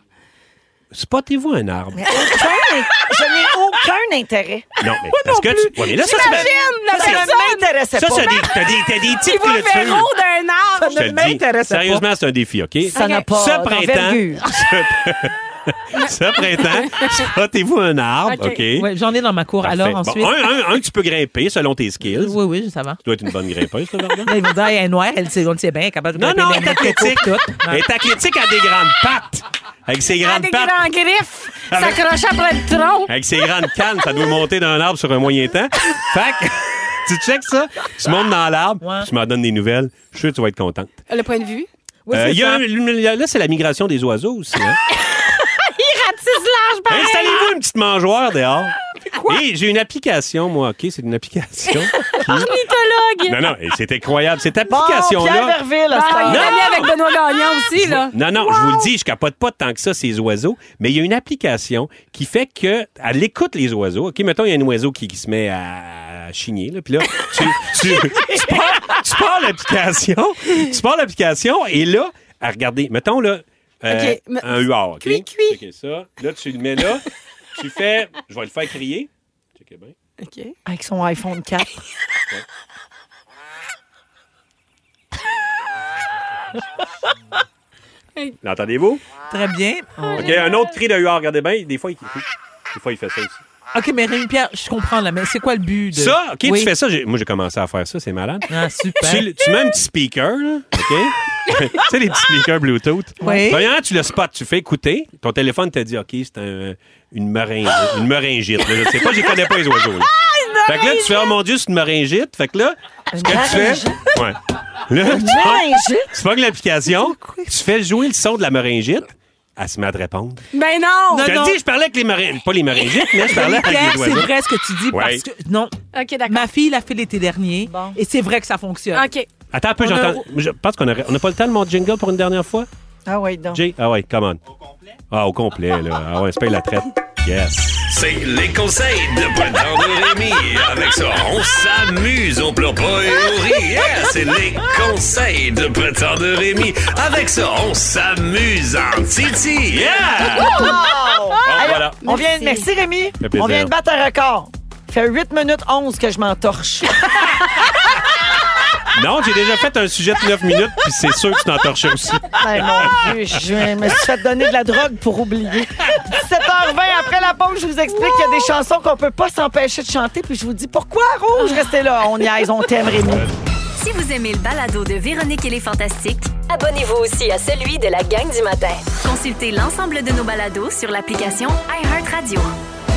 Speaker 2: Spottez-vous un arbre.
Speaker 1: Je n'ai aucun intérêt.
Speaker 2: Non, mais parce que tu. Ouais, mais là, ça, c'est
Speaker 1: Ça, ça ne m'intéressait
Speaker 2: Ça,
Speaker 1: pas.
Speaker 2: c'est des, t'as des, t'as des
Speaker 4: Tu
Speaker 2: types
Speaker 4: vois
Speaker 2: là-dessus.
Speaker 4: Véro d'un arbre.
Speaker 2: Je te
Speaker 1: ne
Speaker 2: le dis.
Speaker 1: m'intéressait pas.
Speaker 2: Sérieusement, c'est un défi, OK?
Speaker 1: Ça n'a pas
Speaker 2: Ce printemps,
Speaker 1: d'envergure.
Speaker 2: ce printemps, spottez-vous un arbre, OK?
Speaker 4: OK.
Speaker 3: Ouais, J'en ai dans ma cour.
Speaker 2: Parfait.
Speaker 3: Alors
Speaker 2: Bon,
Speaker 3: ensuite.
Speaker 2: un, un, un que tu peux grimper selon tes skills.
Speaker 3: Oui, oui, ça va.
Speaker 2: Tu dois être une bonne grimpeuse, toi, Varda.
Speaker 3: Là, ils vont dire, elle est noire, elle sait, on le sait bien, elle est capable de
Speaker 2: Non,
Speaker 3: grimper
Speaker 2: non,
Speaker 3: dans
Speaker 2: elle est
Speaker 3: les cocos
Speaker 2: athlétique.
Speaker 3: pis tout.
Speaker 2: Elle est athlétique, elle a des grandes pattes. Avec ses
Speaker 4: Avec
Speaker 2: grandes
Speaker 4: des
Speaker 2: pattes.
Speaker 4: grands griffes.
Speaker 2: Avec-
Speaker 4: S'accroche après le tronc.
Speaker 2: Avec ses grandes cannes, ça doit monter d'un arbre sur un moyen temps. Fait que tu checkes ça, tu montes dans l'arbre,
Speaker 3: Ouais.
Speaker 2: tu m'en donnes des nouvelles. Je suis sûr que tu vas être contente.
Speaker 4: Le point de vue.
Speaker 3: Oui,
Speaker 2: Euh,
Speaker 3: c'est
Speaker 2: il y a
Speaker 3: ça.
Speaker 2: un- il y a- là, c'est la migration des oiseaux aussi. hein.
Speaker 4: Il ratisse large, pareil.
Speaker 2: Installez-vous une petite mangeoire dehors.
Speaker 1: Ah,
Speaker 2: Et j'ai une application, moi, OK? C'est une application.
Speaker 4: Ornithologue.
Speaker 2: non, non, et c'est incroyable. Cette
Speaker 1: Bon, Pierre
Speaker 2: application-là.
Speaker 1: Verville, à ce
Speaker 4: Ah,
Speaker 1: temps-là.
Speaker 4: il est ami avec Benoît Gagnon aussi, là.
Speaker 2: Non, non, je vous le dis, je capote pas tant que ça ces oiseaux, mais il y a une application qui fait que elle écoute les oiseaux. OK, mettons, il y a un oiseau qui, qui se met à chigner, là, puis là, tu, tu, tu pars, tu pars l'application, tu pars l'application, et là, à regarder, mettons, là, euh,
Speaker 4: OK, me-
Speaker 2: un huard, OK?
Speaker 4: Cuit, cuit.
Speaker 2: Checker ça. Là, tu le mets là, tu fais, je vais le faire crier. Checker bien.
Speaker 4: OK.
Speaker 1: Avec son iPhone 4.
Speaker 2: L'entendez-vous?
Speaker 3: Très bien.
Speaker 2: OK, un autre cri de huard, regardez bien, des fois, il Des fois, il fait ça aussi.
Speaker 3: OK, mais Rémi-Pierre, je comprends, là, mais c'est quoi le but de...
Speaker 2: Ça, OK,
Speaker 3: Oui.
Speaker 2: tu fais ça. j'ai- Moi, j'ai commencé à faire ça, c'est malade.
Speaker 3: Ah,
Speaker 2: Tu,
Speaker 3: super.
Speaker 2: le- tu mets un petit speaker, là, OK? tu sais, les petits speakers Bluetooth.
Speaker 3: Oui.
Speaker 2: Premièrement, tu le spots, tu fais écouter. Ton téléphone te dit, OK, c'est un- une meringue, une meringite. là. je sais pas, je connais pas les oiseaux. là.
Speaker 3: Ah,
Speaker 2: Fait que là, tu fais, oh mon Dieu, c'est une meringite. Fait que là, ce que tu fais. Ouais. Là, tu pognes- tu pognes l'application, tu fais jouer le son de la meringite, elle se met à te répondre.
Speaker 4: Ben non.
Speaker 2: Je te
Speaker 3: non.
Speaker 2: le dis, je parlais avec les meringues. Pas les meringites, mais je parlais avec
Speaker 3: Pierre,
Speaker 2: les
Speaker 3: c'est
Speaker 2: oiseaux.
Speaker 3: vrai ce que tu dis,
Speaker 2: Ouais.
Speaker 3: parce que... Non,
Speaker 4: OK, d'accord.
Speaker 3: ma fille l'a fait l'été dernier, et c'est vrai que ça fonctionne.
Speaker 4: OK.
Speaker 2: Attends un peu,
Speaker 3: On a-
Speaker 2: j'entends. Je pense qu'on aurait- on n'a pas le temps de mon jingle pour une dernière fois.
Speaker 1: Ah oui, donc.
Speaker 2: Jay, ah ouais, come on. Au complet? Ah, au complet, là. Ah ouais, c'est pas la traite. Yes.
Speaker 9: C'est les conseils de Brendan de Rémi. Avec ça, on s'amuse, on pleure pas et on rit. Yeah, c'est les conseils de Brendan de Rémi. Avec ça, on s'amuse en titi. Yeah!
Speaker 2: Bon, Ah, voilà.
Speaker 1: On vient, merci Rémi.
Speaker 2: fait plaisir.
Speaker 1: On vient de battre un record. Fait 8 minutes 11 que je m'entorche.
Speaker 2: Non, j'ai déjà fait un sujet de 9 minutes, puis c'est sûr que tu t'entorchais aussi.
Speaker 1: Hey, Ben, mon Dieu, je me suis fait donner de la drogue pour oublier. 17h20 après la pause, je vous explique qu'il y a des chansons qu'on peut pas s'empêcher de chanter, puis je vous dis pourquoi rouge restez là. On y aise, on t'aime Rémi.
Speaker 6: Si vous aimez le balado de Véronique et les Fantastiques,
Speaker 7: Abonnez-vous aussi à celui de la gang du matin.
Speaker 6: consultez l'ensemble de nos balados sur l'application iHeartRadio.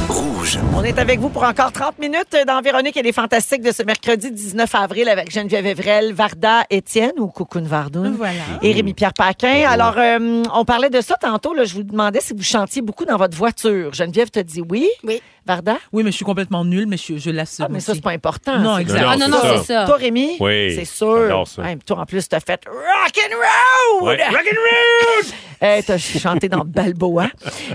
Speaker 9: Rouge. Rouge.
Speaker 1: On est avec vous pour encore 30 minutes dans Véronique et les Fantastiques de ce mercredi 19 avril avec Geneviève Evrel, Varda Étienne ou Cocoon Vardoun
Speaker 3: Voilà.
Speaker 1: et Rémi-Pierre Paquin. Alors, euh, on parlait de ça tantôt. Là, je vous demandais si vous chantiez beaucoup dans votre voiture. Geneviève te dit oui.
Speaker 4: Oui.
Speaker 1: Varda?
Speaker 3: Oui, mais je suis complètement nulle, mais je, je l'assume.
Speaker 1: Ah, mais ça,
Speaker 3: aussi.
Speaker 1: c'est pas important.
Speaker 3: Ah, Non,
Speaker 1: C'est-
Speaker 3: exact.
Speaker 4: Ah non, non,
Speaker 2: c'est
Speaker 4: c'est ça.
Speaker 1: Toi, Rémi,
Speaker 2: Oui,
Speaker 1: c'est sûr.
Speaker 2: j'adore ça.
Speaker 1: Hey, toi, en plus, t'as fait rock'n'roll!
Speaker 2: Ouais. Rock'n'roll!
Speaker 1: Euh, T'as chanté dans Balboa.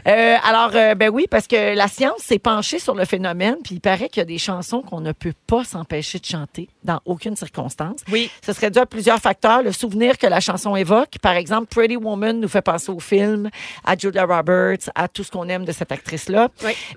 Speaker 1: Euh, alors, euh, ben oui, parce que la science s'est penchée sur le phénomène, puis il paraît qu'il y a des chansons qu'on ne peut pas s'empêcher de chanter dans aucune circonstance.
Speaker 3: Oui.
Speaker 1: Ce serait dû à plusieurs facteurs. Le souvenir que la chanson évoque, par exemple, Pretty Woman nous fait penser au film, à Julia Roberts, à tout ce qu'on aime de cette actrice-là.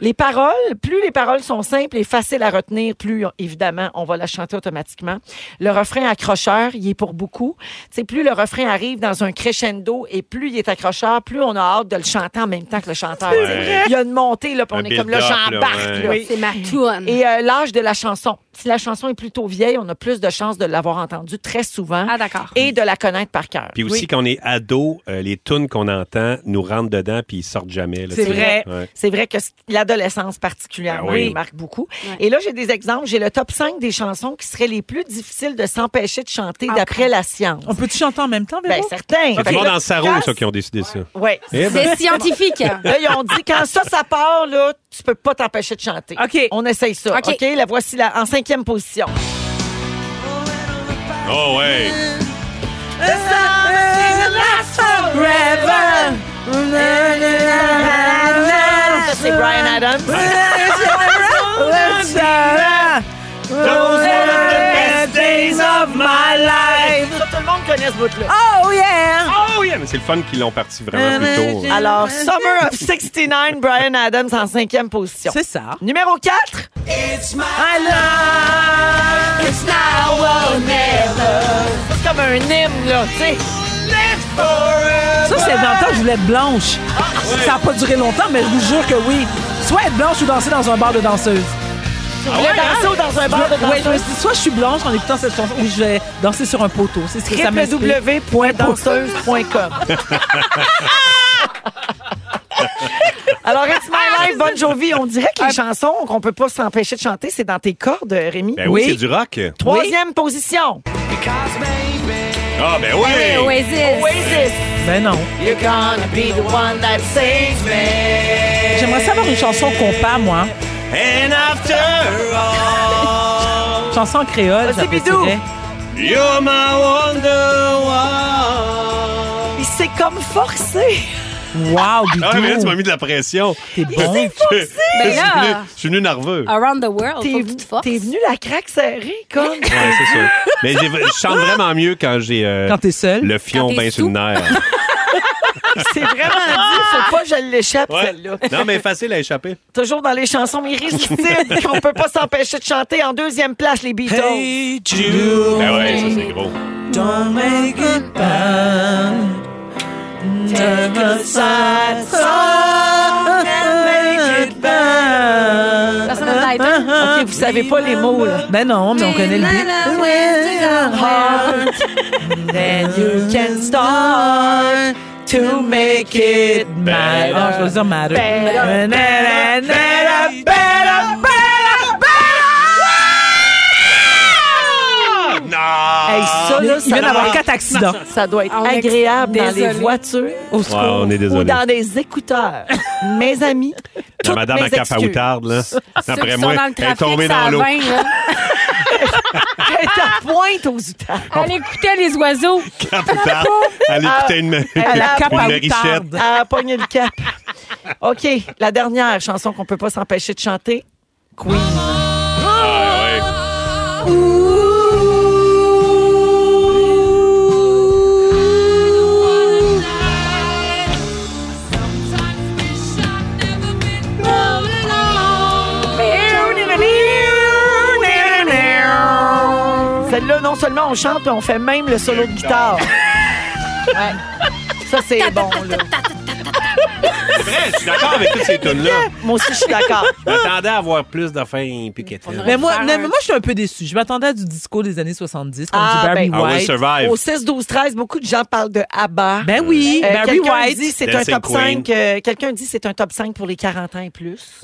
Speaker 1: Les paroles, plus les paroles sont simples et faciles à retenir, plus, évidemment, on va la chanter automatiquement. Le refrain accrocheur, il est pour beaucoup. Tu sais, plus le refrain arrive dans un crescendo et plus il est accrocheur, plus on a hâte de le chanter en même temps que le chanteur.
Speaker 2: C'est
Speaker 1: Tu sais,
Speaker 2: vrai.
Speaker 1: Il y a une montée, là, puis
Speaker 2: Un
Speaker 1: on est comme là,
Speaker 2: build-up, là,
Speaker 1: j'embarque.
Speaker 2: ouais.
Speaker 1: là.
Speaker 2: Oui.
Speaker 4: C'est ma toune.
Speaker 1: Et euh, l'âge de la chanson. Si la chanson est plutôt vieille, on a plus de chances de l'avoir entendue très souvent
Speaker 4: Ah, d'accord.
Speaker 1: et de la connaître par cœur.
Speaker 2: Puis aussi, quand on est ado, euh, les tunes qu'on entend nous rentrent dedans puis ils sortent jamais. là,
Speaker 1: C'est
Speaker 2: tu sais.
Speaker 1: vrai. Ben
Speaker 2: Ouais.
Speaker 1: C'est vrai que c- l'adolescence particulièrement
Speaker 2: Ah oui.
Speaker 1: les marque beaucoup.
Speaker 4: Ouais.
Speaker 1: Et là, j'ai des exemples. J'ai le top 5 des chansons qui seraient les plus difficiles de s'empêcher de chanter d'après la science. Ben,
Speaker 3: On peut-tu chanter en même temps, Véro?
Speaker 1: Bien, certains.
Speaker 2: C'est tout le monde en sarreau, ça, qui ont décidé ça.
Speaker 1: Oui.
Speaker 2: Eh ben,
Speaker 4: C'est scientifique.
Speaker 1: Là, ils ont dit, quand ça, ça part, là, tu peux pas t'empêcher de chanter.
Speaker 3: OK.
Speaker 1: On essaye ça.
Speaker 4: OK.
Speaker 1: OK, la voici là, en cinquième position.
Speaker 2: Oh, ouais.
Speaker 1: Ça, c'est Brian Adams. Ça, tout le monde connaît ce bout-là.
Speaker 3: Oh yeah!
Speaker 2: Oh, yeah! Mais c'est le fun qu'ils l'ont parti vraiment plus tôt. hein.
Speaker 1: Alors, Summer of 69, Brian Adams en cinquième position.
Speaker 3: C'est ça.
Speaker 1: Numéro 4. It's my love. It's now or never. C'est comme un hymne, là, tu sais.
Speaker 3: Ça, c'est dans le temps que je voulais être blanche. Ça n'a pas duré longtemps, mais je vous jure que oui. Soit être blanche ou danser dans un bar de danseuse.
Speaker 1: Tu voulais danser au- dans un bar de
Speaker 3: Ouais, je me
Speaker 1: danseuse.
Speaker 3: suis dit, soit je suis blanche en écoutant cette chanson, ou je vais danser sur un poteau. C'est ce que ça m'inspire.
Speaker 1: www.danseuse.com Alors, It's My Life, Bon Jovi, on dirait que les chansons qu'on peut pas s'empêcher de chanter, c'est dans tes cordes, Rémi.
Speaker 2: Ben oui, c'est du rock.
Speaker 1: Troisième position.
Speaker 2: Ah, ben oui!
Speaker 4: Oasis.
Speaker 1: Oasis.
Speaker 3: Ben non.
Speaker 1: You're gonna be the one that saves me.
Speaker 3: J'aimerais savoir une chanson compas, moi.
Speaker 2: And after all,
Speaker 3: Chanson créole,
Speaker 1: Vas-y,
Speaker 3: j'apprécierais.
Speaker 1: Bidou.
Speaker 2: you're my wonder
Speaker 1: Il s'est comme forcé.
Speaker 3: Wow, Bidou.
Speaker 2: Ah, mais là, tu m'as mis de la pression.
Speaker 3: T'es bon.
Speaker 2: Je je suis
Speaker 4: là- Ah
Speaker 2: venu- je suis venu nerveux.
Speaker 4: Around the world.
Speaker 1: T'es
Speaker 4: Faut que tu te forces.
Speaker 1: t'es venu la craque serrée, comme.
Speaker 2: Ouais, c'est ça. Mais j'ai- je chante vraiment mieux quand j'ai euh,
Speaker 3: Quand t'es seule.
Speaker 2: le fion
Speaker 4: Quand t'es
Speaker 2: bien sur le
Speaker 4: sous.
Speaker 2: nerf.
Speaker 1: C'est vraiment dit, faut pas que je l'échappe,
Speaker 2: Ouais.
Speaker 1: celle-là.
Speaker 2: Non, mais facile à échapper.
Speaker 1: Toujours dans les chansons irrésistibles qu'on peut pas s'empêcher de chanter. En deuxième place, les Beatles.
Speaker 2: Ben ouais, ça c'est gros.
Speaker 1: Euh,
Speaker 4: Personne
Speaker 2: Ah,
Speaker 4: n'a de l'aide.
Speaker 1: OK, vous savez pas les mots, là.
Speaker 3: Ben non, mais on connaît le beat.
Speaker 1: You can start to make it
Speaker 3: Ah, non, je veux dire matter.
Speaker 1: Better.
Speaker 3: Na, na, na, na, better, better,
Speaker 2: Non! Oh,
Speaker 1: Hey,
Speaker 2: Ah.
Speaker 1: ça, là,
Speaker 3: better. Il
Speaker 1: ça,
Speaker 3: vient d'avoir
Speaker 1: doit être,
Speaker 3: quatre accidents.
Speaker 1: ça doit être
Speaker 4: On est
Speaker 1: agréable dans les
Speaker 4: désolé.
Speaker 1: voitures
Speaker 3: Au
Speaker 2: Ouais, on est
Speaker 1: ou
Speaker 2: désolé.
Speaker 1: dans des écouteurs. Mes amis,
Speaker 2: La
Speaker 1: toutes
Speaker 2: madame
Speaker 1: mes
Speaker 2: à cap à
Speaker 1: excuses.
Speaker 2: outarde, là.
Speaker 4: Ceux qui
Speaker 2: Après
Speaker 4: sont
Speaker 2: moi,
Speaker 4: dans le
Speaker 2: elle est
Speaker 4: trafic,
Speaker 2: tombée
Speaker 4: ça
Speaker 2: dans
Speaker 4: a
Speaker 2: l'eau.
Speaker 4: 20, là.
Speaker 1: Elle est à pointe aux outards.
Speaker 4: Elle écoutait les oiseaux.
Speaker 2: Cap à outarde. Elle écoutait une,
Speaker 1: elle a cap
Speaker 2: une
Speaker 3: à
Speaker 2: richette.
Speaker 3: outarde.
Speaker 1: À pogner le cap. OK, la dernière chanson qu'on peut pas s'empêcher de chanter. Queen.
Speaker 2: Ah,
Speaker 1: Celle-là, non seulement on chante, mais on fait même le solo de guitare. Ouais. Ça, c'est bon, là.
Speaker 2: C'est vrai, je suis d'accord avec toutes ces tunes-là.
Speaker 1: Moi aussi, je suis d'accord.
Speaker 2: Je m'attendais à avoir plus d'affaires Piquetel.
Speaker 3: Mais moi, non, mais moi, je suis un peu déçue. Je m'attendais à du disco des années 70, comme
Speaker 1: Ah,
Speaker 3: du Barry
Speaker 1: ben-
Speaker 2: I will
Speaker 3: White.
Speaker 2: survive.
Speaker 1: Au 6, 12, 13, beaucoup de gens parlent de ABBA.
Speaker 3: Ben oui,
Speaker 1: Euh,
Speaker 3: Barry
Speaker 1: quelqu'un
Speaker 3: White.
Speaker 1: dit c'est un
Speaker 2: Dancing
Speaker 1: top
Speaker 2: Queen.
Speaker 1: 5 euh, quelqu'un dit c'est un top 5 pour les 40 ans et plus.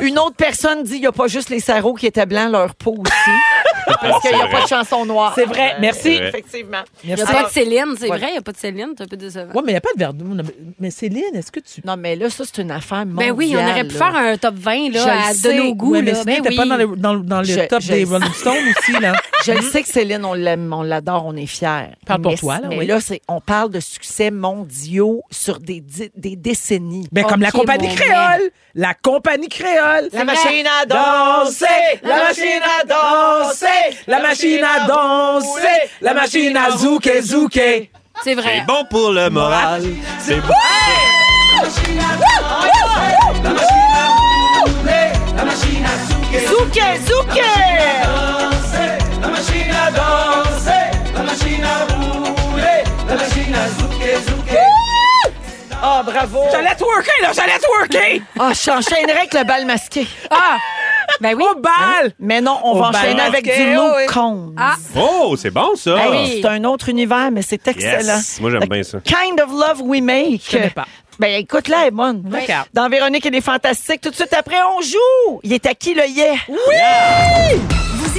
Speaker 1: Une autre personne dit il n'y a pas juste les sarraux qui étaient blancs, leur peau aussi. parce qu'il n'y a
Speaker 2: C'est vrai.
Speaker 1: pas de chanson noire.
Speaker 3: C'est vrai, merci.
Speaker 2: vrai.
Speaker 1: Effectivement.
Speaker 4: Il n'y a
Speaker 3: Merci.
Speaker 4: pas de Céline, c'est
Speaker 1: Ouais.
Speaker 4: vrai, il n'y a pas de Céline, c'est un peu décevant.
Speaker 3: Ouais, mais il n'y a pas de Verdun. Mais Céline, est-ce que tu.
Speaker 1: Non, mais là, ça, c'est une affaire mondiale.
Speaker 4: Ben oui, on aurait pu faire un top 20
Speaker 1: Je le
Speaker 4: là, à de
Speaker 1: sais.
Speaker 4: nos goûts.
Speaker 3: Ouais, mais
Speaker 4: là.
Speaker 3: Céline,
Speaker 4: Ben
Speaker 3: t'es pas
Speaker 4: oui.
Speaker 3: dans le, dans, le- dans le
Speaker 1: Je-
Speaker 3: top
Speaker 1: je
Speaker 3: des
Speaker 1: sais.
Speaker 3: Rolling Stones aussi, là.
Speaker 1: Je
Speaker 4: Mm-hmm.
Speaker 1: le sais que Céline, on l'aime, on l'adore, on est fiers.
Speaker 3: Parle pour
Speaker 1: Mais-
Speaker 3: toi, là,
Speaker 1: Mais
Speaker 3: oui.
Speaker 1: là, c'est, on parle de succès mondiaux sur des, di- des décennies.
Speaker 3: Ben, comme la
Speaker 4: Ok,
Speaker 3: compagnie
Speaker 4: mon
Speaker 3: créole. La compagnie créole.
Speaker 1: La
Speaker 4: vrai.
Speaker 1: machine à danser! La machine à danser!
Speaker 3: La machine à danser. La machine à zouker, zouker.
Speaker 4: C'est vrai.
Speaker 2: C'est bon pour le moral. C'est bon.
Speaker 1: Zouké, zouké! Ah, bravo!
Speaker 3: J'allais twerker, là. J'allais twerker.
Speaker 1: Ah, j'enchaînerai avec le bal masqué.
Speaker 3: Ah. Ben oui. Au bal.
Speaker 1: Mais non, on
Speaker 3: Au
Speaker 1: va
Speaker 3: bal
Speaker 1: enchaîner avec
Speaker 3: masqué,
Speaker 1: du
Speaker 3: oh
Speaker 1: low
Speaker 3: oui.
Speaker 1: con.
Speaker 4: Ah.
Speaker 2: Oh, c'est bon, ça.
Speaker 1: Hey, C'est un autre univers, mais c'est excellent.
Speaker 2: Yes. Moi, j'aime bien ça.
Speaker 1: Kind of Love We Make.
Speaker 3: Je connais pas.
Speaker 1: Ben écoute, là, elle est bonne.
Speaker 3: D'accord.
Speaker 1: Dans Véronique et les Fantastiques, tout de suite après, on joue. Il est à qui le yeah?
Speaker 6: Vous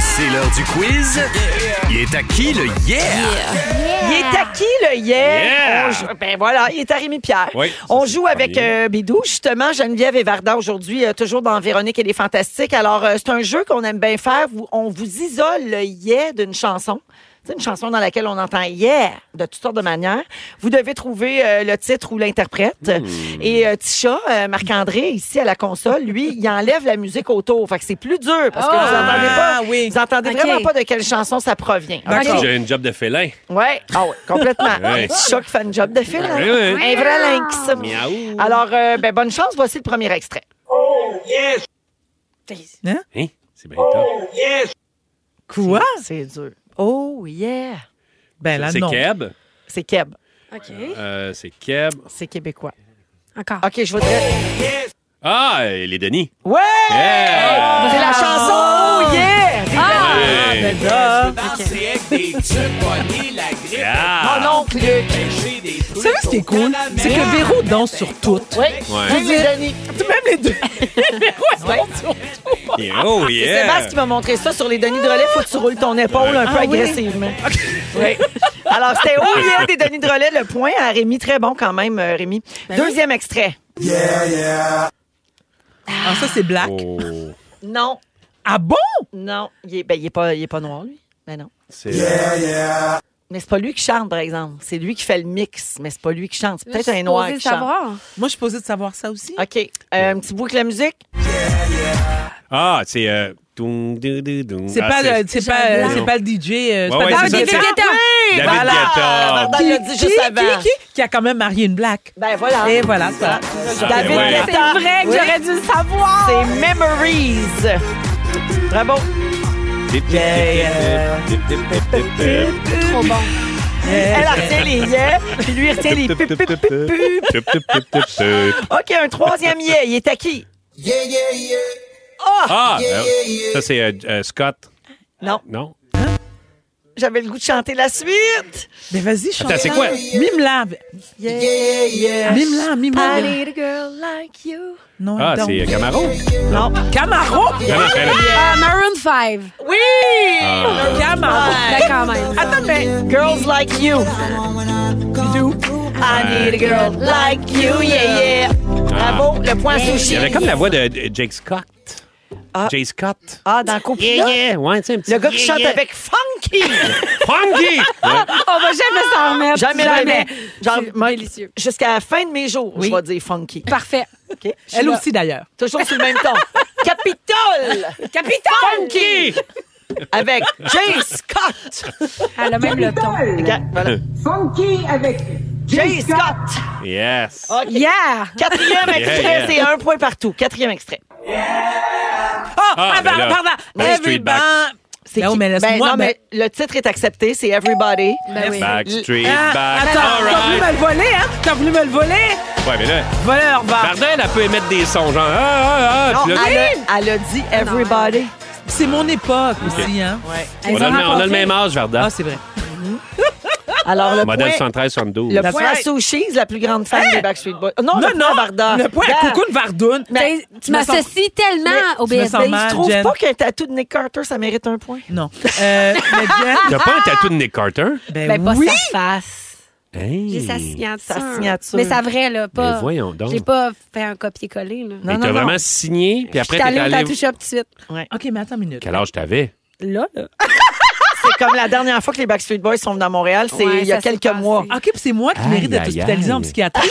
Speaker 9: C'est l'heure du quiz. Il est à qui le yeah?
Speaker 1: Il est à qui le yeah?
Speaker 2: Yeah!
Speaker 1: On joue- ben voilà, il est à Rémi Pierre.
Speaker 2: Oui,
Speaker 1: on
Speaker 2: ça, c'est
Speaker 1: joue
Speaker 2: le
Speaker 1: avec
Speaker 2: premier.
Speaker 1: euh, Bidou, justement, Geneviève et Varda aujourd'hui, euh, toujours dans Véronique et les Fantastiques. Alors, euh, c'est un jeu qu'on aime bien faire. Vous- on vous isole le yeah d'une chanson. C'est une chanson dans laquelle on entend yeah de toutes sortes de manières. Vous devez trouver euh, le titre ou l'interprète.
Speaker 2: Hmm.
Speaker 1: Et euh, Tisha, euh, Marc-André, ici à la console, lui, il enlève la musique autour. Fait que c'est plus dur parce que
Speaker 3: Oh!
Speaker 1: vous entendez pas.
Speaker 3: Ah, oui. Ben,
Speaker 1: Vous entendez
Speaker 4: Ok.
Speaker 1: vraiment pas de quelle chanson ça provient.
Speaker 3: D'accord.
Speaker 2: J'ai une job de félin.
Speaker 1: Ouais, ah ouais, complètement.
Speaker 2: Ouais.
Speaker 1: C'est Choc fait une job de film. hein?
Speaker 2: Oui, oui.
Speaker 1: Un vrai lynx.
Speaker 2: Miaou.
Speaker 1: Alors, euh, ben, bonne chance, voici le premier extrait.
Speaker 2: Hein? C'est bien top.
Speaker 3: Quoi?
Speaker 1: C'est dur. Oh yeah!
Speaker 3: Ben là,
Speaker 2: C'est
Speaker 3: non.
Speaker 2: Keb.
Speaker 1: C'est Keb.
Speaker 4: OK.
Speaker 2: Euh, c'est Keb.
Speaker 1: C'est québécois.
Speaker 4: Encore.
Speaker 1: OK, je voudrais...
Speaker 2: Ah, euh, les Denis.
Speaker 1: Ouais!
Speaker 2: Yeah!
Speaker 1: C'est la chanson Oh yeah! Des-
Speaker 2: Hey.
Speaker 1: Ah
Speaker 2: Yeah.
Speaker 1: non, Luc!
Speaker 3: Vous savez ce qui est cool? C'est que Véro danse sur toutes.
Speaker 1: Oui.
Speaker 2: Ouais.
Speaker 1: Même les Denis.
Speaker 3: Même les deux.
Speaker 2: Oh,
Speaker 1: C'est
Speaker 2: yeah.
Speaker 1: Sébastien qui m'a montré ça sur les Denis de relais. Faut que tu roules ton épaule un peu agressivement. Oui. Alors, c'était Oh yeah des Denis de relais, le point à Rémi. Très bon quand même, euh, Rémi. Deuxième extrait.
Speaker 3: Ah, ça, c'est black.
Speaker 2: Oh.
Speaker 1: Non,
Speaker 3: Ah bon?
Speaker 1: non. Il est, ben, il est pas, il est pas noir, lui. Ben non.
Speaker 2: C'est
Speaker 1: Mais c'est pas lui qui chante, par exemple. C'est lui qui fait le mix, mais c'est pas lui qui chante. C'est peut-être
Speaker 4: Je suis
Speaker 1: un noir
Speaker 4: supposée
Speaker 1: qui chante.
Speaker 4: savoir.
Speaker 3: Moi, je suis posée de savoir ça aussi.
Speaker 1: OK. Euh, un petit bout avec la musique.
Speaker 2: Ah, c'est. euh, dung, dung, dung, dung.
Speaker 3: C'est
Speaker 2: Ah,
Speaker 3: pas, le- c'est pas, euh, c'est pas le DJ. euh, c'est
Speaker 2: Ouais,
Speaker 3: pas
Speaker 2: ouais,
Speaker 3: David
Speaker 2: c'est ça.
Speaker 3: Guetta.
Speaker 4: Ah, Guetta.
Speaker 2: David
Speaker 1: Voilà!
Speaker 2: Guetta.
Speaker 1: Varda l'a dit juste avant.
Speaker 3: qui, qui a quand même marié une black.
Speaker 1: Ben voilà.
Speaker 3: Et voilà, ça.
Speaker 2: ben
Speaker 1: David
Speaker 2: ouais.
Speaker 1: Guetta.
Speaker 4: C'est vrai que
Speaker 1: Oui.
Speaker 4: j'aurais dû le savoir.
Speaker 1: C'est Memories. Bravo.
Speaker 2: Dip, dip, dip, dip, dip, dip, dip, dip.
Speaker 4: trop bon.
Speaker 1: Elle a retient les yeah, puis lui il retient les pu, pu, pu, pu.
Speaker 2: Tup, tup, tup, tup, tup.
Speaker 1: OK, un troisième yeah. Il est à qui?
Speaker 2: Ah, ben, ça c'est euh, euh, Scott.
Speaker 1: Non.
Speaker 2: Non.
Speaker 1: J'avais le goût de chanter la suite.
Speaker 3: Mais Ben, vas-y, chante.
Speaker 2: c'est quoi?
Speaker 3: Mime-la. Mime-la, mime-la. Non,
Speaker 2: Ah,
Speaker 3: attends.
Speaker 2: c'est euh, Camaro. ben
Speaker 1: Non.
Speaker 3: Camaro.
Speaker 2: Camaro, elle a-
Speaker 4: Euh, Maroon 5.
Speaker 1: Oui!
Speaker 2: Ah.
Speaker 3: Camaro.
Speaker 4: Ben, quand même.
Speaker 1: Attends, mais Girls Like You. I need a girl like you, yeah, yeah. Bravo, le point
Speaker 2: Il y
Speaker 1: sushi.
Speaker 2: avait comme la voix de de Jake Scott.
Speaker 1: Ah.
Speaker 2: Jake Scott.
Speaker 1: Ah, dans Copilote.
Speaker 2: ouais, c'est un petit
Speaker 1: Le gars qui chante avec Funky.
Speaker 2: Funky! Ouais.
Speaker 4: On va Ah! jamais s'en remettre.
Speaker 1: Jamais, jamais. Genre,
Speaker 4: C'est
Speaker 1: moi,
Speaker 4: délicieux.
Speaker 1: Jusqu'à la fin de mes jours,
Speaker 3: Oui.
Speaker 1: je vais dire Funky.
Speaker 4: Parfait.
Speaker 1: OK? Je suis
Speaker 3: Elle
Speaker 1: là,
Speaker 3: aussi, d'ailleurs.
Speaker 1: Toujours sur le même ton. Capitole! Capitole! Funky! Avec Jay Scott.
Speaker 4: Elle a même le ton.
Speaker 1: Ga- voilà.
Speaker 11: Funky avec
Speaker 1: Jay Scott.
Speaker 2: Yes.
Speaker 1: OK.
Speaker 4: Yeah!
Speaker 1: Quatrième extrait,
Speaker 2: yeah.
Speaker 1: c'est un point partout. Quatrième extrait.
Speaker 3: Oh,
Speaker 2: Ah,
Speaker 3: ah,
Speaker 2: ben
Speaker 3: pardon,
Speaker 2: là.
Speaker 3: pardon.
Speaker 2: Ben, Street Back.
Speaker 3: Everybody.
Speaker 1: C'est
Speaker 3: Non,
Speaker 1: qui?
Speaker 3: mais laisse-moi,
Speaker 1: non,
Speaker 3: ben-
Speaker 1: mais le titre est accepté, c'est Everybody.
Speaker 4: Ben oui.
Speaker 2: Backstreet,
Speaker 3: Ah,
Speaker 2: back.
Speaker 3: attends,
Speaker 2: All
Speaker 3: t'as voulu me
Speaker 2: right.
Speaker 3: le voler, hein? T'as voulu me le voler?
Speaker 2: Ouais, mais là,
Speaker 3: Voilà, au revoir.
Speaker 2: Bardin, elle peut émettre des sons, genre. Ah, ah, ah.
Speaker 1: Non,
Speaker 2: puis
Speaker 1: elle
Speaker 2: là,
Speaker 1: a, elle a dit Everybody.
Speaker 3: C'est mon époque aussi, hein?
Speaker 2: on, a, le- on a le même âge, hein. Varda.
Speaker 3: Ah, c'est vrai.
Speaker 1: Alors, le
Speaker 2: Ah, Modèle
Speaker 1: point,
Speaker 2: 73-72.
Speaker 1: le
Speaker 3: La
Speaker 1: point à
Speaker 3: fête.
Speaker 1: Sushi, la plus grande fan des Backstreet Boys. Non,
Speaker 3: Non,
Speaker 1: le point à
Speaker 3: non,
Speaker 1: Varda.
Speaker 3: le point à
Speaker 1: Regarde.
Speaker 3: Coucoune Vardoune.
Speaker 1: Mais
Speaker 4: T'es- Tu m'associes tellement au
Speaker 3: tu me
Speaker 4: BSB.
Speaker 3: sens
Speaker 1: tu
Speaker 3: mal,
Speaker 1: trouves
Speaker 3: Jen.
Speaker 1: pas qu'un tatou de Nick Carter, ça mérite un point?
Speaker 3: Non. Euh, mais Jen,
Speaker 2: T'as pas un tatou de Nick Carter?
Speaker 3: ben,
Speaker 4: Ben, pas
Speaker 3: oui.
Speaker 4: sa face.
Speaker 2: Hey.
Speaker 4: J'ai sa signature.
Speaker 1: Sa signature.
Speaker 4: Mais c'est vrai, là. Pas,
Speaker 2: Mais voyons donc.
Speaker 4: J'ai pas fait un copier-coller, là.
Speaker 2: Mais
Speaker 1: non,
Speaker 2: t'as
Speaker 1: non.
Speaker 2: vraiment signé, puis après,
Speaker 4: J'étais
Speaker 2: t'es
Speaker 4: allée au tattoo
Speaker 2: allé.
Speaker 4: shop tout de suite.
Speaker 3: OK, mais attends une minute.
Speaker 2: Quel âge t'avais?
Speaker 4: Là, là.
Speaker 1: C'est comme la dernière fois que les Backstreet Boys sont venus à Montréal, c'est
Speaker 4: Ouais,
Speaker 1: il y a
Speaker 4: ça s'est
Speaker 1: quelques
Speaker 4: passé.
Speaker 1: mois.
Speaker 3: OK, puis c'est moi qui
Speaker 2: Aïe,
Speaker 3: mérite d'être
Speaker 2: aïe,
Speaker 3: hospitalisée en
Speaker 2: aïe.
Speaker 3: psychiatrie.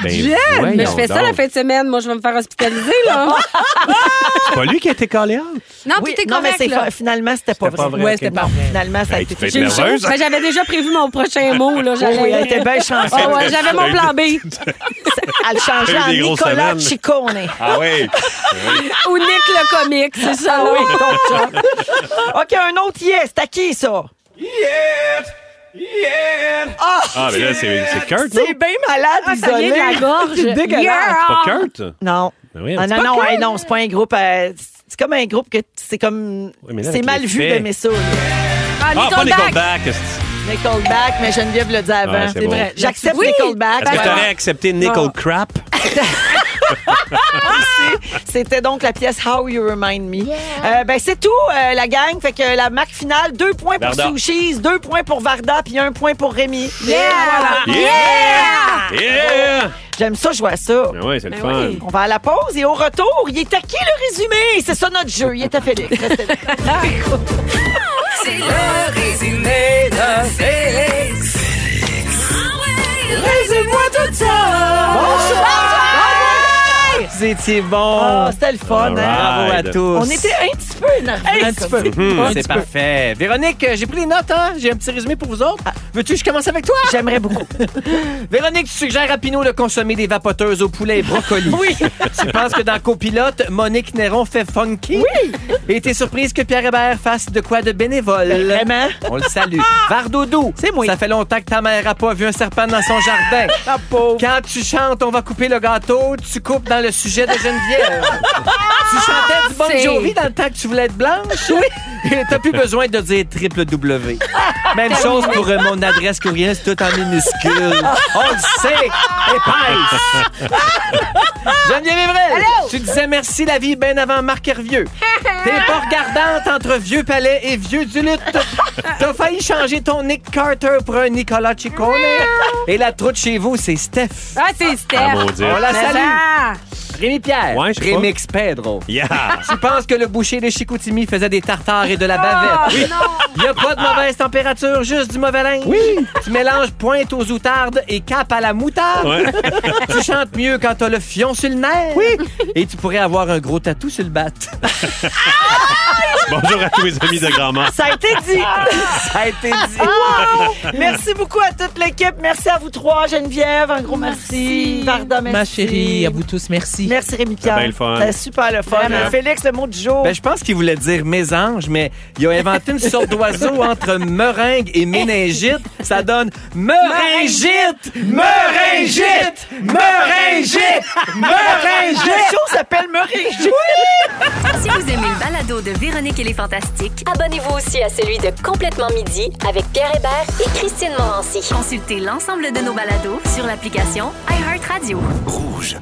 Speaker 2: Ben,
Speaker 4: Mais
Speaker 2: voyons
Speaker 4: je fais ça
Speaker 2: donc.
Speaker 4: la fin de semaine. Moi, je vais me faire hospitaliser, là.
Speaker 2: C'est pas lui qui a été calé out.
Speaker 4: non,
Speaker 1: Oui,
Speaker 4: tout est
Speaker 1: non, mais
Speaker 4: Ah, correct,
Speaker 1: c'est
Speaker 4: là.
Speaker 1: fa- finalement, c'était pas,
Speaker 2: C'était pas
Speaker 1: vrai.
Speaker 2: vrai,
Speaker 3: Ouais, ok. c'était pas vrai.
Speaker 1: Finalement, ça a
Speaker 2: Hey,
Speaker 1: été
Speaker 2: tu fais
Speaker 1: fait.
Speaker 2: de la- Nerveuse?
Speaker 4: Ben, j'avais déjà prévu mon prochain mot, là.
Speaker 1: Oh, Oui,
Speaker 4: J'allais-
Speaker 1: oui, elle était bien chanceuse.
Speaker 4: Ah ouais, j'avais mon plan B.
Speaker 1: Elle changeait
Speaker 2: Elle a
Speaker 1: en
Speaker 2: eu des grosses
Speaker 1: Nicolas
Speaker 2: semaines.
Speaker 1: Ciccone.
Speaker 2: Ah oui.
Speaker 4: Ou Nick le comique, c'est ça, là.
Speaker 1: OK, un autre yes. T'as qui, ça? Ah!
Speaker 2: Ah, mais là, c'est c'est Kurt, non?
Speaker 1: C'est bien malade,
Speaker 4: Ah, ça
Speaker 1: isolé.
Speaker 4: vient de la gorge. Ah,
Speaker 1: C'est dégueulasse.
Speaker 4: Yeah!
Speaker 2: Pas Kurt?
Speaker 1: Non.
Speaker 2: Ben oui,
Speaker 1: Ah,
Speaker 2: c'est
Speaker 1: non, non, hey, non, c'est pas un groupe... euh, c'est comme un groupe que t- c'est comme...
Speaker 2: Oui, mais là,
Speaker 1: c'est
Speaker 2: avec
Speaker 1: mal
Speaker 2: les
Speaker 1: vu
Speaker 2: faits.
Speaker 1: d'aimer ça. là.
Speaker 4: Ah,
Speaker 2: Ah, pas
Speaker 4: Nicole Back.
Speaker 2: Nickelback. Est-ce
Speaker 1: Nickelback, mais Geneviève le dit avant.
Speaker 2: Ouais, c'est C'est bon. vrai.
Speaker 1: J'accepte
Speaker 4: Oui.
Speaker 1: Nickelback.
Speaker 2: est-ce que
Speaker 1: Ouais.
Speaker 2: t'aurais accepté Nickel Crap?
Speaker 1: C'était donc la pièce How You Remind Me. Euh, ben, c'est tout, euh, la gang. Fait que la marque finale, deux points pour
Speaker 2: Varda.
Speaker 1: Sushis, deux points pour Varda, puis un point pour Rémi.
Speaker 2: Yeah! Yeah!
Speaker 1: J'aime ça jouer à
Speaker 11: Oh.
Speaker 1: ça.
Speaker 2: Ben oui, c'est le fun.
Speaker 1: On va à la pause et au retour, il est à qui le résumé? C'est ça notre jeu. Il est à Félix. Restez là.
Speaker 11: Vous étiez bon.
Speaker 1: Ah, C'était le fun.
Speaker 2: All
Speaker 1: hein?
Speaker 11: Bravo à
Speaker 2: right.
Speaker 11: tous.
Speaker 1: On était un petit peu énervés.
Speaker 11: un petit peu. C'est parfait. Véronique, euh, j'ai pris les notes, hein? J'ai un petit résumé pour vous autres. Veux-tu que je commence avec toi?
Speaker 1: J'aimerais beaucoup.
Speaker 11: Véronique, tu suggères à Pinot de consommer des vapoteuses au poulet et brocoli. oui. Tu penses que dans Copilote, Monique Néron fait funky? Oui. Et t'es surprise que Pierre Hébert fasse de quoi de bénévole?
Speaker 1: Ben, Vraiment? Ah!
Speaker 11: On le salue. Vardoudou.
Speaker 1: C'est moi.
Speaker 11: Ça fait longtemps que ta mère a pas vu un serpent dans son jardin.
Speaker 1: Ah, pauvre.
Speaker 11: Quand tu chantes, on va couper le gâteau, tu coupes dans le sujet de Geneviève. tu chantais du Bon
Speaker 4: C'est-
Speaker 11: Jovi dans le temps que tu voulais être blanche. Oui. Et t'as plus besoin de dire triple W. Même chose pour euh, mon adresse courriel, c'est tout en minuscule. On le sait, épaisse. Geneviève Evrel, tu disais merci la vie bien avant Marc Hervieux. T'es pas regardante entre vieux palais et vieux du lutte. T'as failli changer ton Nick Carter pour un Nicolas Ciccone. Et la troupe chez vous, c'est Steph.
Speaker 4: Ah, c'est Steph.
Speaker 2: Ah, mon Dieu.
Speaker 11: On la salue.
Speaker 4: Ah,
Speaker 11: Rémi Pierre.
Speaker 2: Ouais, je sais pas.
Speaker 11: Remix Pedro.
Speaker 2: Yeah!
Speaker 11: Tu penses que le boucher de Chicoutimi faisait des tartares et de la bavette? Oui. Il n'y a pas de mauvaise température, juste du mauvais linge. Oui. Tu mélanges pointe aux outardes et cap à la moutarde.
Speaker 2: Ouais.
Speaker 11: Tu chantes mieux quand t'as le fion sur le nerf. Oui. Et tu pourrais avoir un gros tatou sur le bat.
Speaker 2: Bonjour à tous mes amis de grand-mère.
Speaker 1: Ça a été dit.
Speaker 11: Ça a été dit.
Speaker 1: Ah, Merci beaucoup à toute l'équipe. Merci à vous trois, Geneviève. Un gros merci. Varda, merci.
Speaker 3: Ma chérie, à vous tous, merci.
Speaker 1: Merci Rémi-Pierre.
Speaker 2: C'est bien le fun.
Speaker 1: C'était super le fun.
Speaker 2: Vraiment.
Speaker 1: Félix, le mot du jour.
Speaker 11: Ben, je pense qu'il voulait dire mésange, mais il a inventé une sorte d'oiseau entre meringue et méningite. Ça donne meringite, meringite, meringite, meringite.
Speaker 1: Le show s'appelle Maurice.
Speaker 6: Si vous aimez le balado de Véronique et les Fantastiques,
Speaker 7: Abonnez-vous aussi à celui de Complètement Midi avec Pierre Hébert et Christine Morancy.
Speaker 6: consultez l'ensemble de nos balados sur l'application iHeartRadio.
Speaker 9: Rouge.